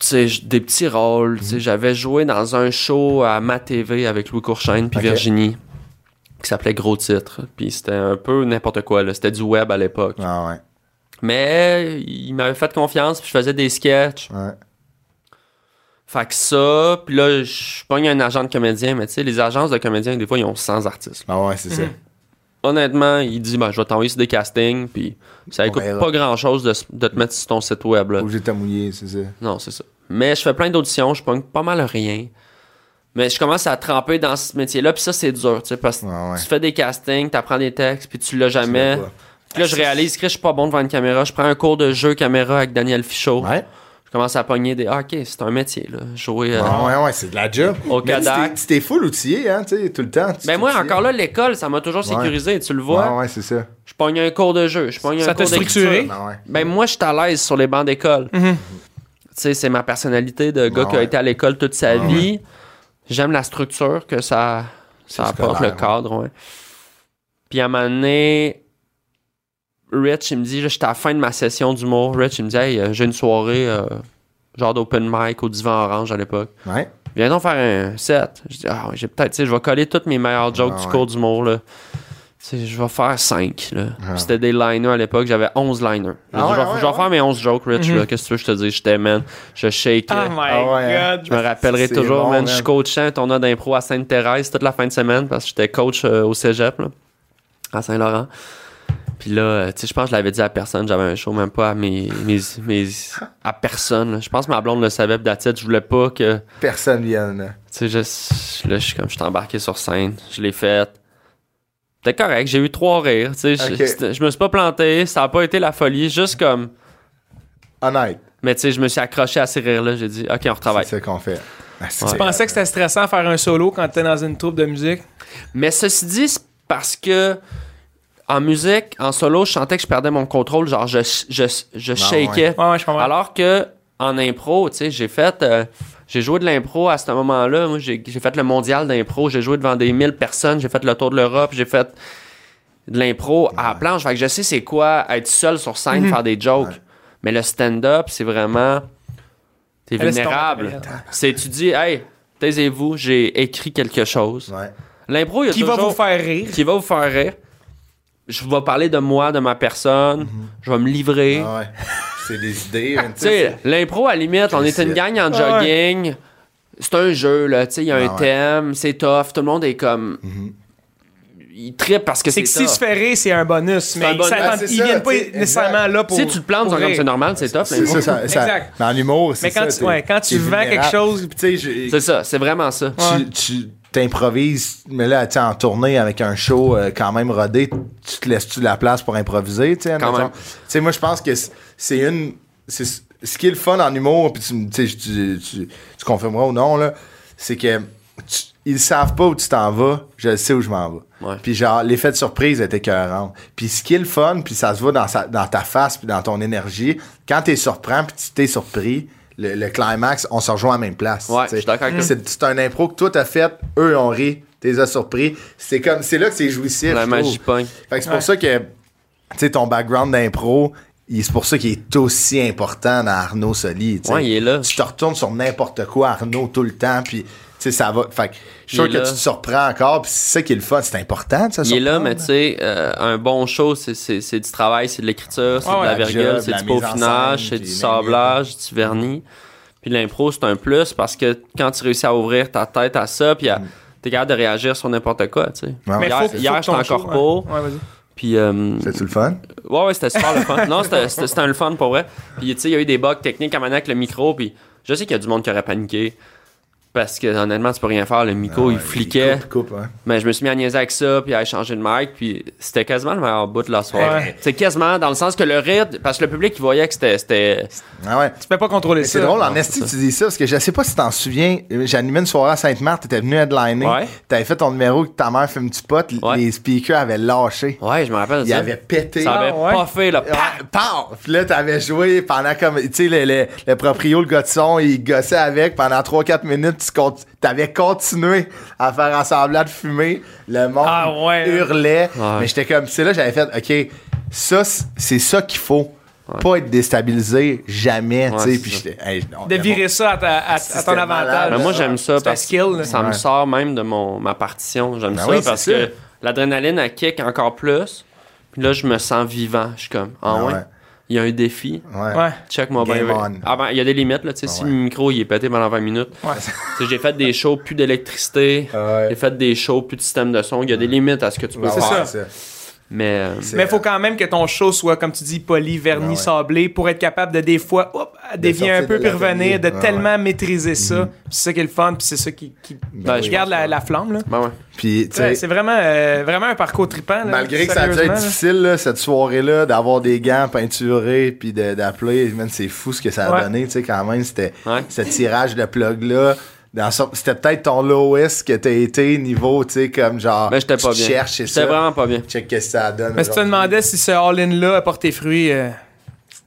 tu sais, j- des petits rôles.
Mhm.
tu sais, J'avais joué dans un show à ma TV avec Louis Courchaine puis
Ok.
Virginie qui s'appelait Gros Titre. Puis c'était un peu n'importe quoi. là. C'était du web à l'époque.
Ah ouais.
Mais il m'avait fait confiance puis je faisais des sketchs.
Ouais.
Fait que ça, puis là, je pogne un agent de comédien. Mais tu sais, les agences de comédiens, des fois, ils ont 100 artistes. là.
Ah ouais, c'est ça.
Mm. Honnêtement, il dit ben, « Je vais t'envoyer sur des castings. » Puis ça
On
coûte
verra.
pas grand-chose de, s- de te mettre sur ton site web. Là.
Obligé de te mouiller, c'est ça.
Non, c'est ça. Mais je fais plein d'auditions, je pogne pas mal rien. Mais je commence à tremper dans ce métier-là, puis ça, c'est dur, tu sais, parce que
Ah ouais.
tu fais des castings, t'apprends des textes, puis tu l'as jamais.
Tu l'as pas.
Puis là, je réalise que je suis pas bon devant une caméra. Je prends un cours de jeu caméra avec Daniel Fichot.
Ouais.
Je commence à pogner des. Ah, ok, c'est un métier, là. Jouer. euh,
Ah ouais, ouais, c'est de la job.
Au
Mais tu
Kodak.
t'es- Tu t'es full outillé, hein, tu sais, tout le temps. tu
Ben, moi,
t'outilles.
encore là, l'école, ça m'a toujours
Ouais.
sécurisé, tu le vois.
Ouais, ouais, c'est ça.
Je pogne un cours de jeu, je pogne un
Ça t'a
cours d'écriture.
structuré.
Ben ouais.
Ben moi, je suis à l'aise sur les bancs d'école.
Mhm.
Tu sais, c'est ma personnalité de gars
Ah
qui a
ouais.
été à l'école toute sa vie. J'aime la structure que ça, ça
C'est
apporte,
scolaire,
le cadre, ouais. Puis à un moment donné, Rich, il me dit, là, j'étais à la fin de ma session d'humour. Rich, il me dit, hey, euh, j'ai une soirée euh, genre d'open mic au divan orange à l'époque.
Ouais.
Viens donc faire un set. Je dis, ah, ouais, j'ai peut-être, tu sais, je vais coller toutes mes meilleurs jokes
Ah
du
ouais.
cours d'humour, là. Tu sais, je vais faire 5. Là. Puis C'était des liners à l'époque, j'avais 11 liners. Je
Ah
dis, je vais,
ouais, ouais,
je vais
ouais.
faire mes 11 jokes, Rich. là. Qu'est-ce que tu veux que je te dis? J'étais man. Je shake.
Oh my
Mhm. Ah ouais, hein.
god.
Je me rappellerai
C'est
toujours,
bon,
man.
man.
Je coachais un tournoi d'impro à Sainte-Thérèse toute la fin de semaine parce que j'étais coach euh, au cégep, là, à Saint-Laurent. Puis là, euh, tu sais, je pense que je l'avais dit à personne. J'avais un show, même pas à mes. mes, mes- à personne. là. Je pense que ma blonde le savait, puis d'attitude, je voulais pas que.
Personne vienne.
Tu sais, je- là, je suis comme, je suis embarqué sur scène, je l'ai faite. C'était correct, j'ai eu trois rires, tu sais, je-
Ok.
c'était- je me suis pas planté, ça a pas été la folie, juste comme,
Honnête.
mais tu sais, je me suis accroché à ces rires-là, j'ai dit, ok, on retravaille.
C'est ce qu'on fait. Ah, c'est-
Tu pensais que c'était stressant faire un solo quand t'étais dans une troupe de musique?
Mais ceci dit, c'est parce que en musique, en solo, je sentais que je perdais mon contrôle, genre, je, je,
Ah
je shakeais.
Ouais, ouais, je comprends.
Alors que en impro, tu sais, j'ai fait. euh, j'ai joué de l'impro à ce moment-là. Moi, j'ai j'ai fait le mondial d'impro. J'ai joué devant des 1000 personnes. J'ai fait le tour de l'Europe. J'ai fait de l'impro à la planche. Fait que je sais c'est quoi être seul sur scène,
Mhm.
faire des jokes. Mais le stand-up, c'est vraiment. T'es
Laisse tomber.
vulnérable. C'est tu dis, hey, taisez-vous, j'ai écrit quelque chose.
Ouais.
L'impro, il y a
Qui va
toujours
vous faire rire?
qui va vous faire rire. Je vais parler de moi, de ma personne.
Mhm.
Je vais me livrer.
Ah ouais. C'est des idées. man, tu
Tu sais, l'impro, à la limite, on est une gang en jogging. C'est un jeu, là. Tu sais, il y a
Ah
un
ouais. Mm-hmm.
thème, c'est tough. Tout le monde est comme. Il trippe parce que
C'est
c'est
que s'il se
tough.
fait rire, c'est un bonus, mais
un
ils
bonus.
s'attendent-
Ah, c'est
ils
ça,
viennent pas
tu sais,
nécessairement là pour.
Si tu te plantes, ils sont
pour
comme
rire.
c'est normal, c'est tough.
C'est
l'impro.
ça, ça, ça-
Exact.
Dans l'humour, c'est
Mais quand
ça.
tu-
t'es-
ouais, quand tu
t'es
vends quelque
vulnérable.
chose-
Puis tu sais, j'ai-
C'est ça, c'est vraiment ça.
tu, tu t'improvises, mais là, tu sais, en tournée avec un show euh, quand même rodé, tu te laisses-tu de la place pour improviser, tu sais,
Quand
admettons?
même.
Tu sais, moi, je pense que c'est- c'est une... C'est ce qui est le fun en humour, puis tu, me- tu, sais, tu, tu- tu confirmeras ou non, là, c'est que tu- ils savent pas où tu t'en vas, je le sais où je m'en vais.
Ouais.
Puis genre, l'effet de surprise était écœurant. Puis ce qui est le fun, puis ça se voit dans, sa- dans ta face, puis dans ton énergie, quand t'es surpris, puis tu t'es surpris, le, le climax, on se rejoint à la même place.
Ouais,
tu sais.
je suis d'accord avec
Mm. C'est c'est un impro que toi t'as fait, eux ont ri, t'es as surpris. C'est comme c'est là que c'est jouissif.
La
je
magie
trouve.
pogne.
Fait que c'est pour ça que tu sais ton background d'impro, il- c'est pour ça qu'il est aussi important dans Arnaud Soli. tu sais.
Ouais, il est là.
Tu te retournes sur n'importe quoi Arnaud tout le temps puis tu sais, ça va. Fait que je suis sûr
Il est
que
là.
tu te surprends encore, puis c'est ça qui est le fun. C'est important, ça.
Il est là, mais tu sais, euh, un bon show, c'est- c'est c'est du travail, c'est de l'écriture, c'est
Ah
de
ouais.
la
La
virgule,
job,
c'est
la
du
mise en
peaufinage,
scène,
c'est
puis les
du sablage, du vernis. Puis l'impro, c'est un plus parce que quand tu réussis à ouvrir ta tête à ça, puis à- t'es capable de réagir sur n'importe quoi, tu sais.
Mm. Ouais, ouais,
Mais
hier,
faut, faut
hier,
que ton
j'étais en
show-
corpo.
Ouais, Ouais, vas-y.
Puis, euh,
C'est-tu le fun?
ouais, ouais, c'était super le fun. Non, c'était- c'était c'était le fun pour vrai. Puis, tu sais, il y a eu des bugs techniques à manier avec le micro, puis je sais qu'il y a du monde qui aurait paniqué. Parce que, honnêtement, tu peux rien faire. Ah Le micro, il
Ouais,
fliquait.
Coupe, coupe, hein.
Mais je me suis mis à niaiser avec ça, puis à changer de mic, puis c'était quasiment le meilleur bout de la soirée.
Ouais.
C'est quasiment dans le sens que le rythme, parce que le public, il voyait que c'était- c'était.
Ah ouais.
Tu peux pas contrôler
Mais
ça.
C'est drôle, hein. en
c'est
esti,
ça.
tu dis ça, parce que je sais pas si t'en souviens, euh, j'animais une soirée à Sainte-Marthe, t'étais venu headliner,
Ouais.
t'avais fait ton numéro que ta mère fume du pot, l-
Ouais.
les speakers avaient lâché,
Ouais, je me rappelle de
ils
ça.
avaient pété.
Ça avait
Ah, ouais.
pas fait, là.
Ouais, pow! Puis là, t'avais joué pendant comme. Tu sais, le, le, le proprio, le gars de son, il gossait avec pendant 3-4 minutes. Tu cont- t'avais continué à faire un semblant de fumer. Le monde
Ah ouais.
hurlait.
Ouais.
Mais j'étais comme. C'est là, j'avais fait, OK, ça, c- c'est ça qu'il faut. Pas être déstabilisé jamais.
Ouais,
tu sais,
c'est
puis
ça.
j'étais. hey, non,
De virer ça à, ta- à- à
c'était
ton
malade.
avantage.
Mais Ben, moi, j'aime ça
C'est un
parce-
skill. là.
Ça me sort même de mon, ma partition. J'aime
Ben
ça
oui, c'est
parce
sûr.
que l'adrénaline, elle kick encore plus. Puis là, je me sens vivant. Je suis comme, ah
Ah
ouais,
ouais.
il y a un défi.
Ouais.
Ouais.
Check-moi bien.
Game
ouais.
on.
Ah ben, il y a des limites, là. tu sais, si
ouais.
le micro, il est pété pendant 20 minutes.
Ouais.
Tu sais, J'ai fait des shows, plus d'électricité.
Ah ouais.
J'ai fait des shows, plus de système de son. Il y a des limites à ce que tu peux
Bah Ouais, Ben
faire.
ça.
c'est
Mais euh,
C'est-
Mais il faut quand même que ton show soit, comme tu dis, poli, verni,
Ah ouais.
sablé, pour être capable de, des fois, hop, dévier
sortir
un peu,
de
puis
l'atelier.
revenir, de
Ah ouais. Mhm.
tellement maîtriser ça. Puis C'est ça qui est le fun, puis c'est ça qui, qui
Ben,
qui
je
garde la, la flamme. Là.
ben ouais.
Puis, tu sais,
Ouais, c'est vraiment, euh, vraiment un parcours tripant.
Malgré que ça a dû être difficile, là, cette soirée-là, d'avoir des gants peinturés puis de- d'appeler, man, c'est fou ce que ça a
Ouais.
donné, tu sais, quand même, c'était
Ouais.
ce tirage de plug-là. dans so- C'était peut-être ton lowest que t'as été niveau, tu sais, comme genre,
Ben, j'étais pas
tu
bien.
cherches et
J'étais
ça.
vraiment pas bien.
Check qu'est-ce que ça donne.
Mais si tu te
aujourd'hui.
demandais si ce all-in-là a porté fruit, euh,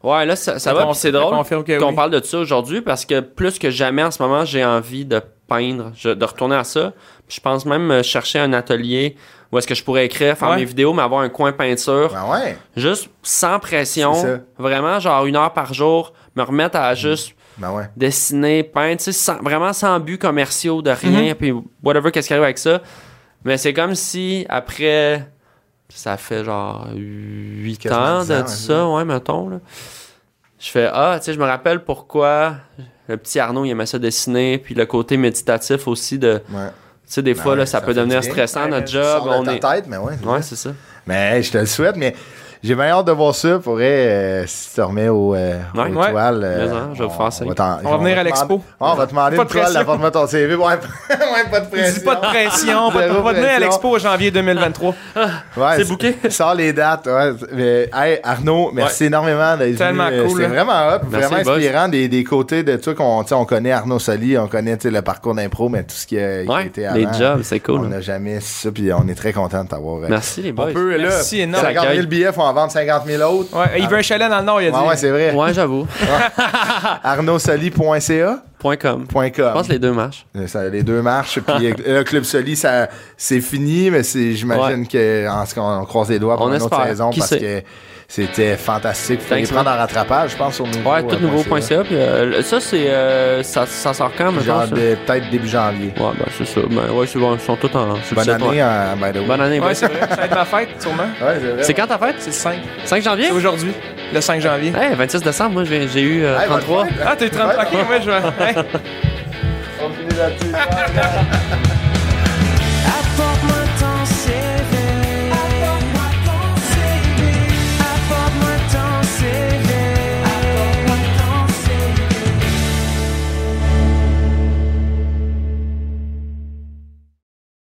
Ouais, là, ça, ça
Je
va.
con-
puis C'est
je
drôle qu'on
confirme que oui.
parle de ça aujourd'hui parce que plus que jamais en ce moment, j'ai envie de peindre, je- de retourner à ça. Puis je pense même euh, chercher un atelier où est-ce que je pourrais écrire, faire
Ouais.
mes vidéos, mais avoir un coin peinture,
Ah ouais,
juste sans
C'est ça.
pression, vraiment genre une heure par jour, me remettre à juste
ben ouais.
dessiner, peindre, tu sais, sans- vraiment sans but commerciaux de
Mhm.
rien, puis whatever qu'est-ce qui arrive avec ça. Mais c'est comme si après, ça fait genre 8
Quasiment
ans
dix
de
ans,
tout ça, ouais, mettons, là. Je fais, ah, tu sais, je me rappelle pourquoi le petit Arnaud, il aimait ça dessiner, puis le côté méditatif aussi de, tu
ouais.
sais, des
Ben
fois,
ouais,
là, ça,
ça
peut
fait
devenir
du bien.
stressant,
Ouais,
notre
tu
job,
Sors
on
de
est...
ta tête, hein. mais ouais.
Ouais, c'est ça.
Mais hey, je te le souhaite, mais j'ai bien hâte de voir ça pour euh, si tu te remets au, euh,
Ouais.
aux
Ouais.
toiles. euh,
Mais hein, je vais le
on-
faire ça.
on va t'en-
va venir à l'expo.
demander- on va te demander
Pas
une
de
toile,
pression.
la forme de ton CV. Ouais, ouais, pas de
je
pression.
dis pas de pression, pas de
Zéro
pas de venir
pression.
à l'expo en janvier 2023.
Ouais,
C'est bouqué.
Sors les dates. ouais. Mais, hey, Arnaud, merci énormément d'être
Tellement
venu. Euh,
cool,
C'était
hein.
vraiment hop,
Merci,
vraiment
boss.
inspirant des, des côtés de toi qu'on tu sais, on connaît Arnaud Soli, on connaît tu sais, le parcours d'impro, mais tout ce qui a, qui a
Ouais,
été
les
avant.
jobs, c'est
On
cool. hein.
n'a jamais ça, puis on est très content de t'avoir. euh,
Merci, les boys.
On peut, là,
Merci énorme.
50 000 billets, faut en vendre 50 000 autres.
Ouais, il veut un chalet dans le Nord, il a dit.
Ah. Ouais, ouais, c'est vrai.
Ouais, j'avoue.
arnaudsoli.ca.com.
Point com. Je pense que les deux marchent.
Euh, ça- les deux marchent, puis euh, le Club Soli, ça, c'est fini, mais c'est, j'imagine que en ce qu'on- on croise les doigts pour
On
une
espère.
autre saison
Qui
parce
sait?
que c'était fantastique. Faut les
Thanks,
prendre en rattrapage, je pense, sur nouveau.
Ouais, tout
euh, point CA.
nouveau.ca. Puis euh, ça, c'est. euh, ça, ça sort quand, mettons?
Genre
ça?
de- peut-être début janvier.
Ouais, ben c'est ça. Ben ouais, c'est bon, ils sont tous en. sur le
Bonne
site,
année,
ouais.
euh, by the way.
Bonne année,
Ouais,
boys.
c'est vrai. Ça va être ma fête, sûrement.
Ouais, c'est vrai.
C'est quand ta fête? Hein?
C'est le 5.
5 janvier?
C'est aujourd'hui, le 5 janvier.
Hey, 26 décembre, moi, j'ai j'ai eu euh,
Hey, bonne
33.
fête. hein.
Ah, t'es 30.
Ouais.
Ok, ouais, je vais. Hey.
On finit là-dessus.
I thought